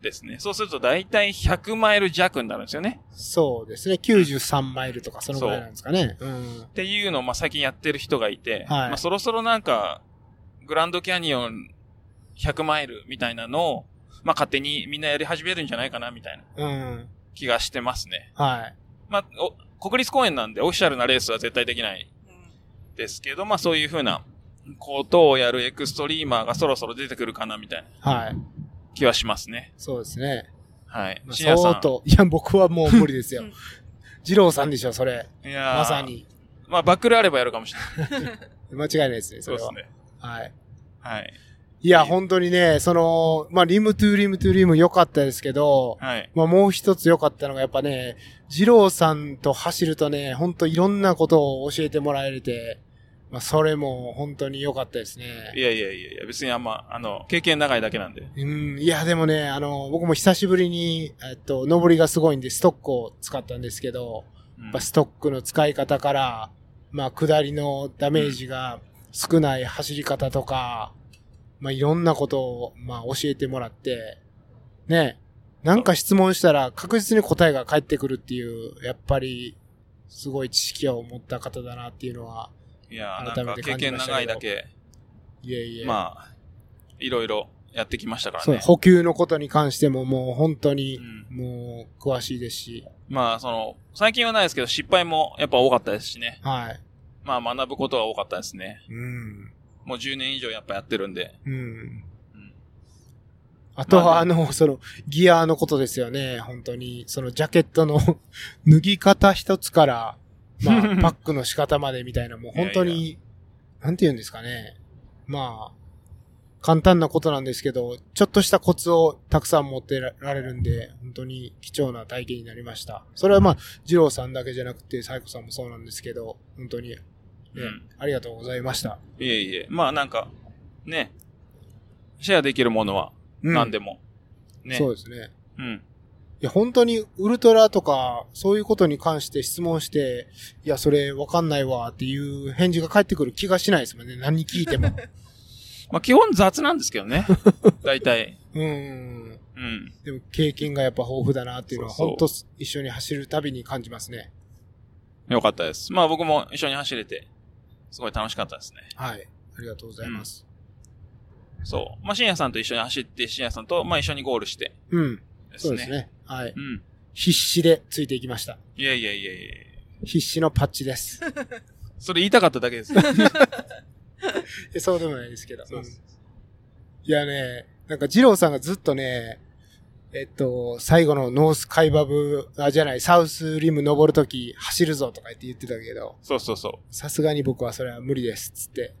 Speaker 1: ですね。そうすると大体100マイル弱になるんですよね。
Speaker 2: そうですね。93マイルとか、そのぐらいなんですかね。うん。
Speaker 1: っていうのを、まあ、最近やってる人がいて、
Speaker 2: はい
Speaker 1: まあ、そろそろなんか、グランドキャニオン100マイルみたいなのを、まあ、勝手にみんなやり始めるんじゃないかな、みたいな
Speaker 2: うん。
Speaker 1: 気がしてますね。
Speaker 2: はい。
Speaker 1: まあ、お国立公園なんでオフィシャルなレースは絶対できない
Speaker 3: うん
Speaker 1: ですけど、まあ、そういうふうなことをやるエクストリーマーがそろそろ出てくるかな、みたいな
Speaker 2: はい。
Speaker 1: 気はしますね。
Speaker 2: そうですね。
Speaker 1: はい。
Speaker 2: まあ
Speaker 1: 信也さ
Speaker 2: 相当。いや、僕はもう無理ですよ
Speaker 3: うん。
Speaker 2: 二郎さんでしょ、それ。
Speaker 1: ん。いやー
Speaker 2: まさ。に。
Speaker 1: まあ、バックルあればやるかもしれない。
Speaker 2: 間違いないですね、そ
Speaker 1: そう
Speaker 2: れ
Speaker 1: で
Speaker 2: は
Speaker 1: す。ね。
Speaker 2: はい。
Speaker 1: はい。
Speaker 2: いや、本当にね、その、まあ、リムトゥーリムトゥーリム良かったですけど、
Speaker 1: はい。
Speaker 2: まあ、もう一つ良かったのが、やっぱね、二郎さんと走るとね、本当いろんなことを教えてもらえて、まあ、それも本当に良かったです
Speaker 1: い
Speaker 2: ね。
Speaker 1: やいやいやいや、別にあんま、あの、経験長いだけなんで。
Speaker 2: うん、いや、でもね、あの、僕も久しぶりに、えっと、登りがすごいんで、ストックを使ったんですけど、
Speaker 1: うん
Speaker 2: やっぱストックの使い方から、まあ、下りのダメージが少ない走り方とか、まあ、いろんなことを、まあ、教えてもらって、ね、なんか質問したら確実に答えが返ってくるっていう、やっぱり、すごい知識を持った方だなっていうのは、
Speaker 1: いやー、な
Speaker 2: 改
Speaker 1: ん
Speaker 2: め
Speaker 1: か
Speaker 2: て
Speaker 1: 経
Speaker 2: 感じ
Speaker 1: 験
Speaker 2: ましたけど
Speaker 1: 長いだけ、
Speaker 2: いえいえ。
Speaker 1: まあ、いろいろやってきましたから
Speaker 2: そう、
Speaker 1: ね。
Speaker 2: 補給のことに関してももう本当に
Speaker 1: う、ん、
Speaker 2: もう、詳しいですし、
Speaker 1: まあ、その、最近はないですけど、失敗もやっぱ多かったですしね。
Speaker 2: はい。
Speaker 1: まあ、学ぶことは多かったですね。
Speaker 2: うん。
Speaker 1: もう10年以上やっぱやってるんで。
Speaker 2: うん。
Speaker 1: うん
Speaker 2: あと
Speaker 1: ま
Speaker 2: は、
Speaker 1: あ
Speaker 2: あの、その、ギアのことですよね。本当に、その、ジャケットの 脱ぎ方一つから、まあ、パックの仕方までみたいな、もう本当
Speaker 1: いや
Speaker 2: に、なんて言うんですかね。まあ、簡単なことなんですけど、ちょっとしたコツをたくさん持ってられるんで、本当に貴重な体験になりました。それはまあ、二郎さんだけじゃなくて、サイコさんもそうなんですけど、本当に、ね
Speaker 1: うん
Speaker 2: ありがとうございました。
Speaker 1: いえいえ、まあなんか、ね、シェアできるものは
Speaker 2: うん
Speaker 1: 何でも。ね。
Speaker 2: そうですね。
Speaker 1: うん。
Speaker 2: いや、本当にウルトラとか、そういうことに関して質問して、いや、それわかんないわっていう返事が返ってくる気がしないですもんね。何聞い ても。
Speaker 1: まあ基本雑なんですけどね。大体。
Speaker 2: うん。
Speaker 1: うん。
Speaker 2: でも経験がやっぱ豊富だなっていうのは、
Speaker 1: そうそう
Speaker 2: 本当一緒に走るたびに感じますね。
Speaker 1: よかったです。まあ僕も一緒に走れて、すごい楽しかったですね。
Speaker 2: はい。ありがとうございます。
Speaker 1: そう。まあ、深夜さんと一緒に走って、深夜さんと、まあ、一緒にゴールして
Speaker 2: うん。
Speaker 1: ですね。
Speaker 2: そうですね。はい。
Speaker 1: うん。
Speaker 2: 必死でついていきました。
Speaker 1: いやいやいやいや
Speaker 2: 必死のパッチです。
Speaker 1: それ言いたかっただけです。 そう
Speaker 2: いやそうでもないですけど。
Speaker 1: そう
Speaker 2: うんいやね、なんか二郎さんがずっとね、えっと、最後のノースカイバブ、あ、じゃない、サウスリム登るとき走るぞとか言って言ってたけど、
Speaker 1: そうそうそう。
Speaker 2: さすがに僕はそれは無理です、つって。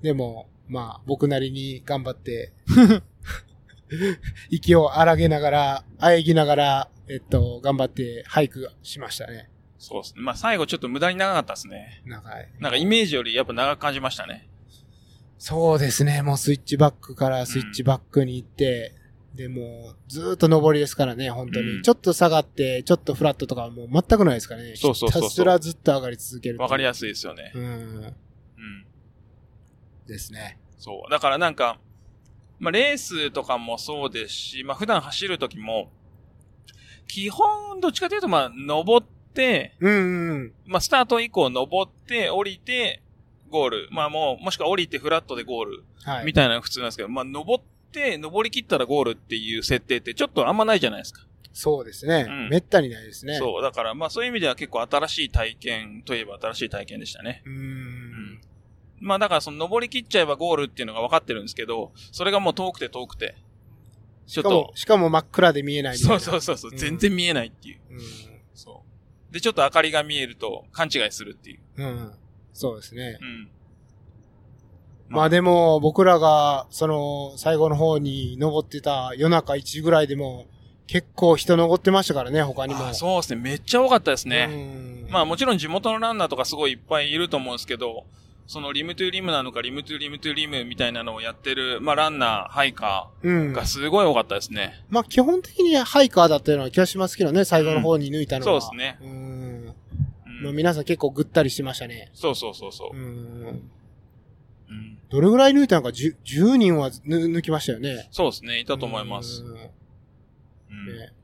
Speaker 2: でも、まあ、僕なりに頑張って、 息を荒げながら、喘ぎながら、えっと、頑張って俳句しましたね。
Speaker 1: そうですね。まあ、最後ちょっと無駄に長かったですね。
Speaker 2: なんか、
Speaker 1: なんかイメージよりやっぱ長く感じましたね。
Speaker 2: そうですね。もうスイッチバックからスイッチバックに行って、でもうずーっと上りですからね、本当に。
Speaker 1: うん
Speaker 2: ちょっと下がって、ちょっとフラットとかはもう全くないですからね。
Speaker 1: そうそうそうそう
Speaker 2: ひたすらずっと上がり続ける。
Speaker 1: わかり
Speaker 2: や
Speaker 1: やすいですよね
Speaker 2: す。い。うん。
Speaker 1: うん。
Speaker 2: ですね。
Speaker 1: そう。だからなんか、まあ、レースとかもそうですし、まあ、普段走る時も、基本、どっちかというと、まあ、登って、
Speaker 2: うんうんうん。
Speaker 1: まあ、スタート以降登って、降りて、ゴール。まあ、もう、もしくは降りてフラットでゴール。
Speaker 2: はい。
Speaker 1: みたいなのが普通なんですけど、まあ、登って、登り切ったらゴールっていう設定ってちょっとあんまないじゃないですか。
Speaker 2: そうですね。
Speaker 1: うん
Speaker 2: めったにないですね。
Speaker 1: そう。だから、まあ、そういう意味では結構新しい体験といえば新しい体験でしたね。
Speaker 2: う。うん。
Speaker 1: まあ、だからその登り切っちゃえばゴールっていうのが分かってるんですけど、それがもう遠くて遠くて、ちょ
Speaker 2: し
Speaker 1: っ
Speaker 2: かも
Speaker 1: と、、
Speaker 2: しかも真っ暗で見えないみたい
Speaker 1: そ
Speaker 2: な
Speaker 1: うそうそうそう、
Speaker 2: うん
Speaker 1: 全然見えないっていう。
Speaker 2: うん。
Speaker 1: そう。で、ちょっと明かりが見えると勘違いするっていう。
Speaker 2: うん。そうですね
Speaker 1: う。ん。
Speaker 2: まあでも、僕らが、その、最後の方に登ってた夜中1時ぐらいでも、結構人登ってましたからね、他にも。
Speaker 1: あそうですね。めっちゃ多かったですね。
Speaker 2: ね
Speaker 1: まあもちろん地元のランナーとかすごいいっぱいいると思うんですけど、そのリムトゥリムなのか、リムトゥリムトゥリムみたいなのをやってる、まあランナー、ハイカ
Speaker 2: うん
Speaker 1: ー。がすごい多かったですね。
Speaker 2: まあ基本的にハイカーだったような気がしますけどね、最後の方に抜いたのは。
Speaker 1: うんそうですね
Speaker 2: うん。
Speaker 1: うん
Speaker 2: まあ皆さん結構ぐったりしてましたね。
Speaker 1: そうそうそうそうう。
Speaker 2: ん。
Speaker 1: うん
Speaker 2: どれぐらい抜いたのか、10, 10人はぬ抜きましたよね。
Speaker 1: そうですね。いたと思います。
Speaker 2: うん。
Speaker 1: うん
Speaker 2: ね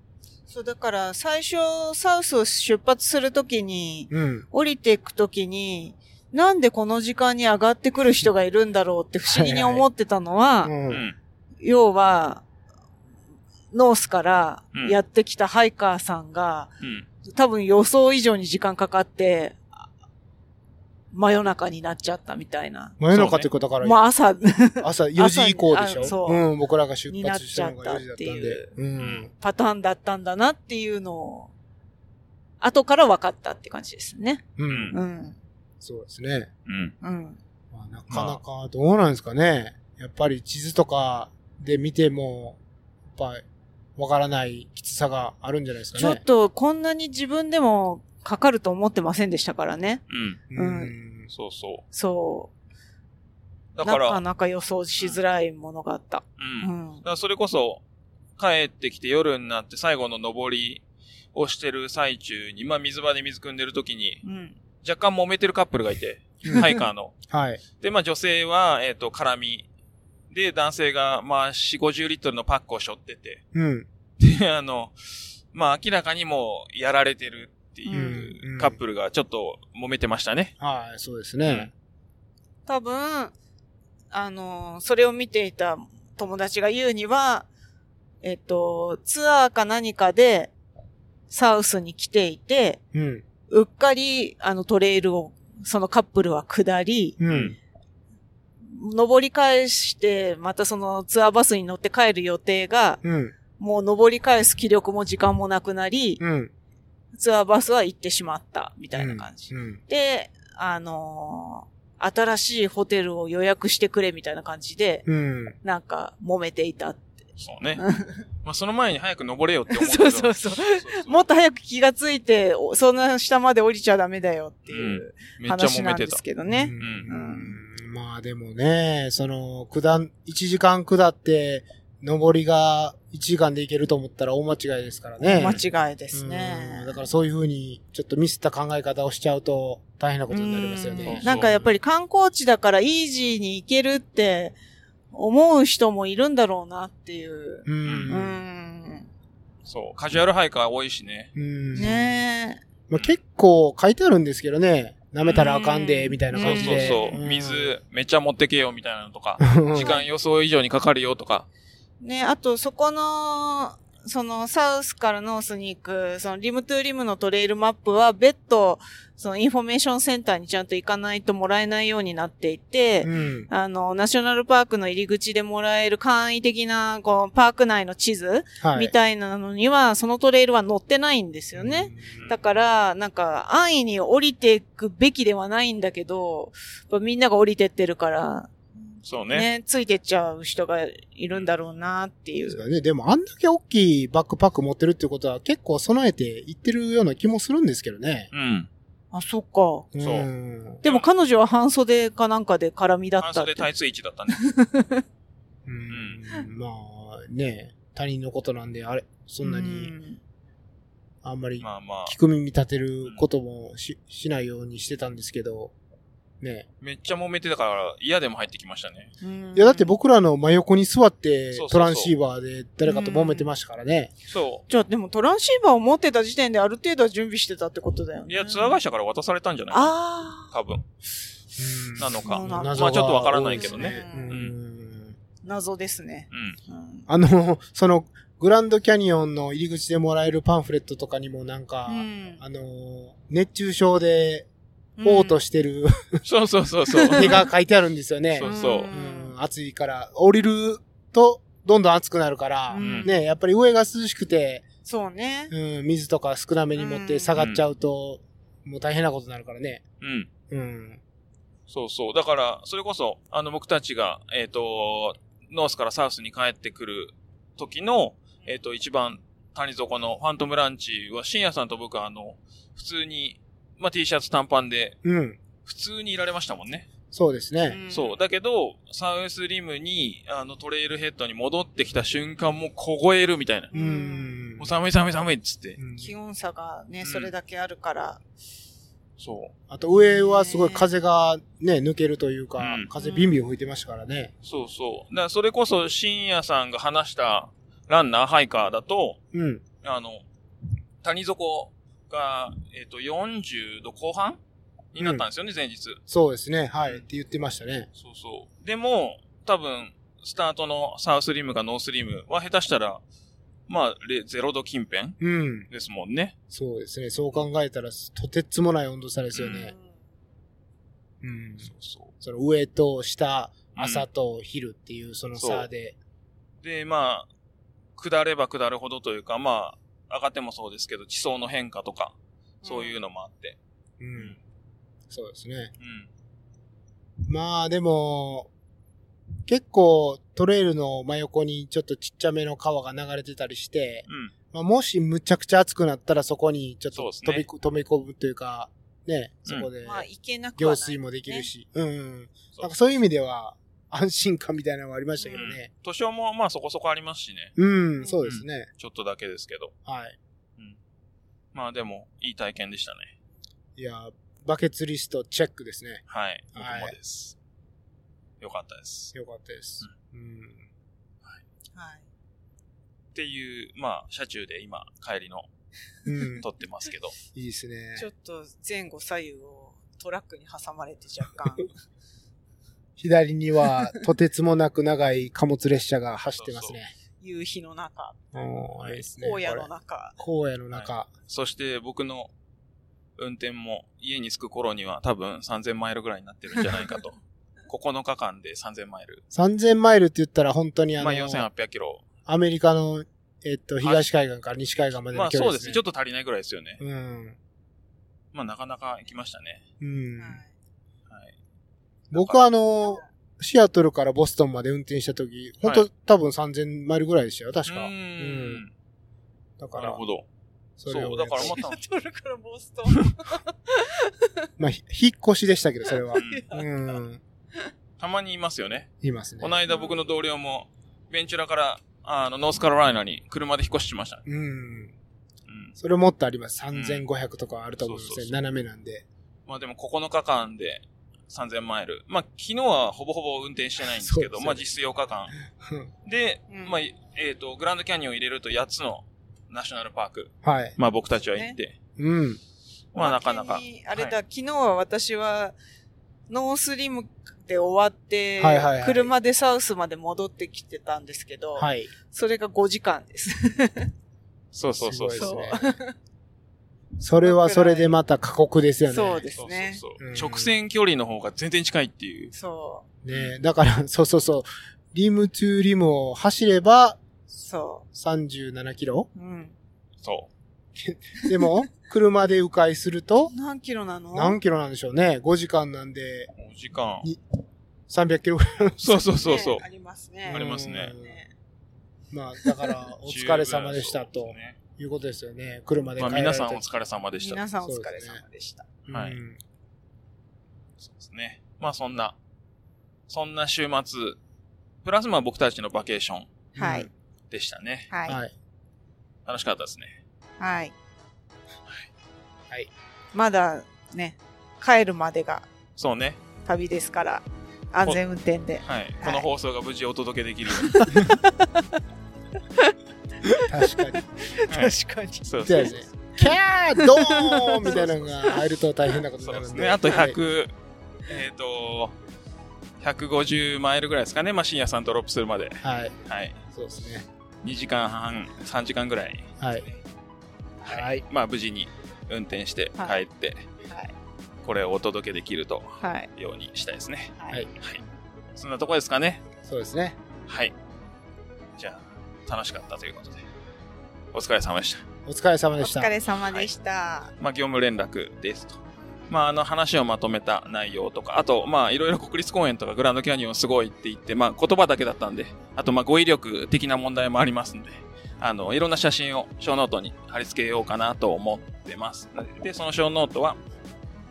Speaker 3: そう、だから最初、サウスを出発するときに、
Speaker 2: うん。
Speaker 3: 降りていくときに、なんでこの時間に上がってくる人がいるんだろうって不思議に思ってたのは、
Speaker 2: う
Speaker 1: うんん。
Speaker 3: 要は、ノースから
Speaker 1: うん
Speaker 3: やってきたハイカーさんが、
Speaker 1: うん。
Speaker 3: 多分予想以上に時間かかって、真夜中になっちゃったみたいな。
Speaker 2: 真夜中ってことだから、
Speaker 3: まあ朝、
Speaker 2: 朝4時以降でし
Speaker 3: 朝にあそ
Speaker 2: ょ
Speaker 3: う
Speaker 2: うん、僕らが出発したのが4時だったん
Speaker 3: になっち
Speaker 2: で
Speaker 3: ゃっ。
Speaker 2: う
Speaker 1: うんん。
Speaker 3: パターンだったんだなっていうのを、後から分かったって感じですね。
Speaker 2: う
Speaker 1: うん
Speaker 2: ん。
Speaker 3: うん。
Speaker 2: そうですね。
Speaker 1: うん。
Speaker 3: うん。
Speaker 2: まあ、なかなかどうなんですかね。やっぱり地図とかで見ても、やっぱりわからないきつさがあるんじゃないですかね。
Speaker 3: ちょっとこんなに自分でもかかると思ってませんでしたからね。
Speaker 1: うん。
Speaker 2: う。
Speaker 3: うん
Speaker 1: そうそ。
Speaker 3: そうう。
Speaker 1: だか、
Speaker 3: なからなか予想しづらいものがあった。
Speaker 1: うん
Speaker 3: う。ん
Speaker 1: だ。からそれこそ、帰ってきて夜になって最後の登りをしてる最中に、まあ水場で水汲んでる時に、
Speaker 3: うん。
Speaker 1: 若干揉めてるカップルがいて、ハイカーの。
Speaker 2: はい。
Speaker 1: で、まあ女性は、えっ、と、辛み。で、男性が、まあ、4、50リットルのパックを背負ってて。
Speaker 2: うん。
Speaker 1: で、あの、まあ明らかにもうやられてるって
Speaker 2: うんう
Speaker 1: い
Speaker 2: ん
Speaker 1: うカップルがちょっと揉めてましたね。
Speaker 2: はい、そうですね。
Speaker 3: 多分、あの、それを見ていた友達が言うには、えっと、ツアーか何かでサウスに来ていて、
Speaker 2: うん。
Speaker 3: うっかり、あの、トレイルを、そのカップルは下り、
Speaker 2: うん。
Speaker 3: 登り返して、またそのツアーバスに乗って帰る予定が、
Speaker 2: うん。
Speaker 3: もう登り返す気力も時間もなくなり、
Speaker 2: うん。
Speaker 3: ツアーバスは行ってしまった、みたいな感じ。
Speaker 2: うん。
Speaker 3: で、あのー新しいホテルを予約してくれ、みたいな感じで、
Speaker 2: うん。
Speaker 3: なんか、揉めていた。
Speaker 1: そう ね。まあその前に早く登れよって思うけ
Speaker 3: そ
Speaker 1: ど。
Speaker 3: うそうそう。
Speaker 1: そう
Speaker 3: もっと早く気がついて、おそんな下まで降りちゃダメだよっていう
Speaker 1: めっちゃ
Speaker 3: 話
Speaker 1: 揉
Speaker 3: な
Speaker 1: め
Speaker 3: ん
Speaker 1: て
Speaker 3: で
Speaker 1: た
Speaker 3: す。けどね。
Speaker 2: うん。うんまあでもね、その、下ん、1時間下って、上りが1時間で行けると思ったら大間違いですからね。
Speaker 3: 間違いで
Speaker 2: です
Speaker 3: ね
Speaker 2: だ。からそういうふうに、ちょっとミスった考え方をしちゃうと、大変なことになりますよ
Speaker 3: う
Speaker 2: ね
Speaker 3: ん。なんかやっぱり観光地だからイージーに行けるって思う人もいるんだろうなっていう。
Speaker 2: う。
Speaker 3: うんん。
Speaker 1: そう。カジュアルハイカー多いしね。
Speaker 2: うん。
Speaker 3: ねえ。
Speaker 2: まあ結構書いてあるんですけどね、舐めたらあかんで、みたいな
Speaker 1: そ
Speaker 2: 感
Speaker 1: う
Speaker 2: じ
Speaker 1: そう
Speaker 2: で。
Speaker 1: そう。
Speaker 2: ん
Speaker 1: 水、めっちゃ持ってけよみたいなのとか、
Speaker 2: うん
Speaker 1: 時間予想以上にかかるよとか。
Speaker 3: ねあとそこの、そのサウスからノースに行く、そのリムトゥーリムのトレイルマップは別途、そのインフォメーションセンターにちゃんと行かないともらえないようになっていて、
Speaker 2: うん。
Speaker 3: あの、ナショナルパークの入り口でもらえる簡易的な、こう、パーク内の地図
Speaker 2: はい。
Speaker 3: みたいなのには、そのトレイルは載ってないんですよね。だから、なんか、安易に降りていくべきではないんだけど、やっぱみんなが降りてってるから、
Speaker 1: そう
Speaker 3: ね
Speaker 1: ね。
Speaker 3: ついてっちゃう人がいるんだろうなってい
Speaker 2: ですか
Speaker 3: う。
Speaker 2: らね。でも、あんだけ大きいバックパック持ってるってことは、結構備えていってるような気もするんですけどね。
Speaker 1: うん。
Speaker 3: あ、そっか。
Speaker 1: うん
Speaker 2: ん。
Speaker 3: でも彼女は半袖かなんかで絡みだ
Speaker 1: 半
Speaker 3: ったっ
Speaker 1: 袖
Speaker 3: て。
Speaker 1: タイツ1だったね。
Speaker 2: うんまあ、ね、他人のことなんで、あれ、そんな
Speaker 3: う
Speaker 2: に、
Speaker 3: ん
Speaker 2: あんまり、
Speaker 1: まあまあ、
Speaker 2: 聞く耳立てることもし、しないようにしてたんですけど、ね。
Speaker 1: めっちゃ揉めてたから、嫌でも入ってきましたね。
Speaker 3: うん
Speaker 2: いや、だって僕らの真横に座っ
Speaker 1: そう
Speaker 2: て
Speaker 1: そうそう、
Speaker 2: トランシーバーで誰かと揉めてましたからね。
Speaker 1: そ
Speaker 3: じゃあでもトランシーバーを持ってた時点である程度は準備してたってことだよ
Speaker 1: う。
Speaker 3: ね。
Speaker 1: いや、ツアー会社から渡されたんじゃない
Speaker 3: ああ、
Speaker 1: 多分。なのか。
Speaker 3: そう
Speaker 1: ま
Speaker 3: な
Speaker 1: あ
Speaker 3: ん
Speaker 1: ち
Speaker 3: だ
Speaker 1: ょ
Speaker 2: 謎
Speaker 1: っ
Speaker 2: が
Speaker 1: とわからないけど
Speaker 2: 多
Speaker 1: ね。
Speaker 2: ですね
Speaker 1: う
Speaker 2: うん
Speaker 3: 謎ですね。
Speaker 1: うん。
Speaker 3: うん
Speaker 2: あの、その、グランドキャニオンの入り口でもらえるパンフレットとかにもなんか、
Speaker 3: うん
Speaker 2: あの、熱中症で、嘔吐して る
Speaker 1: そうそうそうそう。
Speaker 2: 絵が書いてあるんですよね。
Speaker 1: そう
Speaker 3: うん
Speaker 2: うん暑いから、降りると、どんどん暑くなるから、
Speaker 3: うん
Speaker 2: ね、やっぱり上が涼しくて、
Speaker 3: そうね。
Speaker 2: うん、水とか少なめに持っ
Speaker 3: う
Speaker 2: て
Speaker 3: ん
Speaker 2: 下がっちゃうと、もう大変なことになるからね。
Speaker 1: うん。
Speaker 2: うん。
Speaker 1: そうそう。だから、それこそ、あの、僕たちが、えっ、と、ノースからサウスに帰ってくる時の、えっ、と、一番谷底のファントムランチは、深夜さんと僕は、あの、普通に、まあ、T シャツ短パンで、
Speaker 2: うん。
Speaker 1: 普通にいられましたもんね。
Speaker 2: そうですね。
Speaker 3: ん
Speaker 1: そう。だけど、サウスリムに、あの、トレイルヘッドに戻ってきた瞬間、もう凍えるみたいな。
Speaker 2: う
Speaker 3: うん
Speaker 2: ん
Speaker 1: もう。寒い寒い寒いっつって。
Speaker 2: うん
Speaker 3: 気温差がね、
Speaker 1: ん
Speaker 3: それだけあるから。
Speaker 1: そう。
Speaker 2: あと上はすごい風がね、抜けるというか
Speaker 1: うん、
Speaker 2: 風ビンビン吹いてましたからね。
Speaker 1: そうそう。だからそれこそ、深夜さんが話したランナー、ハイカーだと、
Speaker 2: うん。
Speaker 1: あの、谷底が、えっ、と、40度後半になったんですよね、前日。
Speaker 2: そうですね。はい。って言ってましたね。
Speaker 1: そうそう。でも、多分、スタートのサウスリムかノースリムは下手したら、まあ、れ0度近辺
Speaker 2: うん。
Speaker 1: ですもんね。
Speaker 2: そうですね。そう考えたら、とてつもない温度差ですよね。うん。
Speaker 1: そうそ
Speaker 2: その上と下、
Speaker 1: うん
Speaker 2: 朝と昼っていうその差で。
Speaker 1: う。で、まあ、下れば下るほどというか、まあ、上がってもそうですけど、地層の変化とか、そういうのもあって。
Speaker 2: うん。そうですね。
Speaker 1: うん。
Speaker 2: まあでも、結構トレイルの真横にちょっとちっちゃめの川が流れてたりして、
Speaker 1: うん。
Speaker 2: まあ、もしむちゃくちゃ暑くなったらそこにちょっ
Speaker 1: そう
Speaker 2: と
Speaker 1: です
Speaker 2: 飛
Speaker 1: ね
Speaker 2: び,、飛び込むというか、ね、そこ
Speaker 3: う
Speaker 2: で
Speaker 3: んまあ、いけなくはな
Speaker 2: 行
Speaker 3: い。
Speaker 2: 水もできる
Speaker 3: ね。
Speaker 2: し、うん、うん。
Speaker 1: そう
Speaker 2: なんかそういう意味では安心感みたいなのはありましたけどね。
Speaker 1: 図書もまあそこそこありますしね。
Speaker 2: うん、そうですね。
Speaker 1: ちょっとだけですけど。
Speaker 2: はい。
Speaker 1: まあでも、いい体験でしたね。
Speaker 2: いや、バケツリストチェックですね。
Speaker 1: はい。僕
Speaker 2: はい
Speaker 1: もです。よかったです。
Speaker 2: よかったです。うん。
Speaker 3: はい。
Speaker 1: っていう、まあ、車中で今、帰りの
Speaker 2: うん、
Speaker 1: 撮ってますけど。
Speaker 2: いいですね。
Speaker 3: ちょっと前後左右をトラックに挟まれて若干。
Speaker 2: 左にはとてつもなく長い貨物列車が走ってますね。
Speaker 3: 夕日の中、
Speaker 2: おーいいですね。
Speaker 3: 荒
Speaker 2: これ
Speaker 3: 野の中。
Speaker 2: 荒野の中。
Speaker 1: そして僕の運転も家に着く頃には多分3000マイルぐらいになってるんじゃないか と。9日間で3000マイル。
Speaker 2: 3000マイルって言ったら本当にあ
Speaker 1: ま
Speaker 2: の、
Speaker 1: あ4800キロ。
Speaker 2: アメリカの、えっと、東海岸から西海岸まで
Speaker 1: ま
Speaker 2: の
Speaker 1: あ
Speaker 2: 距
Speaker 1: そう
Speaker 2: 離
Speaker 1: で
Speaker 2: ですす
Speaker 1: ね。
Speaker 2: ね。
Speaker 1: ちょっと足りないぐらいですよね。
Speaker 2: うん。
Speaker 1: まあなかなか行きましたね。
Speaker 2: うん。
Speaker 3: はい
Speaker 1: はい。
Speaker 2: 僕はあの、シアトルからボストンまで運転した時、本当、
Speaker 1: は
Speaker 2: 多分3000マイルぐらいでしたよ、確
Speaker 1: う
Speaker 2: か。
Speaker 1: ーん。
Speaker 2: だか
Speaker 1: なる
Speaker 2: ら
Speaker 1: ほ、ど。
Speaker 2: それを
Speaker 1: そう、だから
Speaker 2: ね
Speaker 1: また、
Speaker 3: トルからボスト ン。
Speaker 2: まあ、ひ引っ越しでしたけど、それは
Speaker 1: う。ん
Speaker 2: うん。
Speaker 1: たまにいますよね。
Speaker 2: いますね
Speaker 1: こ。の間僕の同僚も、ベンチュラから、あの、ノースカロライナに車で引っ越ししましたね。
Speaker 2: うん。
Speaker 1: うん。
Speaker 2: それもっとあります。3500とかあると思うんです
Speaker 1: そうそう
Speaker 2: ね。
Speaker 1: そう
Speaker 2: 斜めなんで。
Speaker 1: まあでも9日間で3000マイル。まあ昨日はほぼほぼ運転してないんですけど、
Speaker 2: そうですね
Speaker 1: まあ実質4日間。で、
Speaker 3: うん
Speaker 1: まあ、えっ、と、グランドキャニオン入れると8つのナショナルパーク。
Speaker 2: はい。
Speaker 1: まあ僕たちは行って。
Speaker 2: うん。
Speaker 1: まあなかなか
Speaker 3: 急。にあれ
Speaker 1: は
Speaker 3: だ、昨日は私は、ノースリムで終わって、
Speaker 2: はいはいはい
Speaker 3: 車でサウスまで戻ってきてたんですけど、
Speaker 2: はい。
Speaker 3: それが5時間です。
Speaker 1: そうそうそう
Speaker 2: す
Speaker 1: そう。
Speaker 2: ごいですね。それはそれでまた過酷ですよね。
Speaker 3: そうで
Speaker 1: そ
Speaker 3: す
Speaker 1: う
Speaker 3: ね。
Speaker 1: そう
Speaker 2: うん
Speaker 1: そう直線距離の方が全然近いっていう。
Speaker 3: そう。
Speaker 2: ねえだから、そうそうそう。リムトゥーリムを走れば
Speaker 3: そ
Speaker 2: 37キロ
Speaker 3: う。うん。
Speaker 1: そ
Speaker 2: でも、車で迂回すると
Speaker 3: 何キロなの
Speaker 2: 何キロなんでしょうね。5時間なんで
Speaker 1: う。お時間。
Speaker 2: に300キロぐらい。
Speaker 1: そうそうそうそう
Speaker 3: ね。ありますね。
Speaker 1: ありますね
Speaker 2: うん
Speaker 3: ね
Speaker 2: まあ、だから、お疲れ様でした
Speaker 1: 十分
Speaker 2: と
Speaker 1: そうですね
Speaker 2: いうことですよね。車で
Speaker 1: まあ
Speaker 2: 帰られて。
Speaker 1: 皆さんお疲れ様でした。
Speaker 3: 皆さんお疲れ様でした。
Speaker 1: んはい
Speaker 2: うん
Speaker 1: そうですね。まあそんな、そんな週末、プラスまあ僕たちのバケーション
Speaker 3: は
Speaker 2: う
Speaker 3: い
Speaker 2: ん。
Speaker 1: でしたね。
Speaker 3: はい。
Speaker 2: はい。
Speaker 1: 楽しかったですね。
Speaker 3: はい。
Speaker 2: はい。
Speaker 3: まだね、帰るまでが
Speaker 1: そうね。
Speaker 3: 旅ですから、安全運転で。
Speaker 1: はい。この放送が無事お届けできるように。
Speaker 2: 確かに。
Speaker 1: はい
Speaker 3: かに。
Speaker 1: そう
Speaker 2: じゃあ
Speaker 1: で
Speaker 2: ね
Speaker 1: すね。、
Speaker 2: キャードーンみたいなのが入ると大変なことに
Speaker 1: そう
Speaker 2: な
Speaker 1: で
Speaker 2: る
Speaker 1: す
Speaker 2: んで。
Speaker 1: ね。あと
Speaker 2: はい
Speaker 1: 100、えっ、と、150マイルぐらいですかね。まあ深夜さんドロップするまで。
Speaker 2: はい。
Speaker 1: はい。
Speaker 2: そうですね。
Speaker 1: 2時間半、3時間ぐらい。
Speaker 2: はい。
Speaker 1: はい
Speaker 2: はい。
Speaker 1: まあ無事に運転して帰
Speaker 3: はい
Speaker 1: って、
Speaker 3: はい。
Speaker 1: これをお届けできると
Speaker 3: はい。
Speaker 1: ようにしたいですね。
Speaker 2: は
Speaker 3: はいい。
Speaker 1: はい。そんなとこですかね。
Speaker 2: そうですね。
Speaker 1: はい。じゃあ、楽しかったということで。お疲れ様でした。
Speaker 2: お疲れ様
Speaker 3: お
Speaker 2: でした
Speaker 3: 疲。れ様でした。
Speaker 1: まあ、業務連絡ですと。まあ、あの話をまとめた内容とか、あと、まあ、いろいろ国立公園とかグランドキャニオンすごいって言って、まあ、言葉だけだったんで、あと、まあ、語彙力的な問題もありますんで、あの、いろんな写真を小ノートに貼り付けようかなと思ってます。で、その小ノートは、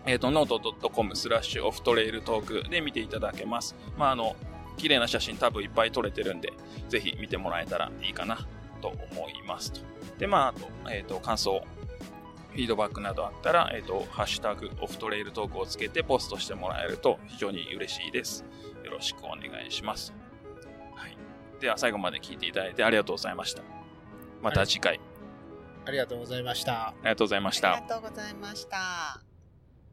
Speaker 1: えっ、と、note.com スラッシュオフトレイルトークで見ていただけます。まあ、あの、綺麗な写真多分いっぱい撮れてるんで、ぜひ見てもらえたらいいかなと思いますと。で、まあ、あと、えっ、と、感想フィードバックなどあったら、えっ、と、ハッシュタグ、オフトレイルトークをつけてポストしてもらえると非常に嬉しいです。よろしくお願いします。はい。では、最後まで聞いていただいてありがとうございました。また次回、
Speaker 2: ありがとうございました。
Speaker 1: ありがとうございまし
Speaker 3: あ
Speaker 1: た
Speaker 3: り。がとうございました。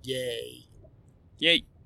Speaker 2: イェーイ。
Speaker 1: イェイ